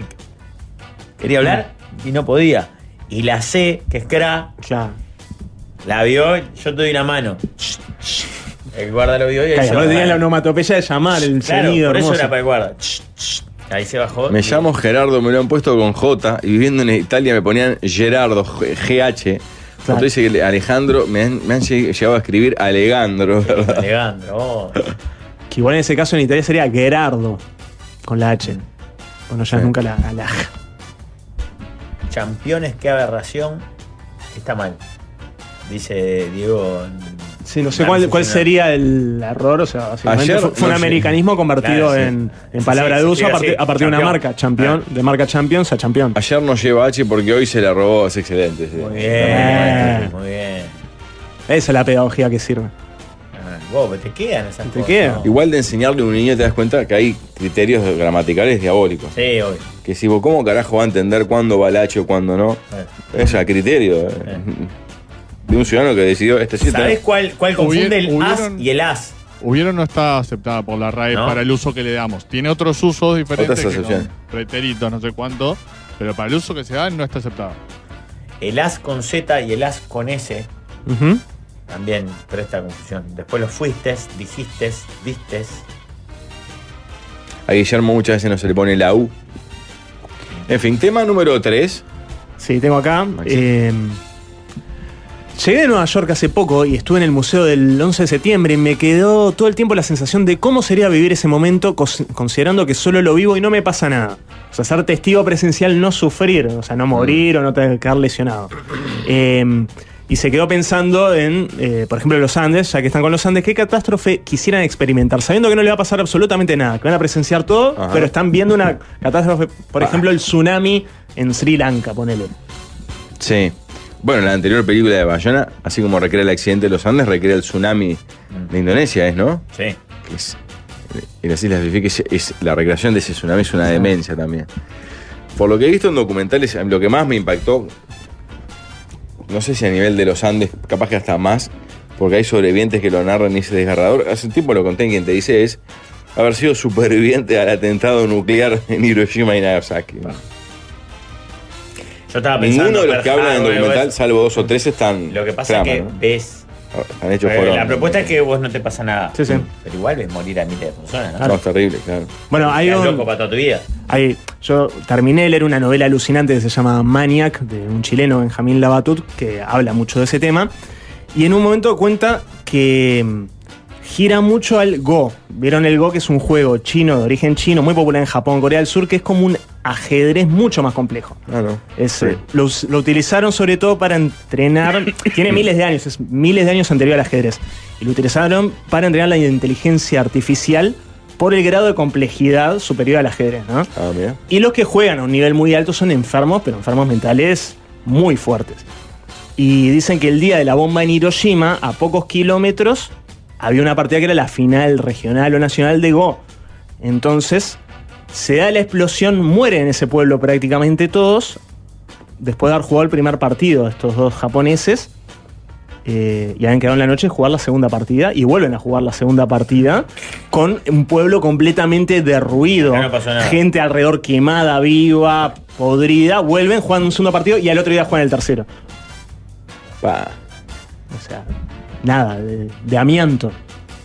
S2: quería hablar y no podía. Y la C, que es CRA, la vio, yo te doy una mano. El guarda lo vio y ahí
S4: Claro,
S2: se
S4: no
S2: bajó.
S4: tenía la onomatopeya de llamar, el
S2: eh. Claro,
S4: sonido
S2: por eso
S4: hermoso.
S2: era para el guarda. Ahí se bajó.
S5: Me
S2: y-
S5: llamo Gerardo, me lo han puesto con J y viviendo en Italia me ponían Gerardo, G- GH. Cuando dice que Alejandro, me han, me han lleg- llegado a escribir Alejandro, ¿verdad?
S2: Alejandro, oh.
S4: Que igual en ese caso en Italia sería Gerardo, con la H. Bueno, ya nunca la, la J.
S2: Campeones, qué aberración. Está mal. Dice Diego.
S4: Sí, no sé cuál, cuál sería el error, o sea, básicamente
S2: Ayer,
S4: fue, fue un
S2: no sé.
S4: americanismo convertido
S2: Claro, sí.
S4: en, en
S2: Sí,
S4: palabra
S2: sí,
S4: de
S2: sí,
S4: uso a,
S2: sí,
S4: partir,
S2: sí.
S4: a partir de una
S2: Campeón.
S4: marca, champion, de marca Champions a champion.
S5: Ah. Ayer no lleva H porque hoy se la robó, es excelente. sí.
S2: Muy bien, muy bien.
S4: Esa es la pedagogía que sirve.
S2: Ah, Vos, pero te quedan esas cosas. ¿no?
S5: Igual de enseñarle a un niño te das cuenta que hay criterios gramaticales diabólicos.
S2: Sí, obvio.
S5: Que si vos, ¿cómo carajo va a entender cuándo va el H o cuándo no? Es a criterio. eh. De un ciudadano que decidió este sitio.
S2: ¿Sabés cuál, cuál confunde
S7: Hubier-
S2: el
S7: hubieron-
S2: as y el as?
S7: Hubieron no está aceptada por la RAE
S2: ¿No?
S7: para el uso que le damos. Tiene otros usos diferentes.
S5: Otras
S7: que no-
S5: acepciones.
S7: Preteritos, no sé cuánto. Pero para el uso que se da no está aceptada.
S2: El as con Z y el as con S
S4: Ujú.
S2: también presta confusión. Después lo fuiste, dijiste, viste.
S5: A Guillermo muchas veces no se le pone la U. En fin, tema número 3.
S4: Sí, tengo acá. eh, llegué de Nueva York hace poco y estuve en el museo del 11 de septiembre y me quedó todo el tiempo la sensación de cómo sería vivir ese momento cos- considerando que solo lo vivo y no me pasa nada. O sea, ser testigo presencial, no sufrir, o sea, no morir o no tener que quedar lesionado. Eh, y se quedó pensando en, eh, por ejemplo, los Andes, ya que están con los Andes, qué catástrofe quisieran experimentar, sabiendo que no le va a pasar absolutamente nada, que van a presenciar todo,
S5: Ajá.
S4: pero están viendo una catástrofe, por ejemplo, el tsunami en Sri Lanka, ponele.
S5: Sí. Bueno, la anterior película de Bayona, así como recrea el accidente de los Andes, recrea el tsunami
S2: Mm.
S5: de Indonesia, ¿es, no?
S2: Sí.
S5: Que es- eh, y las Islas Fifi, que es, es- la recreación de ese tsunami es una demencia también. Por lo que he visto en documentales, lo que más me impactó, no sé si a nivel de los Andes, capaz que hasta más, porque hay sobrevivientes que lo narran y es desgarrador. Hace un tiempo lo conté en quien te dice es haber sido superviviente al atentado nuclear en Hiroshima y Nagasaki.
S2: Ah. Yo estaba pensando.
S5: Ninguno de los que
S2: Pearl
S5: hablan en
S2: Harbor,
S5: documental, salvo dos o tres, están.
S2: Lo que pasa es que ves.
S5: Han hecho
S2: eh,
S5: jorón.
S2: la propuesta es que vos no te pasa nada.
S4: Sí, sí.
S2: Pero igual ves morir a miles de personas, ¿no?
S5: No, es terrible, claro.
S4: Bueno, hay
S2: Estás
S4: un-
S2: loco para toda tu vida.
S4: Ahí, yo terminé de leer una novela alucinante que se llama Maniac, de un chileno, Benjamín Labatut, que habla mucho de ese tema. Y en un momento cuenta que mm, gira mucho al Go. ¿Vieron el Go? Que es un juego chino, de origen chino, muy popular en Japón, Corea del Sur, que es como un ajedrez mucho más complejo. Es, eh, lo, us- lo utilizaron sobre todo para entrenar. tiene miles de años, es miles de años anterior al ajedrez. Y lo utilizaron para entrenar la inteligencia artificial por el grado de complejidad superior al ajedrez, ¿no?
S5: Ah, mira.
S4: Y los que juegan a un nivel muy alto son enfermos, pero enfermos mentales muy fuertes. Y dicen que el día de la bomba en Hiroshima, a pocos kilómetros, había una partida que era la final regional o nacional de Go. Entonces, se da la explosión, mueren en ese pueblo prácticamente todos, después de haber jugado el primer partido estos dos japoneses, eh, y habían quedado en la noche de jugar la segunda partida, y vuelven a jugar la segunda partida con un pueblo completamente derruido,
S2: Ya no pasó nada.
S4: gente alrededor quemada, viva, podrida, vuelven, juegan un segundo partido y al otro día juegan el tercero. O sea, nada, de, de amianto.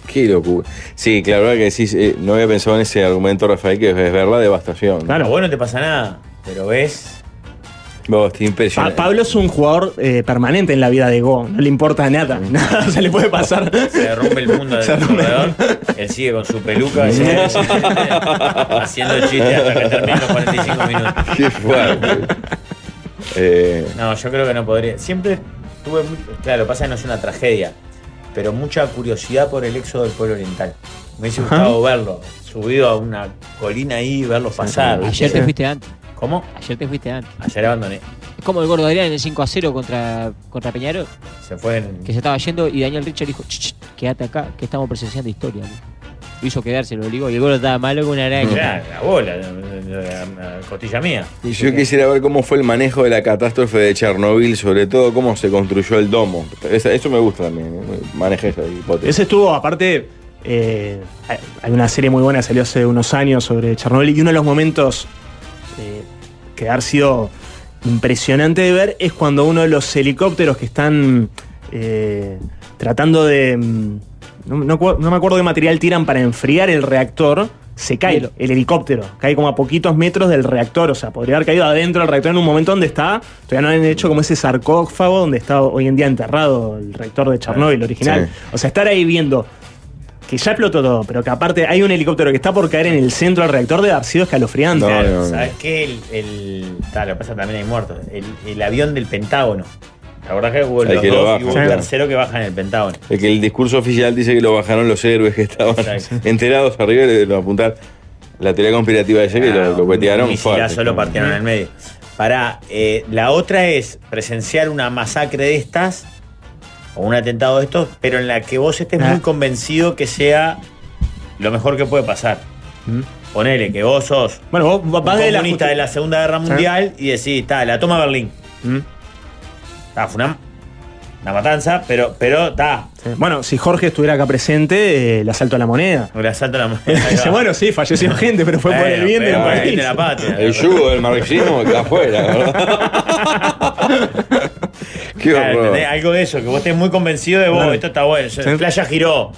S5: Qué locura. Sí, claro, ahora que decís, eh, no había pensado en ese argumento, Rafael, que es ver la devastación.
S2: A vos no te pasa nada, pero ves.
S5: Vos, estoy
S4: Pa-
S5: impresionante.
S4: Pablo es un jugador eh, permanente en la vida de Go, no le importa nada, nada se le puede pasar.
S2: Se rompe el mundo de su alrededor. Él sigue con su peluca. y sigue haciendo chistes hasta que termine los 45 minutos.
S5: Qué fuerte. Eh,
S2: No, yo creo que no podría. Siempre tuve, muy- claro, pasa que no es una tragedia, pero mucha curiosidad por el éxodo del pueblo oriental. Me hubiese
S6: Ajá.
S2: gustado verlo, subido a una colina ahí y verlos pasar.
S6: Ayer te fuiste antes.
S2: ¿Cómo?
S6: Ayer te fuiste antes.
S2: Ayer abandoné.
S6: Es como el gordo Adrián en el 5 a 0 contra, contra Peñarol,
S2: Se fue en-
S6: que se estaba yendo y Daniel Richard dijo, "Ch, ch, quédate acá, que estamos presenciando historia. ¿no?". Lo hizo quedarse, lo obligó, y el gordo estaba malo con una araña.
S2: Mirá, la bola, la- la- la- la costilla mía.
S5: Y yo quisiera ver cómo fue el manejo de la catástrofe de Chernobyl, sobre todo cómo se construyó el domo. Esa- Eso me gusta también, ¿eh? manejé esa hipótesis.
S4: Ese estuvo, aparte, eh, hay- hay una serie muy buena que salió hace unos años sobre Chernobyl y uno de los momentos eh, que ha sido impresionante de ver es cuando uno de los helicópteros que están eh, tratando de... mm, No, no cu- no me acuerdo qué material tiran para enfriar el reactor. Se cae
S6: Hielo.
S4: el helicóptero, cae como a poquitos metros del reactor, o sea, podría haber caído adentro del reactor en un momento donde está, todavía no han hecho como ese sarcófago donde está hoy en día enterrado el reactor de Chernobyl original.
S5: Sí.
S4: O sea, estar ahí viendo que ya explotó todo, pero que aparte hay un helicóptero que está por caer en el centro del reactor de haber sido escalofriante.
S2: Claro, ¿Sabes qué? El, el, ta, lo que pasa también hay muertos. El, el avión del Pentágono. La verdad que hubo
S5: El
S2: los
S5: que lo
S2: dos
S5: baja,
S2: y hubo un
S5: claro.
S2: tercero que baja en el Pentágono.
S5: El que el discurso oficial dice que lo bajaron los héroes que estaban
S2: Exacto.
S5: enterados arriba y lo apuntar. La teoría conspirativa de que lo, lo
S2: Un
S5: cuetearon fuerte.
S2: misilazo lo partieron en el medio. Pará, eh, la otra es presenciar una masacre de estas o un atentado de estos, pero en la que vos estés
S4: Ah.
S2: muy convencido que sea lo mejor que puede pasar. Ponele que vos sos
S4: Mm. bueno, vos vas de la
S2: comunista
S4: justi-
S2: de la Segunda Guerra Mundial y decís, está, la toma Berlín.
S4: Mm.
S2: Está, fue una, una matanza, pero pero está,
S4: Sí. Bueno, si Jorge estuviera acá presente, eh, el asalto a la moneda.
S2: el asalto a la
S4: Dice,
S2: moneda.
S4: bueno, sí, falleció gente, pero fue por el
S2: Bueno,
S4: bien del
S2: pero por el
S4: país.
S2: bien de la patria.
S5: El yugo del marxismo está afuera, ¿verdad? Qué
S2: Claro,
S5: horror.
S2: ¿entendés? Algo de eso, que vos estés muy convencido de vos,
S4: Claro.
S2: esto está bueno, yo-
S4: Sí.
S2: Playa giró.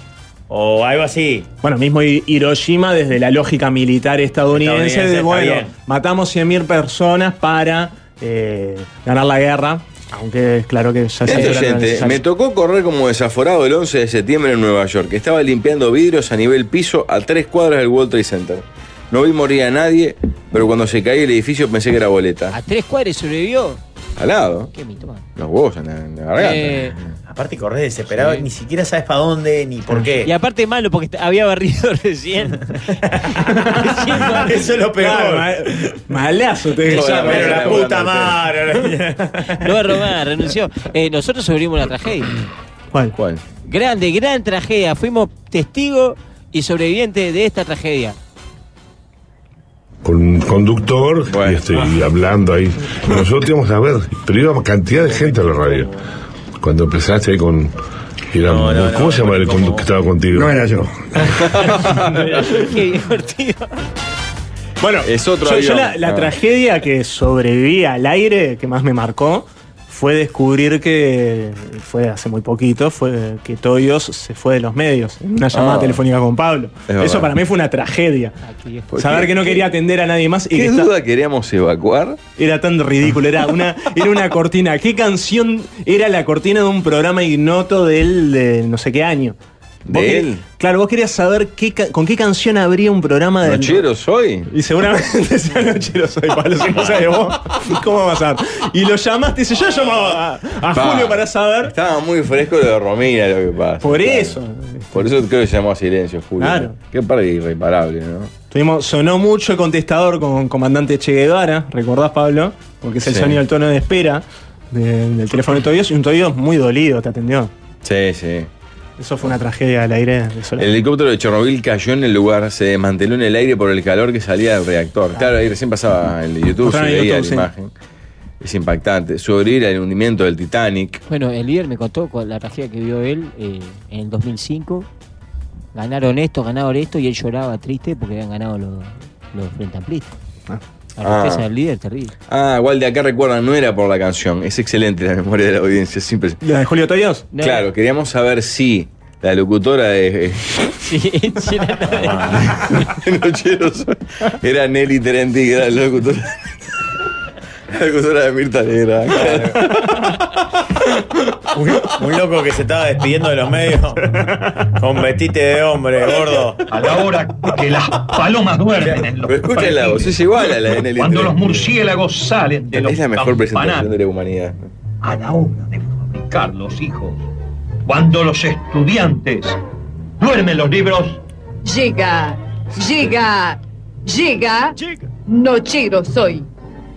S2: O algo así.
S4: Bueno, mismo Hi- Hiroshima desde la lógica militar estadounidense,
S2: Estadounidense,
S4: de,
S2: está
S4: bueno,
S2: bien.
S4: matamos 100.000 personas para eh, ganar la guerra, aunque claro que ya
S5: Este oyente, me tocó correr como desaforado el 11 de septiembre en Nueva York. Estaba limpiando vidrios a nivel piso a tres cuadras del World Trade Center. No vi morir a nadie, pero cuando se caía el edificio pensé que era boleta.
S6: A tres cuadres sobrevivió.
S5: Al lado,
S6: Ah, Qué mito, man.
S5: los huevos en la, en la garganta.
S6: Eh,
S2: Aparte corres desesperado, ni siquiera sabes para dónde ni por qué.
S6: y aparte malo porque t- había barrido recién.
S2: Eso es lo peor.
S4: malazo te
S2: Eso,
S4: llama.
S2: pero la puta madre.
S6: Lo va a robar, renunció. Eh, nosotros sobrevivimos a la tragedia.
S4: ¿Cuál?
S5: ¿Cuál?
S6: Grande, gran tragedia. Fuimos testigos y sobrevivientes de esta tragedia.
S13: con un conductor y estoy hablando ahí. Nosotros íbamos a ver, pero iba cantidad de gente a la radio. Cuando empezaste ahí con. era- ¿Cómo se llama el conductor que estaba contigo? No era yo.
S6: Qué divertido.
S4: Bueno,
S5: es otro
S4: Yo, yo
S5: avión.
S4: la, la
S5: Ah.
S4: tragedia que sobreviví al aire, que más me marcó, fue descubrir que, fue hace muy poquito, fue que Toyos se fue de los medios, en una llamada
S5: Ah.
S4: telefónica con Pablo.
S5: Es verdad.
S4: Eso para mí fue una tragedia.
S5: ¿Por
S4: Saber
S5: qué?
S4: que no quería atender a nadie más y
S5: ¿Qué
S4: que esta-
S5: duda queríamos evacuar?
S4: era tan ridículo, era una, era una cortina. ¿Qué canción era la cortina de un programa ignoto del de no sé qué año? Vos
S5: ¿De
S4: quer-
S5: él?
S4: Claro, vos querías saber qué ca- con qué canción habría un
S3: Ah.
S4: programa del
S5: ¿Nochero soy?
S4: y seguramente sea nochero soy, Pablo, si no sabes vos, ¿cómo vas a Y lo llamaste y dice, yo llamaba a, a
S5: Pa.
S4: Julio para saber.
S5: Estaba muy fresco lo de Romina lo que pasa.
S4: Por
S5: Claro.
S4: eso.
S5: Por eso creo que se llamó a silencio, Julio.
S4: Claro.
S5: Qué pérdida irreparable, ¿no?
S4: Tuvimos, sonó mucho el contestador con comandante Che Guevara, ¿recordás, Pablo? Porque es el
S5: Sí.
S4: sonido del tono de espera de- del teléfono de Tobios y un Tobios muy dolido te atendió.
S5: Sí, sí.
S4: Eso fue una tragedia al aire. de Solá.
S5: El helicóptero de Chernobyl cayó en el lugar, se desmanteló en el aire por el calor que salía del reactor. Claro, ahí recién pasaba el YouTube, se
S4: Mostraron en
S5: veía
S4: YouTube, sí.
S5: la imagen. Es impactante. Sobrevivir al hundimiento del Titanic.
S6: Bueno, el líder me contó con la tragedia que vio él eh, en el 2005. Ganaron esto, ganaron esto y él lloraba triste porque habían ganado los, los Frente Amplista. La
S5: Ah.
S6: tristeza del líder, terrible.
S5: Ah, igual de acá recuerdan, no era por la canción. Es excelente la memoria de la audiencia, es impresionante.
S4: ¿La de Julio Tobios?
S6: No.
S5: Claro, queríamos saber si la locutora de eh,
S6: Sí, sí, era nada.
S5: Nocheros era Nelly Terenti, que era la locutora. La locutora de Mirta Negra.
S2: un, un loco que se estaba despidiendo de los medios con vestite de hombre, gordo. A la hora que las palomas duermen.
S5: Pero escuchen la voz, es igual a la en el
S14: Cuando los
S5: interior.
S14: murciélagos salen de los
S5: Es la mejor presentación
S14: campanarios
S5: de la humanidad.
S14: a la hora de fabricar los hijos, cuando los estudiantes duermen los libros,
S15: Llega, llega, llega. Nochero soy.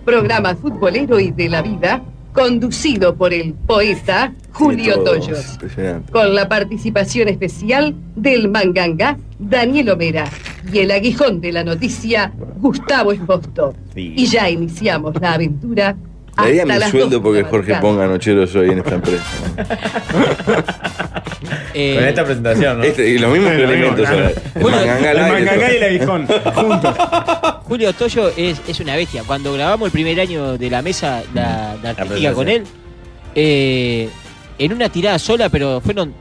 S15: Programa futbolero y de la vida, conducido por el poeta Julio
S5: Todo,
S15: Toyos.
S5: es Impresionante.
S15: Con la participación especial del manganga Daniel Omera y el aguijón de la noticia Gustavo Esposto. Y ya iniciamos la aventura.
S5: Le
S15: hasta
S5: mi
S15: las
S5: sueldo
S15: dos
S5: porque
S15: de la
S5: Jorge
S15: madrugada.
S5: ponga nochero hoy en esta empresa.
S6: Eh,
S2: presentación,
S5: ¿no? Este, y los mismos
S6: Lo mismo,
S5: elementos.
S6: claro.
S5: ahora. El mangangá al aire, todo.
S6: Julio Toyo es, es una bestia. Cuando grabamos el primer año de la mesa,
S5: Mm.
S6: la, la artística
S2: presentación.
S6: con él, eh, en una tirada sola, pero fueron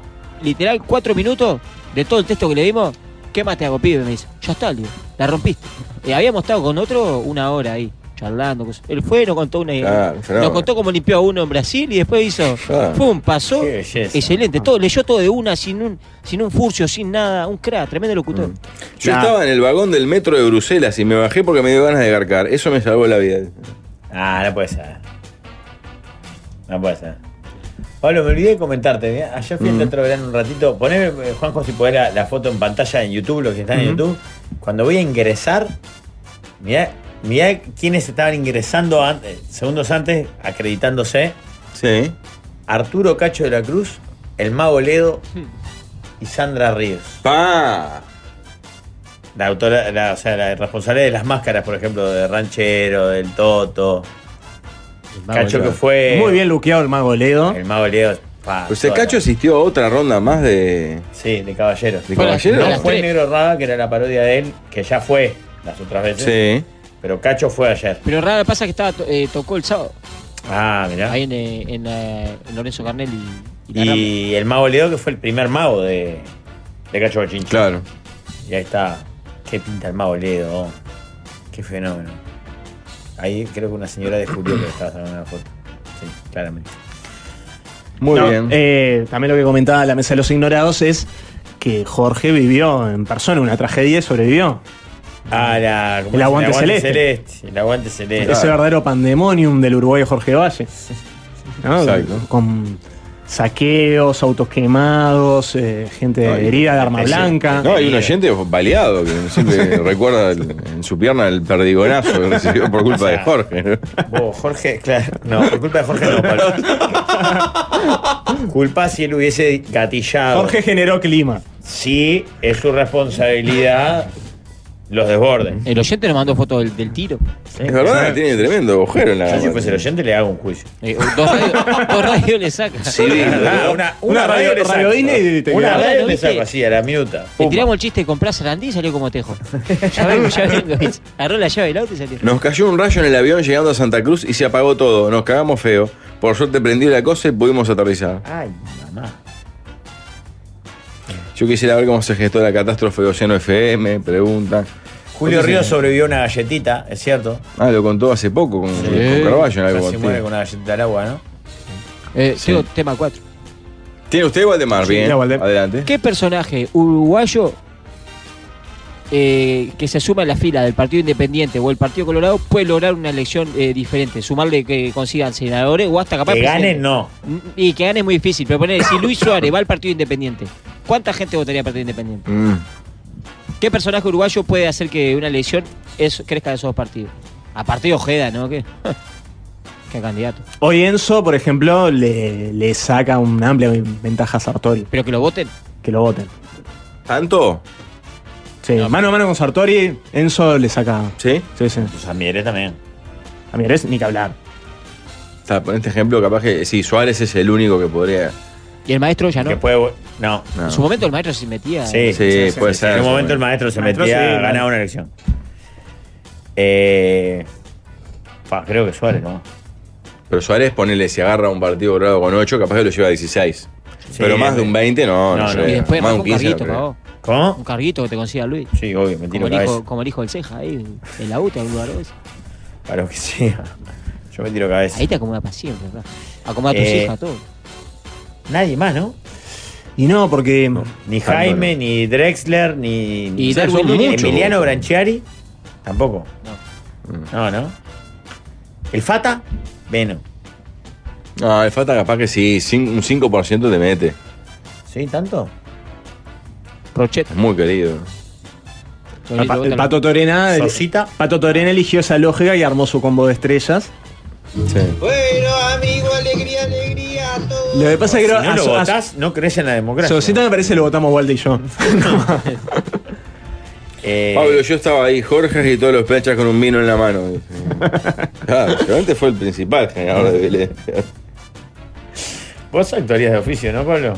S6: literal cuatro minutos de todo el texto que le dimos. ¿Qué más te hago, pibe? Me dice, ya está, le digo, la rompiste. Eh, habíamos estado con otro una hora ahí, charlando. cosas. Él fue, nos contó una
S5: Claro,
S6: Nos
S5: fenómeno.
S6: contó cómo limpió a uno en Brasil y después hizo.
S5: Claro.
S6: ¡Pum! Pasó. Excelente. Todo, leyó todo de una, sin un, sin un furcio, sin nada. Un crack, tremendo locutor.
S5: Mm. Yo estaba en el vagón del metro de Bruselas y me bajé porque me dio ganas de garcar. Eso me salvó la vida.
S2: Ah, no puede ser. No puede ser. Pablo, me olvidé de comentarte. ¿eh? Ayer fui al
S5: Mm.
S2: teatro verano un ratito. Poné, eh, Juanjo, si podés la, la foto en pantalla en YouTube, los que están en
S5: Ujú.
S2: YouTube. Cuando voy a ingresar, mirá, mirá quiénes estaban ingresando antes- segundos antes, acreditándose.
S5: Sí.
S2: Arturo Cacho de la Cruz, el Mago Ledo y Sandra Ríos.
S5: ¡Pa!
S2: La autora, la- o sea, la responsable de las máscaras, por ejemplo, de Ranchero, del Toto. Cacho que fue. Eh,
S4: Muy bien luqueado el mago Ledo.
S2: El mago Leo. pa,
S5: O sea,
S2: toda.
S5: Cacho asistió a otra ronda más de.
S2: Sí, de Caballero.
S5: ¿De Caballero?
S2: No, fue el Negro Rada, que era la parodia de él, que ya fue las otras veces.
S5: Sí.
S2: Pero Cacho fue ayer.
S6: Pero raro pasa que estaba to- eh, tocó el sábado.
S2: Ah, mirá.
S6: Ahí en, eh, en, eh, en Lorenzo Carnel y, y la Rambla.
S2: Y el mago Leo, que fue el primer mago de, de Cacho Bochinchi.
S5: Claro.
S2: Y ahí está. Qué pinta el mago Leo. Qué fenómeno. Ahí creo que una señora descubrió que estaba sacando una foto. Sí, claramente.
S5: Muy
S4: bien. eh, también lo que comentaba la mesa de los ignorados es que Jorge vivió en persona una tragedia y sobrevivió.
S2: Ah, la, ¿cómo
S4: El
S2: se-
S4: aguante celeste.
S2: El aguante celeste.
S4: Ese verdadero pandemonium del Uruguay de Jorge Valle. ¿no?
S2: Exacto.
S4: Con saqueos, autos quemados, eh, gente
S5: No, y-
S4: herida de arma blanca.
S5: No, hay un oyente baleado que siempre recuerda el- en su pierna el perdigonazo que recibió por culpa
S2: O sea,
S5: de Jorge. ¿no?
S2: Vos, Oh, Jorge, claro. No, por culpa de Jorge no, Pablo. Culpa si él hubiese gatillado.
S4: Jorge generó clima.
S2: Sí, es su responsabilidad los desbordes.
S6: El oyente nos mandó fotos del, del tiro.
S5: Es verdad, tiene tremendo agujero en la
S2: Yo si fuese el oyente le hago un juicio.
S6: Eh, dos, radios, dos radios le saca.
S2: Sí, una, una, una radio, le saco. Una radio le saco así, a la miuta.
S6: Le
S2: Pum.
S6: tiramos el chiste, comprás Sarandí y salió como tejo. Ya vengo, ya vengo. dice. Agarró la llave del auto y salió.
S5: Nos cayó un rayo en el avión llegando a Santa Cruz y se apagó todo. Nos cagamos feo. Por suerte prendí la cosa y pudimos aterrizar.
S2: Ay, mamá.
S5: Yo quisiera ver cómo se gestó la catástrofe de Océano FM, preguntan.
S2: Julio
S5: Porque
S2: Ríos
S5: sí.
S2: sobrevivió a una galletita, es cierto.
S5: Ah, lo contó hace poco con, con Carballo en algo
S2: Casi muere
S5: contigo.
S2: con una galletita al agua, ¿no?
S6: Eh,
S5: Sí.
S6: sigo tema 4.
S5: ¿Tiene usted Waldemar?
S6: Sí,
S5: Bien,
S6: mira, Waldemar.
S5: adelante.
S6: ¿Qué personaje uruguayo eh, que se suma a la fila del Partido Independiente o el Partido Colorado puede lograr una elección eh, diferente? Sumarle que consigan senadores o hasta capaz.
S2: Que ganen,
S6: presidente.
S2: no.
S6: Y que gane es muy difícil, pero poner, si Luis Suárez va al Partido Independiente, ¿cuánta gente votaría al Partido Independiente?
S8: Mm.
S6: ¿Qué personaje uruguayo puede hacer que una elección es, crezca de esos dos partidos? Aparte de Ojeda, ¿no? ¿Qué? Qué candidato.
S4: Hoy Enzo, por ejemplo, le, le saca una amplia ventaja a Sartori.
S6: Pero que lo voten.
S4: Que lo voten.
S5: ¿Tanto?
S4: Sí, mano a mano con Sartori, Enzo le saca.
S5: ¿Sí?
S4: Sí, sí.
S2: Pues a Mieres también.
S4: A Mieres, ni que hablar.
S5: O sea, por este ejemplo, capaz que sí, Suárez es el único que podría.
S6: Y el maestro ya no.
S2: Que puede. No.
S5: No.
S6: En su momento el maestro se metía.
S2: Sí,
S5: Sí, puede ser.
S2: En un momento el maestro se
S6: Maestro,
S2: metía
S6: sí,
S2: a ganar
S6: claro.
S2: una elección. Eh, pa, creo que Suárez, ¿no?
S5: Pero Suárez, ponele, si agarra un partido grado con 8, capaz que lo lleva a 16. pero más de un 20, no, no,
S2: No, no.
S5: llega.
S6: Y después
S5: Más
S6: arrancó
S5: de
S6: un
S5: un 15.
S6: carguito,
S5: no creo.
S6: pagó.
S2: ¿Cómo?
S6: Un carguito que te consiga Luis.
S2: Sí, obvio, me tiro
S6: Como el,
S2: cabeza.
S6: hijo, como el hijo del Ceja ahí, en la UTA, en lugar de eso.
S2: Para lo que sea. Yo me tiro cabeza.
S6: Ahí te acomoda para siempre, ¿verdad? Acomoda a tus
S2: Eh,
S6: hijas, todo.
S2: Nadie más, ¿no?
S4: Y no, porque.
S2: Ni Jaime, ni Drexler, ni, ni-
S4: Y Darwin
S2: ni
S4: Núñez.
S2: Emiliano Branchiari. Tampoco.
S5: Mm.
S2: No. No, no. ¿El Fata? Bueno.
S5: No, el Fata capaz que sí, cin- un 5% te mete.
S2: ¿Sí? ¿Tanto?
S6: Prochet.
S5: Es muy querido.
S4: El, Ah, pa- el Pato Torena. el-
S2: Sosita.
S4: Pato Torena eligió esa lógica y armó su combo de estrellas.
S16: Bueno, amigo, alegría, alegría a todos.
S4: Lo que pasa es que
S2: si
S4: creo-
S2: no
S4: a
S2: lo
S4: so- a-
S2: votás, no crees en la democracia.
S4: Sosita me parece lo votamos Walde y yo.
S2: Eh,
S5: Pablo, yo estaba ahí, Jorge y todos los pechas con un vino en la mano. Ah, seguramente fue el principal generador de violencia.
S2: Vos actuarías de oficio, ¿no, Pablo?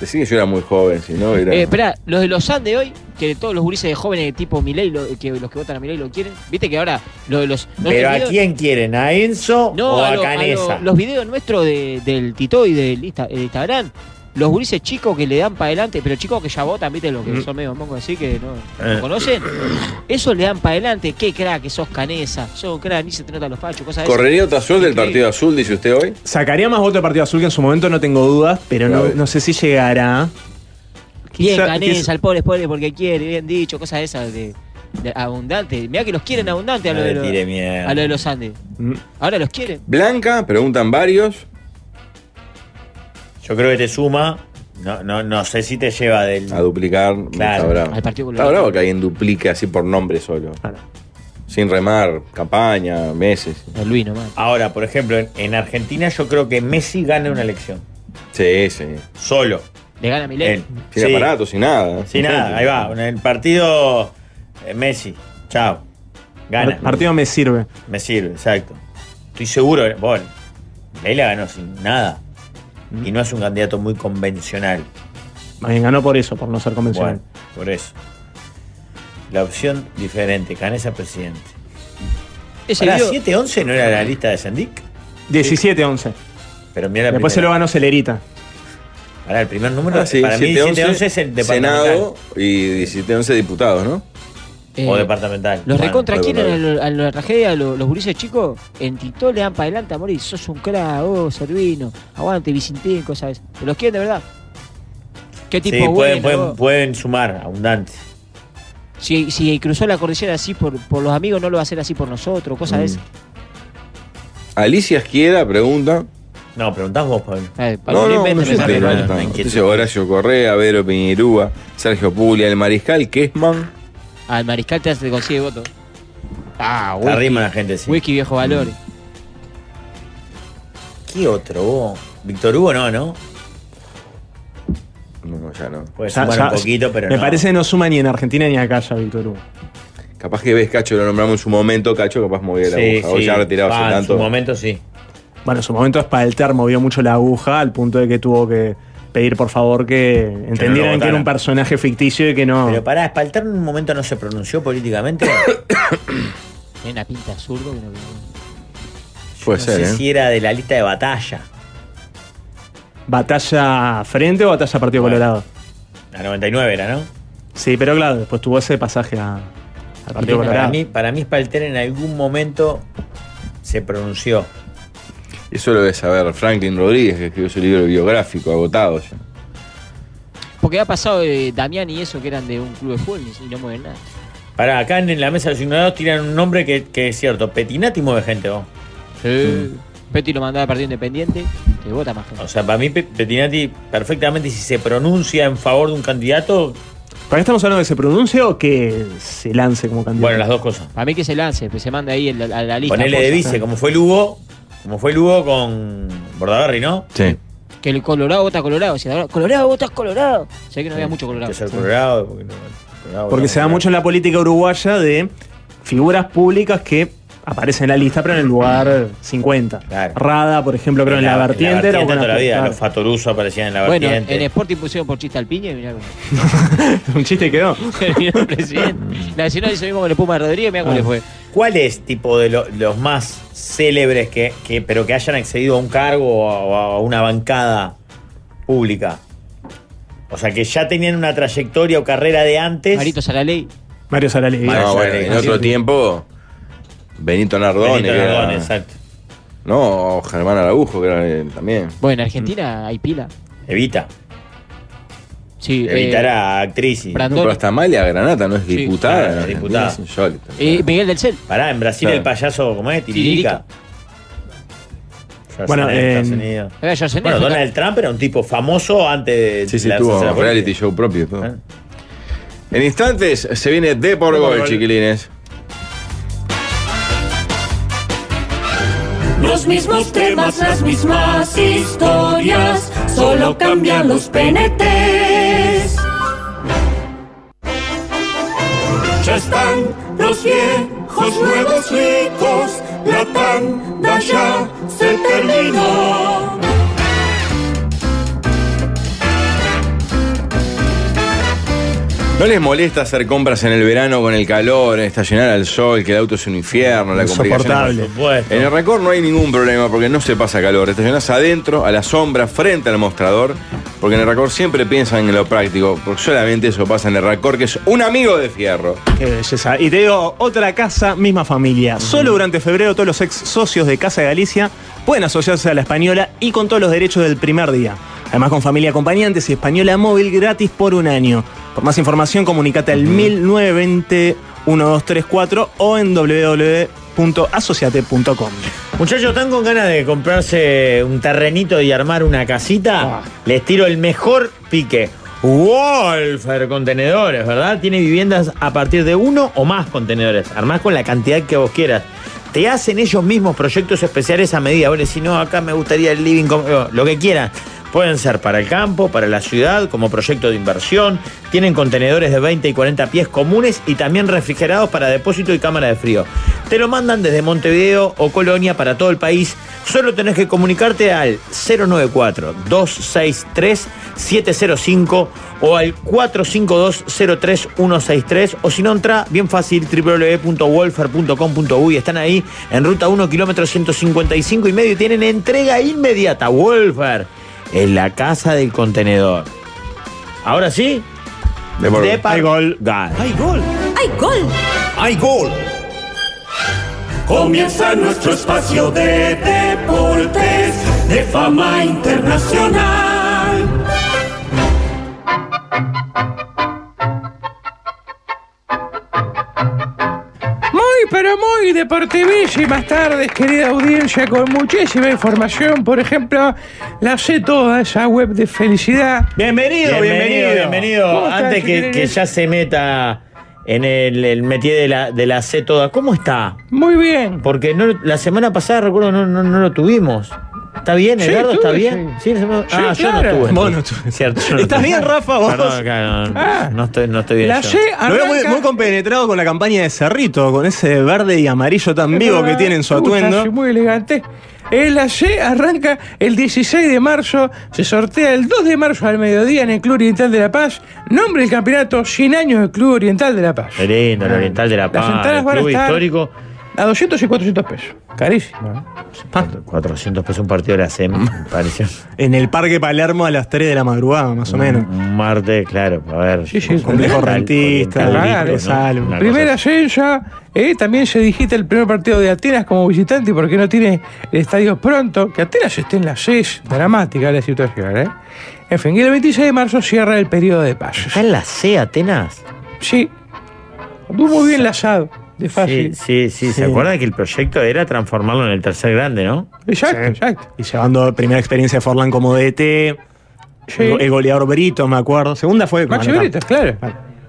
S5: Decí que yo era muy joven, si no era.
S6: Eh, esperá, los de los Andes hoy, que todos los gurises de jóvenes de tipo Milei, lo- que los que votan a Milei lo quieren, viste que ahora lo de los... los
S2: ¿Pero a
S6: videos-
S2: quién quieren? ¿A Enzo
S6: No,
S2: o a,
S6: a lo- a lo-
S2: Canesa?
S6: los videos nuestros de- del Tito y del Insta- el Instagram, los gurises chicos que le dan para adelante, pero chicos que ya votan, viste, los que
S2: Mm.
S6: son medio mongos así, que no,
S2: Eh.
S6: no conocen, esos le dan para adelante, qué crack, sos canesa, sos crack, ni se te notan los pachos, cosas de esas.
S5: ¿Correría otra suerte del partido azul, dice usted hoy?
S4: Sacaría más voto de Partido Azul que en su momento, no tengo dudas, pero no, no sé si llegará.
S6: Bien,
S4: Quizá-
S6: canesa,
S4: quizá-
S6: al pobre es pobre porque quiere, bien dicho, cosas de esas de, de abundante. Mirá que los quieren abundante a
S5: No
S2: Ah,
S6: lo, de
S5: le
S6: los,
S5: tire mierda.
S6: a lo de los Andes. Ahora los quieren.
S5: Blanca, preguntan varios.
S2: Yo creo que te suma. No, no, no sé si te lleva del.
S5: A duplicar.
S2: Claro.
S5: Está bravo.
S2: Al Partido
S5: Está
S2: Colorado.
S5: bravo que alguien duplique así por nombre solo. Sin remar, campaña, meses.
S6: Luis nomás.
S2: Ahora, por ejemplo, en, en Argentina yo creo que Messi gana una elección.
S5: Sí, sí.
S2: Solo.
S6: Le gana a Milei.
S2: Él.
S5: Sin
S2: Sí.
S5: aparato, sin nada. Ah,
S2: Sin nada, ahí va. En el partido eh, Messi. Chao. Gana.
S4: El partido me sirve.
S2: Me sirve, exacto. Estoy seguro. que- Bueno, Leila ganó sin nada.
S4: Mm.
S2: Y no es un candidato muy convencional.
S4: Más bien ganó por eso, por no ser convencional.
S2: Bueno, por eso. La opción diferente, Canesa presidente.
S6: Ese
S2: Pará,
S6: video-
S2: 7-11 no era la lista de Sendic.
S4: 17-11.
S2: Pero mira la
S4: Después se
S2: primera.
S4: lo ganó Celerita.
S2: Pará, el primer número.
S5: Ah, sí,
S2: para mí
S5: 7-11,
S2: 7-11 es el departamental.
S5: Senado y 17-11 diputados, ¿no?
S6: Eh, O
S2: departamental.
S6: Los recontra quieren a, lo- a la tragedia, lo- los gurises chicos, en Tito le dan para adelante a morir. Sos un crack, oh, Servino, aguante, Vicentín, cosas de esas. Pero los quieren de verdad. Qué tipo
S2: sí, pueden,
S6: bueno.
S2: pueden,
S6: vos.
S2: pueden sumar, abundante.
S6: Si, si cruzó la cordillera así por, por los amigos, no lo va a hacer así por nosotros, cosas
S2: Mm.
S6: de esas.
S5: Alicia Esquiera pregunta.
S2: No, preguntás vos, Pablo.
S6: Eh,
S5: No, no, no,
S2: Inventen,
S5: sé
S2: me
S5: usted,
S2: sale
S5: no,
S2: mal,
S5: está.
S2: me inquieto.
S5: Dice Horacio Correa, Vero Piñerúa, Sergio Puglia, el Mariscal Kesman.
S6: Al mariscal te hace- te consigue voto. Ah,
S2: Te arrima la gente, sí.
S6: Whisky, viejo valores.
S2: ¿Qué otro vos? Víctor Hugo no, ¿no?
S5: No, ya no.
S2: Puede
S4: Ya-
S2: sumar
S4: ya-
S2: un poquito, pero
S4: me
S2: no.
S4: parece que no suma ni en Argentina ni acá ya Víctor Hugo.
S5: Capaz que ves, Cacho, lo nombramos en su momento, Cacho, capaz movía la
S4: Sí,
S5: aguja. Hoy
S4: sí.
S5: ya retirado
S4: Ah,
S5: hace
S4: en
S5: tanto.
S4: su
S2: momento sí.
S4: Bueno, en su momento Spalter movió mucho la aguja al punto de que tuvo que pedir por favor que entendieran que, era
S2: votaran.
S4: un personaje ficticio y que no.
S2: Pero pará, Espalter en un momento no se pronunció políticamente.
S6: Tiene una pinta zurdo que no
S5: Puede
S2: no
S5: ser,
S2: sé
S5: ¿eh?
S2: si era de la lista de batalla.
S4: ¿Batalla frente o batalla partido colorado?
S2: La 99 era, ¿no?
S4: Sí, pero claro, después tuvo ese pasaje a- al partido
S2: para,
S4: colorado.
S2: mí, para mí Spalter en algún momento se pronunció.
S5: Eso lo debe saber Franklin Rodríguez, que escribió su libro biográfico, agotado ya.
S6: Porque ha pasado eh, Damián y eso que eran de un club de fútbol y no mueven nada.
S2: Pará, acá en la mesa de los ignorados tiran un nombre que, que es cierto. Petinati mueve gente, vos.
S6: Petty lo mandaba a Partido Independiente, que vota más gente.
S2: O sea, para mí Pe- Petinati perfectamente si se pronuncia en favor de un candidato,
S4: ¿Para qué estamos hablando de que se pronuncie o que se lance como candidato?
S2: bueno, las dos cosas.
S6: Para mí que se lance, pues se manda ahí el- a la lista.
S2: Ponele de
S6: posta.
S2: vice, como fue Lugo, como fue Lugo con Bordaberry, ¿no?
S5: Sí.
S6: Que el Colorado vota Colorado. Si ahora, Colorado vota Colorado. Sé que no había mucho Colorado.
S2: el Colorado, porque, no- Colorado
S4: Porque
S2: no-
S4: se da mucho en la política uruguaya de figuras públicas que aparecen en la lista, pero en el lugar 50. Rada, por ejemplo, creo en la, vertiente. era
S2: toda la
S4: Buenafuente,
S2: vida,
S4: claro.
S2: los Fatoruso aparecían en la
S6: Bueno,
S2: vertiente.
S6: en Sporting pusieron por chiste al piña y mirá cómo.
S4: Un chiste quedó.
S6: terminó el presidente. Nacional hizo mismo con el Puma de Rodríguez, mirá
S5: Ah.
S6: cómo le fue.
S2: ¿Cuál es tipo de lo- los más célebres que, que- pero que hayan accedido a un cargo o a, o a una bancada pública? O sea, que ya tenían una trayectoria o carrera de antes.
S6: Marito Saraley.
S4: Mario
S5: Ah,
S4: Saraley.
S5: No, bueno, en otro tiempo, Benito Nardone.
S2: eh, Benito
S5: que era-
S2: Nardone, exacto.
S5: No, Germán Araujo, que era él también.
S6: Bueno, en Argentina hay pila.
S2: Evita.
S6: Sí, eh,
S2: Evitará actriz y.
S6: Brandoni.
S5: No, pero hasta Amalia Granata no es
S2: Sí,
S5: diputada.
S2: claro,
S5: en
S2: diputada.
S5: Argentina, es insólito.
S6: Eh, Miguel del Cel.
S2: Pará, en Brasil
S5: Claro.
S2: el payaso, ¿cómo es? Tiririca.
S5: Bueno,
S2: Schwarzenegger,
S5: eh,
S2: Schwarzenegger.
S6: Era Schwarzenegger.
S2: Bueno, Donald Trump era un tipo famoso antes de
S5: Sí, sí,
S2: lanzarse
S5: tuvo
S2: a la Ah.
S5: un
S2: política.
S5: reality show propio. y todo. En instantes se viene de por gol, chiquilines.
S8: Los mismos temas, las mismas historias, solo cambian los penetes. Ya están los viejos nuevos ricos, la tanda ya se terminó.
S5: ¿No les molesta hacer compras en el verano con el calor, estacionar al sol, que el auto es un infierno, la complicación?
S2: Por supuesto.
S9: Eh,
S5: En el Record no hay ningún problema porque no se pasa calor. Estacionás adentro, a la sombra, frente al mostrador, porque en el Record siempre piensan en lo práctico, porque solamente eso pasa en el Record, que es un amigo de fierro.
S4: Qué belleza. Y te digo, otra casa, misma familia. Solo durante febrero todos los ex socios de Casa de Galicia pueden asociarse a la española y con todos los derechos del primer día. Además con familia acompañantes y española móvil gratis por un año. Por más información comunicate al 1920 1234 o en www.asociate.com.
S2: Muchachos, ¿están con ganas de comprarse un terrenito y armar una casita? Les tiro el mejor pique. Wolfer Contenedores, ¿verdad? Tiene viviendas a partir de uno o más contenedores. Armás con la cantidad que vos quieras. Te hacen ellos mismos proyectos especiales a medida. Vos decís, no, acá me gustaría el living, con- eh, lo que quieran. Pueden ser para el campo, para la ciudad, como proyecto de inversión. Tienen contenedores de 20 y 40 pies comunes y también refrigerados para depósito y cámara de frío. Te lo mandan desde Montevideo o Colonia para todo el país. Solo tenés que comunicarte al 094-263-705 o al 452-03163 o si no entra, bien fácil, www.wolfer.com.uy. Están ahí en ruta 1, kilómetro 155 y medio y tienen entrega inmediata. Wolfer, en la casa del contenedor. Ahora sí,
S5: de por-
S2: Hay gol. Hay
S4: gol.
S8: ¡Hay gol! ¡Hay gol! Comienza nuestro espacio de deportes de fama internacional.
S17: Muy, pero muy deportivísimas tardes, querida audiencia, con muchísima información. Por ejemplo, la sé toda esa web de felicidad.
S2: Bienvenido, bienvenido, bienvenido.
S17: ¿Cómo estás,
S2: Antes que, que
S17: chiquilines?
S2: ya se meta en el, el métier de la, de la C toda, ¿cómo está?
S17: Muy bien.
S2: Porque no, la semana pasada, recuerdo, no, no, no lo tuvimos. ¿Está bien,
S17: Sí,
S2: Edgardo? ¿Está
S17: estuve,
S2: bien?
S17: sí.
S2: Sí, la semana-
S17: Sí,
S2: ah, yo
S17: claro.
S2: no tuve.
S17: Vos no
S2: Cierto, yo no
S4: ¿Estás
S2: tuve.
S4: bien, Rafa, vos?
S2: Perdón, acá no, no estoy, no estoy bien.
S4: La
S2: yo.
S4: C Lo veo muy, muy compenetrado con la campaña de Cerrito, con ese verde y amarillo tan vivo que tiene en su
S17: Me gusta, sí,
S4: atuendo.
S17: muy elegante. Eh, La C arranca el 16 de marzo, se sortea el 2 de marzo al mediodía en el Club Oriental de La Paz. Nombre del campeonato, 100 años del Club Oriental de La Paz.
S2: Qué lindo, el Oriental de la Paz.
S17: entradas
S2: Ah, el
S17: van a
S2: club
S17: estar-
S2: histórico.
S17: A 200 y 400 pesos. Carísimo. ¿eh?
S2: 400 pesos un partido de la C, me pareció.
S4: En el Parque Palermo a las 3 de la madrugada,
S17: Mm,
S4: más o menos.
S2: Un martes, claro, a ver.
S17: Sí, sí,
S2: un
S4: complejo rentista,
S17: Claro,
S4: algo.
S2: Una cosa
S17: Primera ascensa, eh, también se digita el primer partido de Atenas como visitante porque no tiene el estadio pronto. Que Atenas esté en la CES, dramática la situación. ¿eh? En fin, y el 26 de marzo cierra el periodo de pases.
S2: ¿Está en la C Atenas?
S17: Sí. Estuvo muy bien lazado, ah, de
S2: Sí,
S17: fácil.
S2: sí, sí,
S17: Sí.
S2: ¿Se acuerdan que el proyecto era transformarlo en el tercer grande, no?
S17: Exacto, exacto.
S4: Y llevando primera experiencia de Forlán como DT. El goleador Brito, me acuerdo. Segunda fue con
S17: Maxi
S4: Anacamp.
S17: Britos, claro.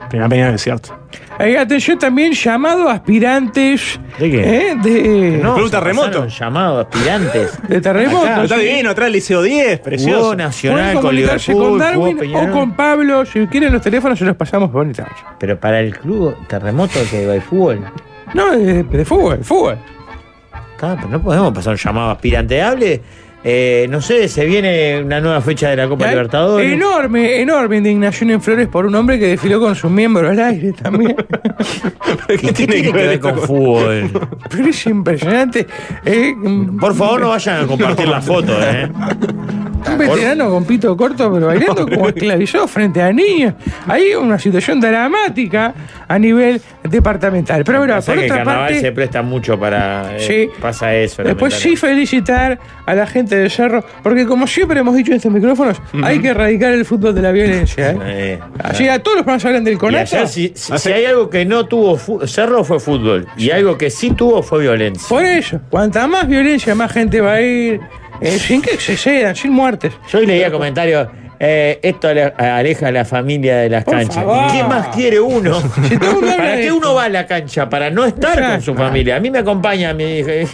S4: Primera peña es cierto.
S17: Eh, atención también, llamado aspirantes.
S2: ¿De
S4: qué?
S17: eh, de,
S4: No, Club Terremoto.
S2: pasaron Llamados aspirantes.
S17: De terremoto.
S4: Acá, está
S17: sí.
S4: divino, atrás el Liceo 10, precioso.
S2: Jugó Nacional
S17: Pueden
S2: con
S17: comunicarse
S2: Liverpool,
S17: con
S2: jugó
S17: Darwin
S2: Peñarol.
S17: o con Pablo. Si quieren los teléfonos, se los pasamos por bonita.
S2: Pero para el club terremoto que va el fútbol.
S17: No, de, de fútbol, fútbol.
S2: Claro, pero no podemos pasar un llamado aspirante. Hable, eh, no sé, se viene una nueva fecha de la Copa Libertadores.
S17: Enorme, enorme indignación en Flores por un hombre que desfiló con sus miembros al aire también.
S2: ¿Qué, tiene que ver con fútbol?
S17: Pero es impresionante.
S2: Por favor, no vayan a compartir la foto, ¿eh?
S17: Un veterano con pito corto, pero bailando como esclavizó frente a niños. Hay una situación dramática a nivel departamental. Pero ahora,
S2: Pasa
S17: por
S2: que el
S17: otra
S2: carnaval
S17: parte.
S2: se eh. presta mucho para. eh,
S17: Sí.
S2: Pasa eso.
S17: Después sí felicitar a la gente del Cerro, porque como siempre hemos dicho en estos micrófonos, hay que erradicar el fútbol de la violencia. ¿eh? Así a todos los programas hablan del
S2: Y
S17: conato.
S2: ayer, si, si- si hay algo que no tuvo fu- Cerro fue fútbol. Y algo que sí tuvo fue violencia.
S17: Por eso, cuanta más violencia, más gente va a ir, eh, sin que se cedan, sin muertes.
S2: Yo hoy leía comentarios, eh, esto ale- aleja a la familia de las
S16: Ah,
S2: canchas.
S17: favor.
S2: ¿Qué más quiere uno? ¿Para
S17: de
S2: qué uno va a la cancha? Para no estar con su familia. A mí me acompaña, me dije,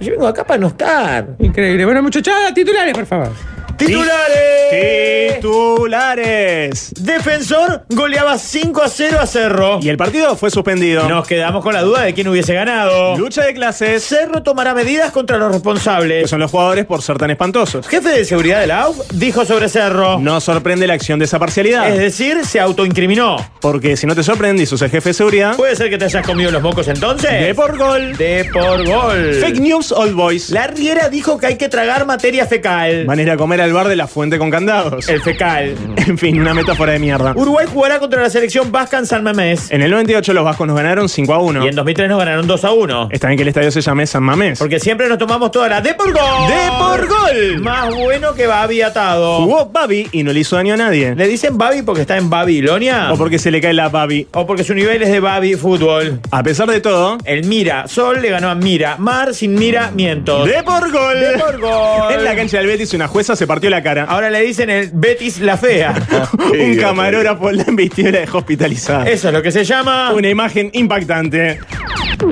S2: yo vengo acá para no estar.
S17: Increíble. Bueno, muchachada, titulares, por favor.
S2: ¡Titulares!
S4: ¡Titulares!
S2: Defensor goleaba 5 a 0 a Cerro.
S4: Y el partido fue suspendido.
S2: Nos quedamos con la duda de quién hubiese ganado.
S4: Lucha de clases.
S2: Cerro tomará medidas contra los responsables.
S4: Que son los jugadores por ser tan espantosos.
S2: Jefe de seguridad de la AUF dijo sobre Cerro.
S4: No sorprende la acción de esa parcialidad.
S2: Es decir, se autoincriminó.
S4: Porque si no te sorprende y sos el jefe de seguridad.
S2: ¿Puede ser que te hayas comido los mocos entonces?
S4: De por gol.
S2: De por gol.
S4: Fake news, old boys.
S2: La Riera dijo que hay que tragar materia fecal.
S4: Van a ir a comer al bar de la fuente con candados.
S2: El fecal.
S4: En fin, una metáfora de mierda.
S2: Uruguay jugará contra la selección vasca en San Mamés.
S4: En el 98 los vascos nos ganaron 5 a 1.
S2: Y en 2003 nos ganaron 2 a 1.
S4: Está bien que el estadio se llame San Mamés.
S2: Porque siempre nos tomamos toda la de por gol.
S4: ¡De por gol!
S2: Más bueno que Babi atado.
S4: Jugó Babi y no le hizo daño a nadie.
S2: ¿Le dicen Babi porque está en Babilonia?
S4: O porque se le cae la Babi.
S2: O porque su nivel es de Babi Fútbol.
S4: A pesar de todo,
S2: El Mira, Sol le ganó a Mira. Mar sin Mira, mientos.
S4: de por gol.
S2: De por gol.
S4: En la cancha del Betis una jueza se partió la cara.
S2: Ahora le dicen el Betis la Fea.
S4: Ah, Un camarógrafo la embistió y la dejó hospitalizada.
S2: Eso es lo que se llama.
S4: Una imagen impactante.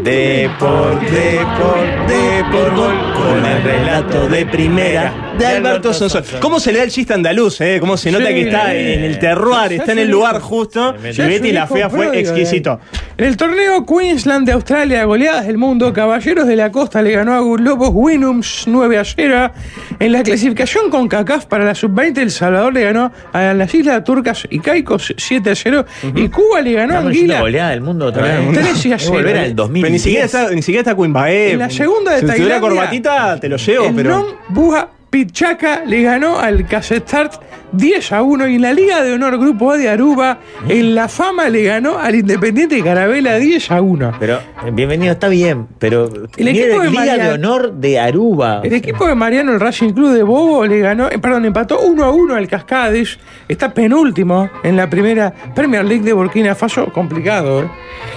S2: De por, de por, de por gol. Con el relato
S4: de primera de Alberto Sonsol. ¿Cómo se le da el chiste andaluz? Eh? ¿Cómo se nota
S17: Sí.
S4: que está en el terroir, está en el lugar justo? Y
S17: Ya es
S4: Betty
S17: un
S4: la
S17: hijo
S4: Fea fue
S17: pródigo,
S4: exquisito.
S17: eh. En el torneo Queensland de Australia, goleadas del mundo, Caballeros de la Costa le ganó a Lobos Winums 9 a 0. En la clasificación con CACAF para la sub-20, El Salvador le ganó a las Islas Turcas y Caicos 7 a 0. Y Cuba le ganó a
S2: Estamos diciendo
S17: Anguila.
S2: goleada del mundo otra vez.
S17: 13 a
S2: Hay que Volver
S17: 0.
S2: al
S4: Pero ni
S2: 2010.
S4: siquiera está, ni siquiera está Coimbae.
S17: En la segunda de
S4: si tuviera
S17: Tailandia,
S4: corbatita, te lo llevo,
S17: El
S4: pero.
S17: Nom Buja Pichaca le ganó al Casestart 10 a 1 y en la Liga de Honor Grupo A de Aruba
S2: Mm.
S17: en la fama le ganó al Independiente Carabela 10 a 1.
S2: Pero, eh, bienvenido, está bien. Pero,
S17: El
S2: ni
S17: equipo
S2: era
S17: de
S2: Liga
S17: Mariano-
S2: de Honor de Aruba.
S17: El equipo de Mariano, el Racing Club de Bobo, le ganó, eh, perdón, empató 1 a 1 al Cascades. Está penúltimo en la primera Premier League de Burkina Faso, complicado. ¿eh?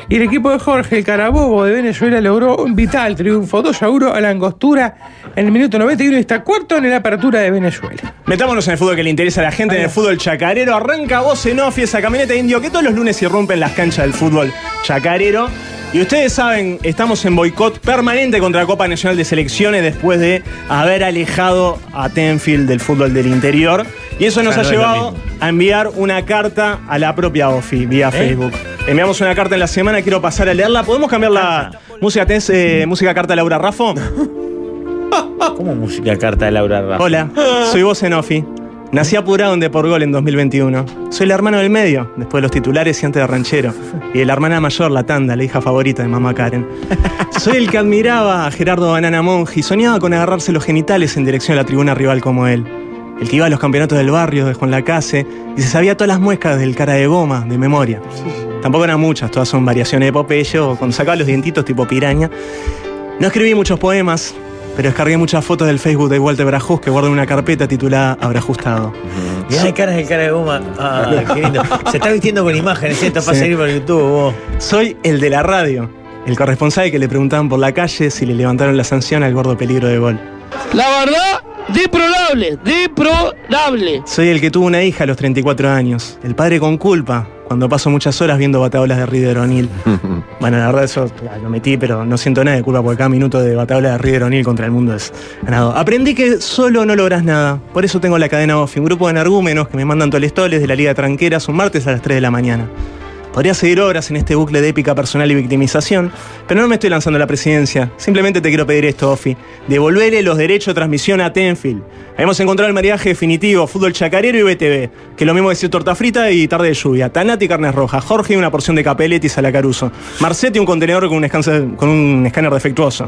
S17: Y el equipo de Jorge, el Carabobo de Venezuela, logró un vital triunfo 2 a 1 a la Angostura en el minuto 91 y está cuarto en la apertura de Venezuela.
S4: Metámonos en el fútbol que le interesa a la gente, en el fútbol chacarero. Arranca vos en off y esa camioneta indio que todos los lunes irrumpen las canchas del fútbol chacarero. Y ustedes saben, estamos en boicot permanente contra la Copa Nacional de Selecciones después de haber alejado a Tenfield del fútbol del interior. Y eso nos
S2: Ya
S4: ha
S2: no es lo
S4: llevado a enviar una carta a la propia OFI
S2: ¿Eh?
S4: vía Facebook. Enviamos una carta en la semana, quiero pasar a leerla. ¿Podemos cambiar la música? ¿Tenés eh, música carta Laura Raffo?
S2: ¿Cómo música carta de Laura Rafa?
S4: Hola, soy vos Enofi. Nací apurado en De Por Gol en 2021. Soy el hermano del medio, después de los titulares y antes de ranchero. Y de la hermana mayor, la tanda, la hija favorita de mamá Karen. Soy el que admiraba a Gerardo Banana Monge y soñaba con agarrarse los genitales en dirección a la tribuna rival como él. El que iba a los campeonatos del barrio de Juan Lacase y se sabía todas las muescas del cara de goma, de memoria. Tampoco eran muchas, todas son variaciones de Popello, o cuando sacaba los dientitos tipo piraña. No escribí muchos poemas, pero descargué muchas fotos del Facebook de Walter Brajus que guarda en una carpeta titulada Habrá ajustado.
S2: Mirá de caras del cara de goma. Ah, qué lindo. Se está vistiendo con imágenes, ¿eh? esto para
S4: Sí.
S2: seguir por YouTube vos.
S4: Soy el de la radio, el corresponsal que le preguntaban por la calle si le levantaron la sanción al gordo peligro de gol.
S16: La verdad, deplorable, deplorable.
S4: Soy el que tuvo una hija a los 34 años, el padre con culpa, cuando paso muchas horas viendo bataolas de River O'Neill. Bueno, la verdad eso ah, lo metí, pero no siento nada de culpa porque cada minuto de bataola de River O'Neill contra el mundo es ganado. Aprendí que solo no lográs nada. Por eso tengo la cadena OFI, un grupo de energúmenos que me mandan tolestoles de la Liga Tranqueras un martes a las 3 de la mañana. Podría seguir horas en este bucle de épica personal y victimización, pero no me estoy lanzando a la presidencia. Simplemente te quiero pedir esto, Ofi. Devolverle los derechos de transmisión a Tenfield. Hemos encontrado el mariaje definitivo, fútbol chacarero y BTV. Que lo mismo decir torta frita y tarde de lluvia. Tanati y carnes rojas. Jorge y una porción de capelletis a la Caruso. Marcetti un contenedor con un, escáncer- con un escáner defectuoso.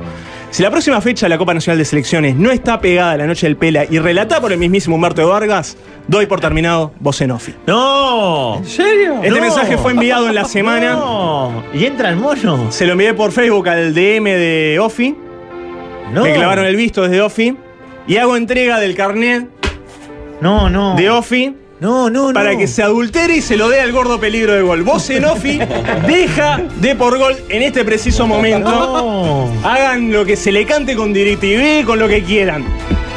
S4: Si la próxima fecha de la Copa Nacional de Selecciones no está pegada a la noche del Pela y relatada por el mismísimo Humberto de Vargas, doy por terminado Bocenofi.
S2: ¡No! ¿En serio?
S4: Este
S2: No.
S4: mensaje fue enviado en la semana.
S2: No. ¿Y entra el mono?
S4: Se lo envié por Facebook al DM de Ofi.
S2: No.
S4: Me clavaron el visto desde Ofi. Y hago entrega del carnet.
S2: No, no.
S4: De Ofi.
S2: No, no,
S4: Para que se adultere y se lo dé al gordo peligro de gol. Vos en Ofi deja de por gol en este preciso momento. Hagan lo que se le cante con DirecTV, con lo que quieran.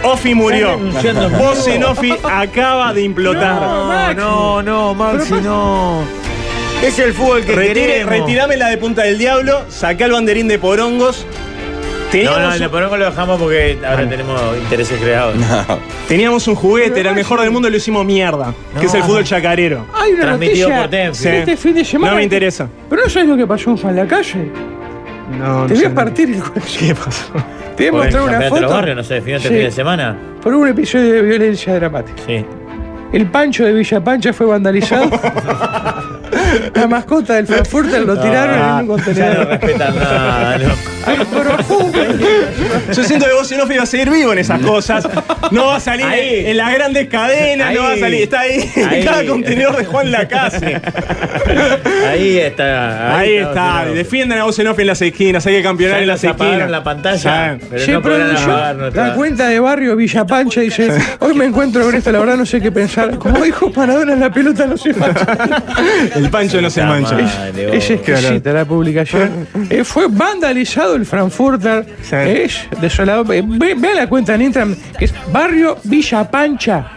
S4: Ofi murió.
S2: Están denunciando.
S4: Vos en Ofi acaba de implotar.
S2: No, no, Maxi, no. Es el fútbol que
S4: Retire-
S2: queremos.
S4: Retirame la de punta del diablo, sacá el banderín de porongos.
S2: No,
S4: Teníamos
S2: no,
S4: un-
S2: el porongo lo dejamos porque ahora tenemos intereses creados.
S4: Teníamos un juguete, era el mejor del mundo y lo hicimos mierda. Que es el fútbol chacarero.
S17: Hay una
S2: Transmitido
S17: noticia
S2: por Tenfield.
S17: de este fin de semana.
S4: No me
S17: que-
S4: interesa.
S17: Pero no sabes lo que pasó en Fan la calle.
S4: No,
S17: Te
S4: no
S17: voy
S4: sé.
S17: a partir el cuello.
S4: ¿Qué pasó?
S17: Te voy a
S2: Por el
S17: mostrar una
S2: campeonato de los barrios, no
S17: foto
S2: se definió este
S17: Sí.
S2: fin de semana.
S17: por un episodio de violencia dramática.
S2: Sí.
S17: El pancho de Villa Pancha fue vandalizado. la mascota del Frankfurter lo tiraron en un
S2: Ya no
S17: contenedor.
S2: respetan nada, no.
S4: Yo siento que vos en off iba a seguir vivo en esas cosas. No va a salir
S2: Ahí.
S4: en las grandes cadenas, no va a
S2: Ahí.
S4: salir. Está ahí,
S2: Ahí.
S4: en cada contenedor de Juan Lacase.
S2: Ahí está.
S4: Ahí está.
S2: Bolsonaro.
S4: Defiendan a vos en off en las esquinas. Hay que campeonar
S2: Ya
S4: en
S2: nos
S4: las
S2: apagaron
S4: esquinas.
S2: la pantalla,
S4: Ya.
S2: pero
S17: Che,
S2: no
S17: pero
S2: podrán
S17: yo-
S2: apagar nuestra-
S17: La cuenta de barrio Villa Pancha dice, hoy me encuentro con esto, la verdad no sé qué pensar. Como dijo Maradona, la pelota no se mancha.
S4: El pancho no se mancha.
S17: Es exquisita la publicación. Eh, fue vandalizado el Frankfurter. Es desolado. Eh, ve- Vean la cuenta en Instagram, que es Barrio Villa Pancha,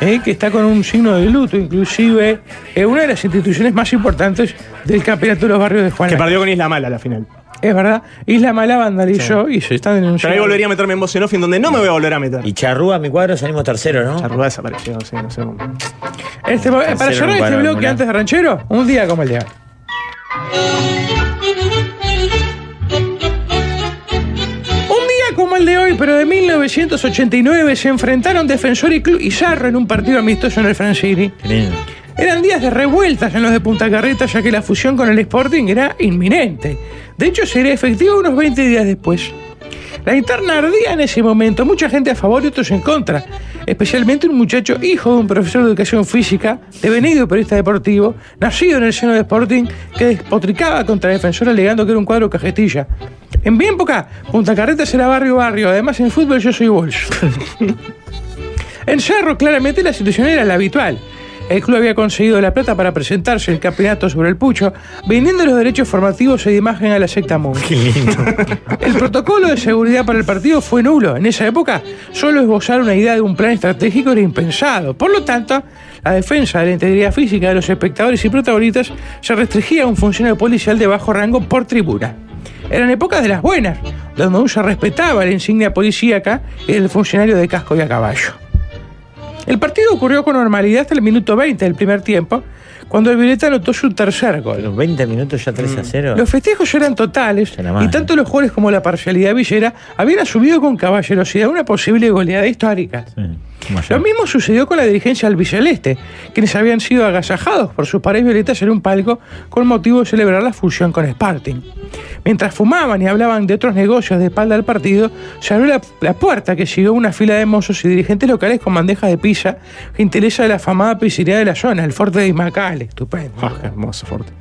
S17: eh, que está con un signo de luto, inclusive. Es una de las instituciones más importantes del campeonato de los barrios de Juan.
S4: Que perdió con Isla Mala la final.
S17: Es verdad. Isla Mala vandalizó y se está
S4: Pero ahí
S17: denunciando.
S4: volvería a meterme en voz en off en donde no me voy a volver a meter.
S2: Y Charrúa, mi cuadro, salimos tercero, ¿no?
S4: Charrúa desapareció, sí, no sé cómo.
S17: Este- para
S2: Tercero
S17: cerrar
S2: en
S17: este
S2: cuadro,
S17: bloque
S2: Mulán.
S17: antes de ranchero, un día como el día. Un día como el de hoy, pero de 1989, se enfrentaron Defensor y Club y Zarro en un partido amistoso en el Francini. Eran días de revueltas en los de Punta Carreta, ya que la fusión con el Sporting era inminente. De hecho, sería efectiva unos 20 días después. La interna ardía en ese momento, mucha gente a favor y otros en contra. Especialmente un muchacho hijo de un profesor de educación física, devenido periodista deportivo, nacido en el seno de Sporting, que despotricaba contra el defensor alegando que era un cuadro cajetilla. En bien época, Punta Carretas era barrio-barrio, además en fútbol yo soy bolso. En Cerro, claramente, la situación era la habitual. El club había conseguido la plata para presentarse el campeonato sobre el pucho, vendiendo los derechos formativos e de imagen a la secta Moon. El protocolo de seguridad para el partido fue nulo. En esa época, solo esbozar una idea de un plan estratégico era impensado. Por lo tanto, la defensa de la integridad física de los espectadores y protagonistas se restringía a un funcionario policial de bajo rango por tribuna. Eran épocas de las buenas, donde aún se respetaba la insignia policíaca y el funcionario de casco y a caballo. El partido ocurrió con normalidad hasta el minuto 20 del primer tiempo, cuando el Violeta anotó su tercer gol. Mm.
S2: Los 20 minutos ya 3 a 0.
S17: Los festejos eran totales
S2: ¿eh?
S17: y tanto los jugadores como la parcialidad villera habían asumido con caballerosidad una posible goleada histórica. Lo mismo sucedió con la dirigencia albiceleste, quienes habían sido agasajados por sus pares violetas en un palco con motivo de celebrar la fusión con Sparting. Mientras fumaban y hablaban de otros negocios de espalda al partido, se abrió la, la puerta que siguió una fila de mozos y dirigentes locales con bandejas de pizza, gentileza de la afamada pizzería de la zona, el Forte de Ismacal, estupendo.
S4: Ah, hermoso Forte.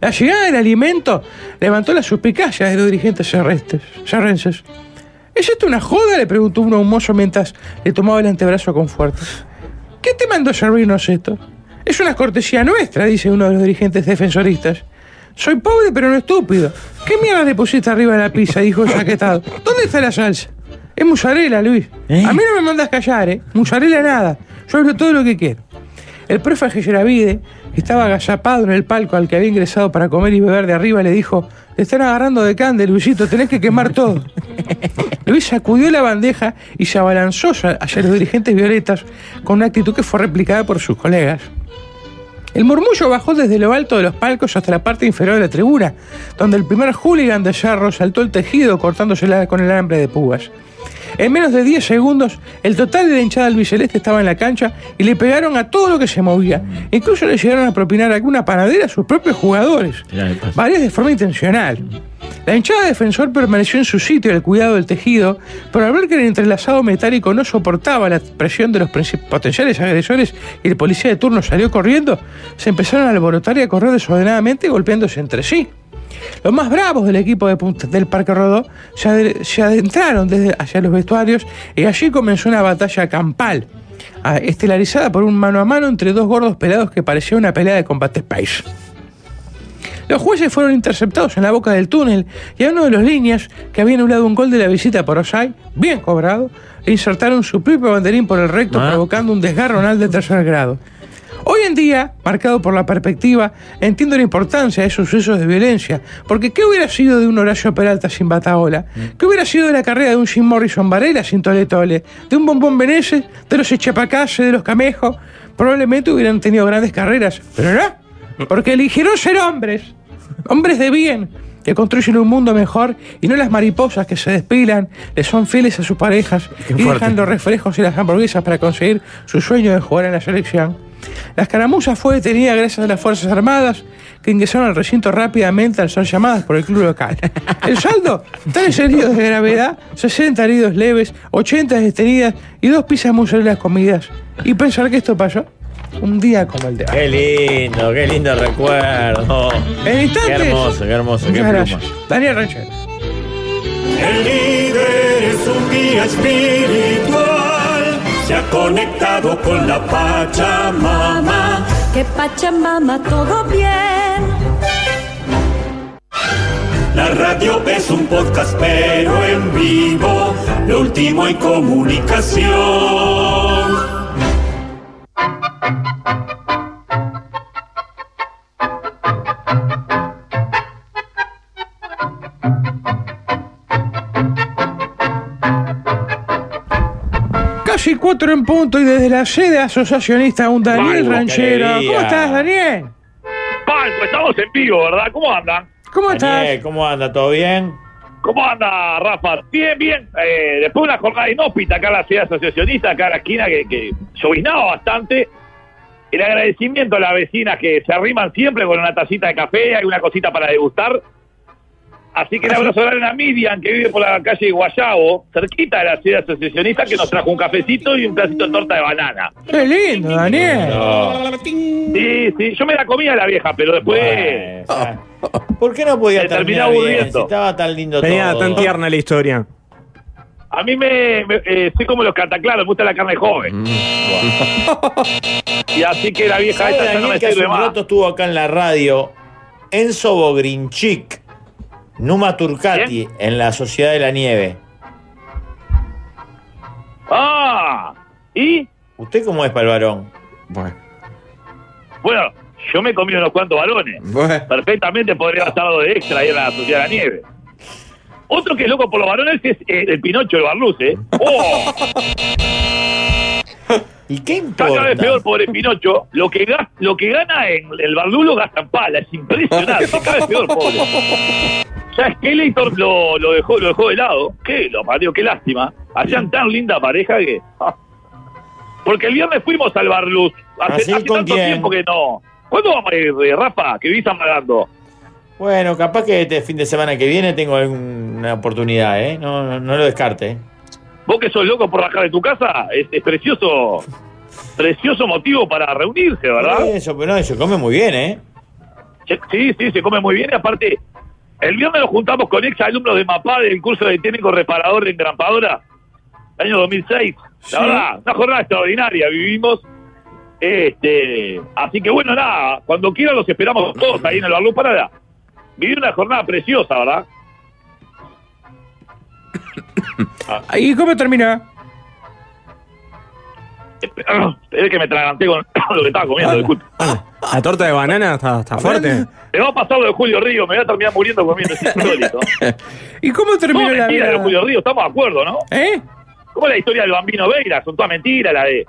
S17: La llegada del alimento levantó las suspicacias de los dirigentes serrestes- serrenses. ¿Es esto una joda? Le preguntó uno a un mozo mientras le tomaba el antebrazo con fuerza. ¿Qué te mandó a servirnos esto? Es una cortesía nuestra, dice uno de los dirigentes defensoristas. Soy pobre pero no estúpido. ¿Qué mierda le pusiste arriba de la pizza? dijo el saquetado. ¿Dónde está la salsa? Es musarela, Luis. A mí no me mandas callar, ¿eh? Musarela nada. Yo hablo todo lo que quiero. El profe Geravide, que estaba agazapado en el palco al que había ingresado para comer y beber de arriba, le dijo: Te están agarrando de cande, Luisito, tenés que quemar todo. Luis sacudió la bandeja y se abalanzó hacia los dirigentes violetas con una actitud que fue replicada por sus colegas. El murmullo bajó desde lo alto de los palcos hasta la parte inferior de la tribuna, donde el primer hooligan de Cerro saltó el tejido cortándosela con el alambre de púas. En menos de 10 segundos, el total de la hinchada albiceleste estaba en la cancha y le pegaron a todo lo que se movía. Incluso le llegaron a propinar alguna panadera a sus propios jugadores, varias de forma intencional. La hinchada defensor permaneció en su sitio al cuidado del tejido, pero al ver que el entrelazado metálico no soportaba la presión de los princip- potenciales agresores y el policía de turno salió corriendo, se empezaron a alborotar y a correr desordenadamente golpeándose entre sí. Los más bravos del equipo de Punta- del Parque Rodó se, adre- se adentraron desde hacia los vestuarios y allí comenzó una batalla campal, ah, estelarizada por un mano a mano entre dos gordos pelados que parecía una pelea de combate space. Los jueces fueron interceptados en la boca del túnel y a uno de los líneas, que había anulado un gol de la visita por Osay, bien cobrado, e insertaron su propio banderín por el recto, provocando un desgarronal de tercer grado. Hoy en día, marcado por la perspectiva, entiendo la importancia de esos sucesos de violencia, porque ¿qué hubiera sido de un Horacio Peralta sin bataola? ¿Qué hubiera sido de la carrera de un Jim Morrison Varela sin tole tole? ¿De un Bombón Beneses? ¿De los Echapacase? ¿De los Camejos? Probablemente hubieran tenido grandes carreras, pero no, porque eligieron ser hombres, hombres de bien, que construyen un mundo mejor y no las mariposas que se despilan, le son fieles a sus parejas
S18: Qué
S17: y
S18: fuerte.
S17: dejan los reflejos y las hamburguesas para conseguir su sueño de jugar en la selección. La escaramuza fue detenida gracias a las Fuerzas Armadas, que ingresaron al recinto rápidamente al ser llamadas por el club local. El saldo, tres heridos de gravedad, 60 heridos leves, 80 detenidas y dos pizzas mozzarella comidas. Y pensar que esto pasó un día como el de hoy.
S2: Qué lindo, qué lindo recuerdo.
S17: En instantes.
S2: Qué hermoso, qué hermoso, qué
S17: Muchas
S2: pluma.
S17: gracias. Daniel Ranchero.
S8: El líder es un guía espiritual, se ha conectado con la Pachamama.
S19: que Pachamama todo bien.
S8: La radio es un podcast pero en vivo, lo último en comunicación.
S17: Casi cuatro en punto y desde la sede asociacionista un Daniel
S20: Vamos, qué
S17: Ranchero. ¿Cómo
S20: alegría.
S17: estás, Daniel?
S20: Palco, estamos en vivo, ¿verdad? ¿Cómo andan?
S17: ¿Cómo
S2: Daniel, ¿Cómo anda? ¿Todo bien?
S20: ¿Cómo anda, Rafa? Bien, bien. Eh, después de una jornada inhóspita acá en la ciudad asociacionista, acá en la esquina, que, que lloviznaba bastante. El agradecimiento a las vecinas que se arriman siempre con una tacita de café, hay una cosita para degustar. Así que le abrazo grande a Miriam, que vive por la calle Guayabo, cerquita de la ciudad asociacionista, que nos trajo un cafecito y un pedacito de torta de banana.
S17: Qué lindo, Daniel.
S20: Sí, sí, yo me la comía la vieja, pero después...
S2: ¿Por qué no podía
S20: Se terminó
S2: terminar bien?
S20: aburriendo.
S2: Si estaba tan lindo
S4: Venía
S2: todo.
S4: tan tierna la historia.
S20: A mí me, me- eh, soy como los cataclaros, me gusta la carne joven. y así que la vieja
S2: ¿Sabe,
S20: esta ya no
S2: Daniel,
S20: me
S2: que hace
S20: sirve
S2: un
S20: más.
S2: rato estuvo acá en la radio Enzo Bogrinchik, Numa Turcati, en la Sociedad de la Nieve.
S20: Ah, ¿y?
S2: ¿Usted cómo es para el varón?
S20: Bueno. yo me comí unos cuantos varones. Perfectamente podría haber estado de extra ahí en la Sociedad de la Nieve. Otro que es loco por los varones es eh, el Pinocho, el Barluce. ¡Oh!
S2: ¿Y qué
S20: Está cada vez peor, pobre Pinocho. Lo que, gas- lo que gana en el Barlulo gasta en pala. Es impresionante. Cada vez peor, pobre. Ya Skeletor lo, lo, dejó, lo dejó de lado. Qué lo parió, qué lástima. Hacían tan linda pareja que. ah. Porque el viernes fuimos al Barluz.
S2: ¿Ah,
S20: Hace,
S2: sí?
S20: hace
S2: ¿Con
S20: tanto
S2: quién?
S20: tiempo que no. ¿Cuándo vamos a ir, eh, Rafa? Que vivís amagando.
S2: Bueno, capaz que este fin de semana que viene tengo alguna oportunidad, ¿eh? No, no, no lo descarte. ¿eh?
S20: Vos que sos loco por bajar de tu casa, es, es precioso. Precioso motivo para reunirse, ¿verdad?
S2: Eso, pero no, se come muy bien, ¿eh?
S20: Sí, sí, se come muy bien. Y aparte, el viernes nos juntamos con ex alumnos de MAPA del curso de técnico reparador de engrampadora, año 2006. La verdad, una jornada extraordinaria vivimos. Este, así que bueno, nada, cuando quieran los esperamos todos ahí en el Barlú Parada. Vivir una jornada preciosa, ¿verdad?
S17: ¿Y cómo termina?
S20: Es que me traganté con lo que estaba
S17: Ah.
S20: comiendo, disculpe.
S4: La torta de banana está, está fuerte.
S20: Me va a pasar lo de Julio Río, me voy a terminar muriendo comiendo ese insólito.
S17: ¿Y cómo terminó
S20: no,
S17: la
S20: mentira
S17: vida?
S20: de los Julio Río, estamos de acuerdo, ¿no?
S17: ¿Eh?
S20: ¿Cómo la historia del bambino Veira? Son todas mentiras, la de.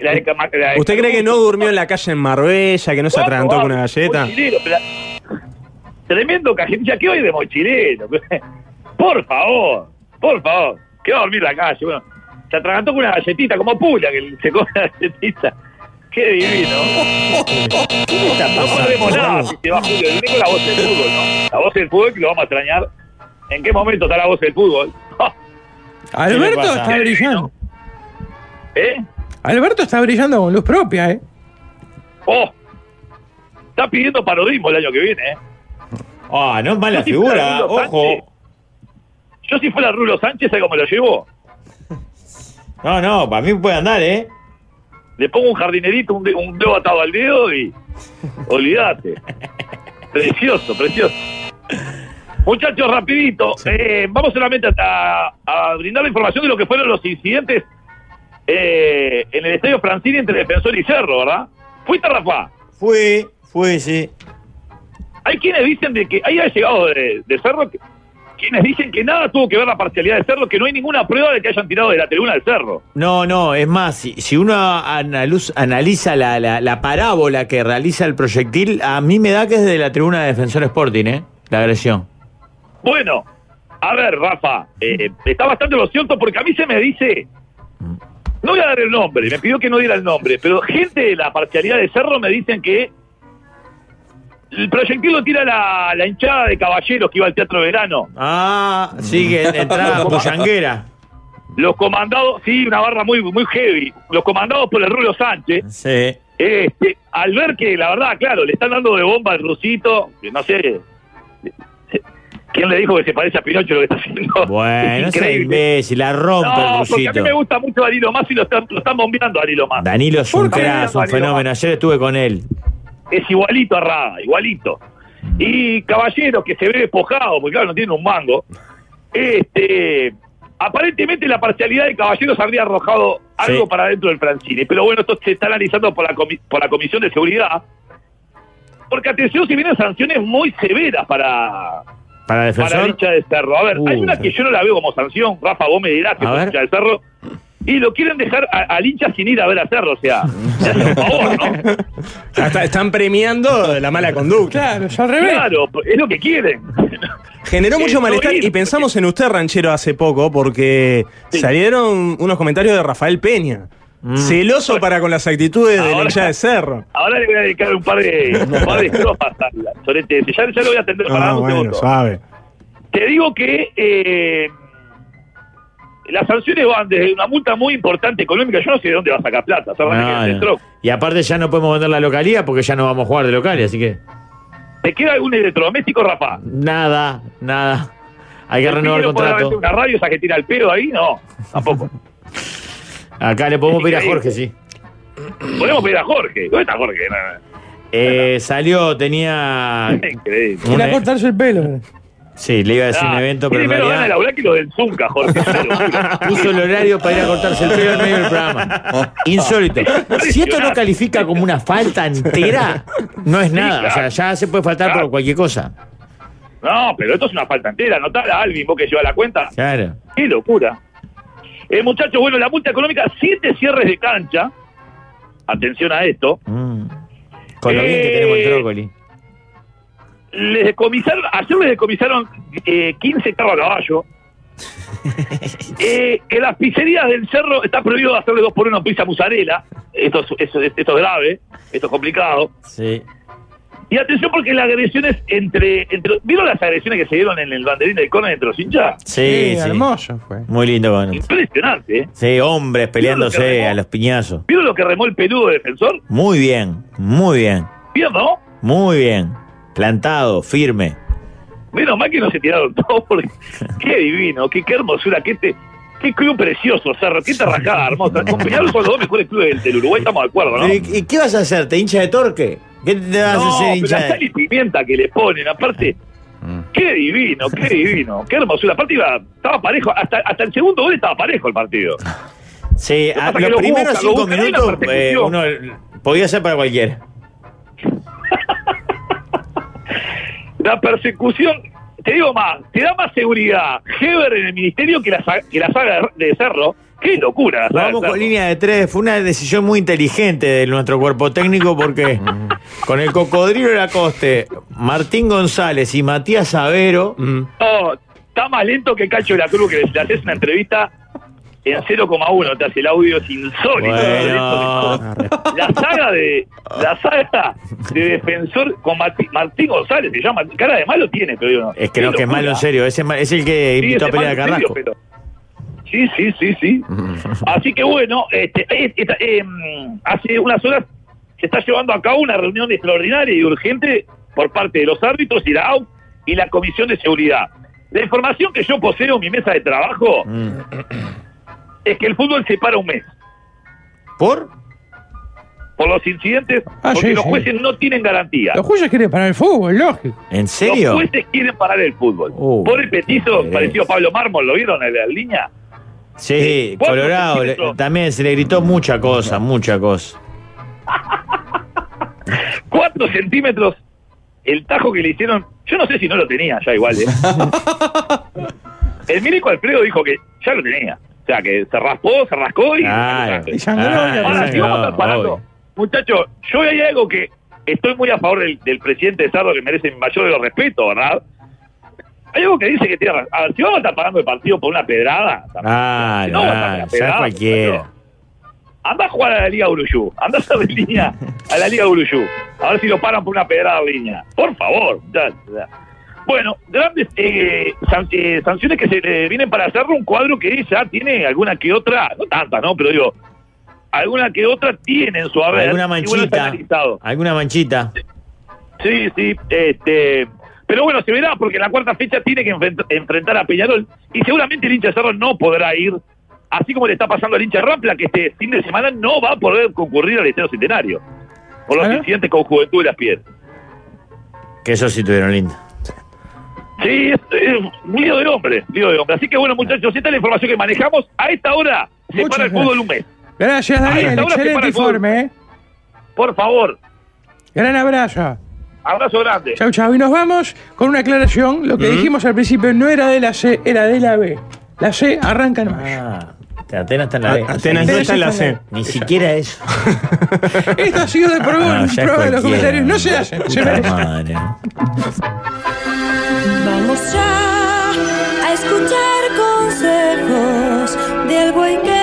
S20: La de Cama- la de
S4: Eh, ¿Usted cree que no
S20: Camacucho.
S4: durmió en la calle en Marbella, que no se atragantó con una galleta?
S20: Mochilero, pero- Tremendo cajetilla que hoy de mochilero. Por favor, por favor. Que va a dormir la calle. Bueno, se atragantó con una galletita como pula que se come la galletita. Qué divino. no podremos nada si se va Julio Enrique con la voz del fútbol, ¿no? La voz del fútbol que lo vamos a extrañar. ¿En qué momento está la voz del fútbol?
S17: Alberto
S20: ¿Qué le
S17: está
S20: pasa?
S17: brillando.
S20: ¿Eh?
S17: Alberto está brillando con luz propia, ¿eh?
S20: Oh, está pidiendo parodismo el año que viene, ¿eh?
S2: Ah, no es mala
S20: Yo si fuera
S2: figura,
S20: Rulo Sánchez-
S2: ojo.
S20: yo si fuera Rulo Sánchez, ¿sabes cómo lo llevo?
S2: No, no, para mí puede andar, ¿eh?
S20: Le pongo un jardinerito, un, de- un dedo atado al dedo y. Olvídate. Precioso, precioso. Muchachos, rapidito. eh, vamos solamente a, a brindar la información de lo que fueron los incidentes eh, en el Estadio Francini entre Defensor y Cerro, ¿verdad? ¿Fuiste, Rafa?
S2: Fue, fue, sí.
S20: Hay quienes dicen de que ahí ha llegado de, de Cerro, que- quienes dicen que nada tuvo que ver la parcialidad de Cerro, que no hay ninguna prueba de que hayan tirado de la tribuna del Cerro.
S2: No, no, es más, si, si uno analuz- analiza la, la- la parábola que realiza el proyectil, a mí me da que es de la tribuna de Defensor Sporting, ¿eh? La agresión.
S20: Bueno, a ver, Rafa, eh, está bastante lo cierto porque a mí se me dice, no voy a dar el nombre, me pidió que no diera el nombre, pero gente de la parcialidad de Cerro me dicen que el proyectil lo tira la, la hinchada de caballeros que iba al Teatro Verano.
S2: Ah, sí, que entrada pullanguera.
S20: Los comandados, sí, una barra muy, muy heavy, los comandados por el Rulo Sánchez.
S2: Sí.
S20: Este, al ver que, la verdad, claro, le están dando de bomba al rusito, que no sé. ¿Quién le dijo que se parece a Pinocho lo que está haciendo?
S2: Bueno,
S20: Es
S2: ese Eh, imbécil, la rompe
S20: no,
S2: el
S20: porque a mí
S2: rusito.
S20: me gusta mucho Danilo Más y lo están, lo están bombeando a Danilo Más.
S2: Danilo es un crack, un fenómeno. Ayer estuve con él.
S20: Es igualito a Rada, igualito. Y Caballero, que se ve despojado, porque claro, no tiene un mango. Este, aparentemente la parcialidad de Caballeros habría arrojado algo
S2: Sí.
S20: para dentro del Francine. Pero bueno, esto se está analizando por la, comi- por la Comisión de Seguridad. Porque atención, si vienen sanciones muy severas para,
S2: Para
S20: para la
S2: defensor.
S20: hincha de cerro. A ver, hay
S2: Uh,
S20: una que yo no la veo como sanción, Rafa, vos me dirás que
S2: A
S20: es
S2: ver.
S20: hincha de cerro. Y lo quieren dejar a- al hincha sin ir a ver a cerro, o sea, se hace un favor, ¿no?
S4: Hasta están premiando la mala conducta. Claro,
S17: ya al
S4: revés.
S20: Claro, es lo que quieren.
S4: Generó mucho
S20: Eh,
S4: malestar
S20: no ir,
S4: y pensamos en usted, ranchero, hace poco, porque salieron unos comentarios de Rafael Peña. Celoso para con las actitudes de la
S20: Ahora-
S4: hinchada de cerro.
S20: Ahora le voy a dedicar un par de, un par de estrofas a Sorete. Ya, ya lo voy a atender para
S4: Ah,
S20: darle un
S4: bueno,
S20: segundo.
S4: suave.
S20: Te digo que eh, las sanciones van desde una multa muy importante económica. Yo no sé de dónde va a sacar plata. ¿sabes?
S2: No,
S20: Que
S2: no.
S20: el troc-
S2: Y aparte ya no podemos vender la localía porque ya no vamos a jugar de local, así que
S20: ¿Te queda algún electrodoméstico, Rafa?
S2: nada, nada. Hay que
S20: ¿El
S2: renovar el
S20: Pino podrá
S2: contrato.
S20: meter una radio esa que tira el pedo ahí? No, tampoco.
S2: Acá le podemos
S20: Es
S2: pedir a
S20: increíble.
S2: Jorge, sí.
S20: Podemos pedir a Jorge. ¿Dónde está Jorge?
S2: Eh, salió, tenía...
S20: Increíble.
S17: Quiere a cortarse el pelo.
S2: Sí, le iba a decir
S20: Ah.
S2: un evento, pero en
S20: Tiene menos ganas de
S2: realidad
S20: laburar que lo del Zunca, Jorge.
S2: puso el horario para ir a cortarse el pelo en medio del
S20: Oh.
S2: programa. Insólito. Si esto no califica como una falta entera, no es
S20: Sí,
S2: nada. O sea,
S20: claro.
S2: ya se puede faltar por cualquier cosa.
S20: No, pero esto es una falta entera. Notala, Alvin, vos que llevas la cuenta.
S2: Claro.
S20: Qué locura. Eh, muchachos, bueno, la multa económica, siete cierres de cancha. Atención a esto.
S2: Mm. Con lo bien que
S20: Eh,
S2: tenemos el trócoli.
S20: Les decomisaron, ayer les decomisaron eh, 15 carros a caballo. Eh, en las pizzerías del cerro está prohibido hacerle dos por uno pizza mozzarella. Esto es, eso es- esto es grave, esto es complicado.
S2: Sí.
S20: Y atención porque las agresiones entre, entre... ¿Vieron las agresiones que se dieron en el banderín del Conan entre los hinchas?
S2: Sí, sí.
S17: hermoso fue.
S2: Muy lindo. Con...
S20: Impresionante, ¿eh?
S2: Sí, hombres
S20: Vieron lo que
S2: peleándose
S20: remó.
S2: a los piñazos.
S20: ¿Vieron lo que remó el peludo de defensor?
S2: Muy bien, muy bien,
S20: ¿Vieron, no?
S2: muy bien. Plantado, firme.
S20: Menos mal que no se tiraron todos porque qué divino, qué, qué hermosura, qué, te- qué club precioso, Cerro, qué terracada hermosa. Compañeros son los dos mejores clubes del, del Uruguay, estamos de acuerdo, ¿no?
S2: Pero, ¿Y y qué vas a hacer? ¿Te hincha de torque? ¿Qué te vas a
S20: no,
S2: hacer
S20: pero
S2: hincha
S20: la
S2: de
S20: sal y pimienta que le ponen, aparte, qué divino, qué divino, qué hermosura. Aparte iba, estaba parejo, hasta, hasta el segundo gol estaba parejo el partido.
S2: Sí, a-
S20: pasa que
S2: Ah, los
S20: lo
S2: primeros
S20: busca, lo
S2: cinco
S20: busca, hay una
S2: minutos eh,
S20: persecución.
S2: uno podía ser para cualquiera.
S20: La persecución, te digo más, te da más seguridad Heber en el ministerio que la, sa- que la saga de de Cerro, ¡Qué locura! la
S2: Vamos
S20: sala
S2: con línea de tres. Fue una decisión muy inteligente de nuestro cuerpo técnico porque con el cocodrilo Lacoste, Martín González y Matías Avero.
S20: No, está más lento que Cacho de la Cruz, que le haces una entrevista en 0,1, te hace el audio es insólito.
S2: Bueno.
S20: La saga de la saga de defensor con Martí- Martín González, se llama, cara de malo tiene, pero yo no.
S2: Es que no, que es malo en serio. Ese es ma- es el que
S20: Sí,
S2: invitó a
S20: ese
S2: pelear a
S20: malo en serio,
S2: Carrasco.
S20: pero- Sí, sí, sí, sí. Así que bueno, este, eh, esta- eh, mm, hace unas horas se está llevando a cabo una reunión extraordinaria y urgente por parte de los árbitros y la AUF y la Comisión de Seguridad. La información que yo poseo en mi mesa de trabajo
S17: Mm.
S20: es que el fútbol se para un mes.
S2: ¿Por?
S20: Por los incidentes,
S17: Ah,
S20: porque
S17: sí,
S20: los
S17: sí.
S20: jueces no tienen garantía.
S17: Los jueces quieren parar el fútbol, lógico.
S2: ¿En
S20: Los jueces quieren parar el fútbol.
S17: Oh.
S20: Por el petizo, parecido a Pablo Mármol, ¿lo vieron en la línea?
S2: Sí,
S20: ¿Cuántos
S2: Colorado. le-
S20: centímetros?
S2: también se le gritó mucha cosa, mucha cosa.
S20: cuatro centímetros el tajo que le hicieron. Yo no sé si no lo tenía ya igual. ¿eh? el médico Alfredo dijo que ya lo tenía. O sea, que se raspó, se rascó y...
S2: Claro.
S20: Y
S5: Ah,
S2: sangró,
S20: Ahora,
S2: claro,
S20: si vamos a
S2: obvio.
S20: estar parando, Muchachos, yo hay algo que estoy muy a favor del, del presidente Sardo, que merece mi mayor de los respetos, ¿verdad? Hay algo que dice que tiene razón. A ver, si vamos a estar pagando el partido por una pedrada,
S2: Ah,
S20: No,
S2: no,
S20: la pegada,
S2: cualquiera.
S20: Anda a jugar a la Liga Uruyú. Anda a la línea, a la Liga Uruyú. A ver si lo paran por una pedrada de línea. Por favor. ya, ya. Bueno, grandes eh, san- eh, sanciones que se eh, vienen para hacer un cuadro que ya tiene alguna que otra, no tanta, ¿no? Pero digo, alguna que otra tiene en su haber.
S2: Alguna
S20: Y bueno, está
S2: manchita.
S20: analizado.
S2: Alguna manchita.
S20: Sí, sí, este. Pero bueno, se verá porque en la cuarta fecha tiene que enfrent- enfrentar a Peñarol y seguramente el hincha de Cerro no podrá ir, así como le está pasando al hincha de Rampla, que este fin de semana no va a poder concurrir al Estadio Centenario por
S17: ¿Ah?
S20: los incidentes con Juventud de las Piedras.
S2: Que eso sí tuvieron lindo.
S20: Sí, es, es un lío de hombre, lío de hombre. Así que bueno, muchachos, esta es la información que manejamos. A esta hora se
S17: Muchas
S20: para el
S17: gracias.
S20: fútbol un mes.
S17: Gracias,
S20: Ahí
S17: Daniel.
S20: está, ahora se para
S17: Excelente
S20: el fútbol.
S17: informe, ¿eh?
S20: Por favor,
S17: Gran abrazo.
S20: abrazo grande.
S17: Chau, chau. Y nos vamos con una aclaración. Lo que
S20: ¿Mm?
S17: dijimos al principio no era de la C, era de la B. La C arranca en mayo.
S2: Atenas está en la B.
S17: A- Atenas no está en la C.
S2: Ni siquiera eso.
S17: Esto ha sido de
S2: Ah,
S17: programa.
S2: ya
S17: programa de los
S2: cualquiera.
S17: comentarios no se hacen. Se
S2: Puta
S17: merecen.
S2: madre.
S19: Vamos ya a escuchar consejos del buen que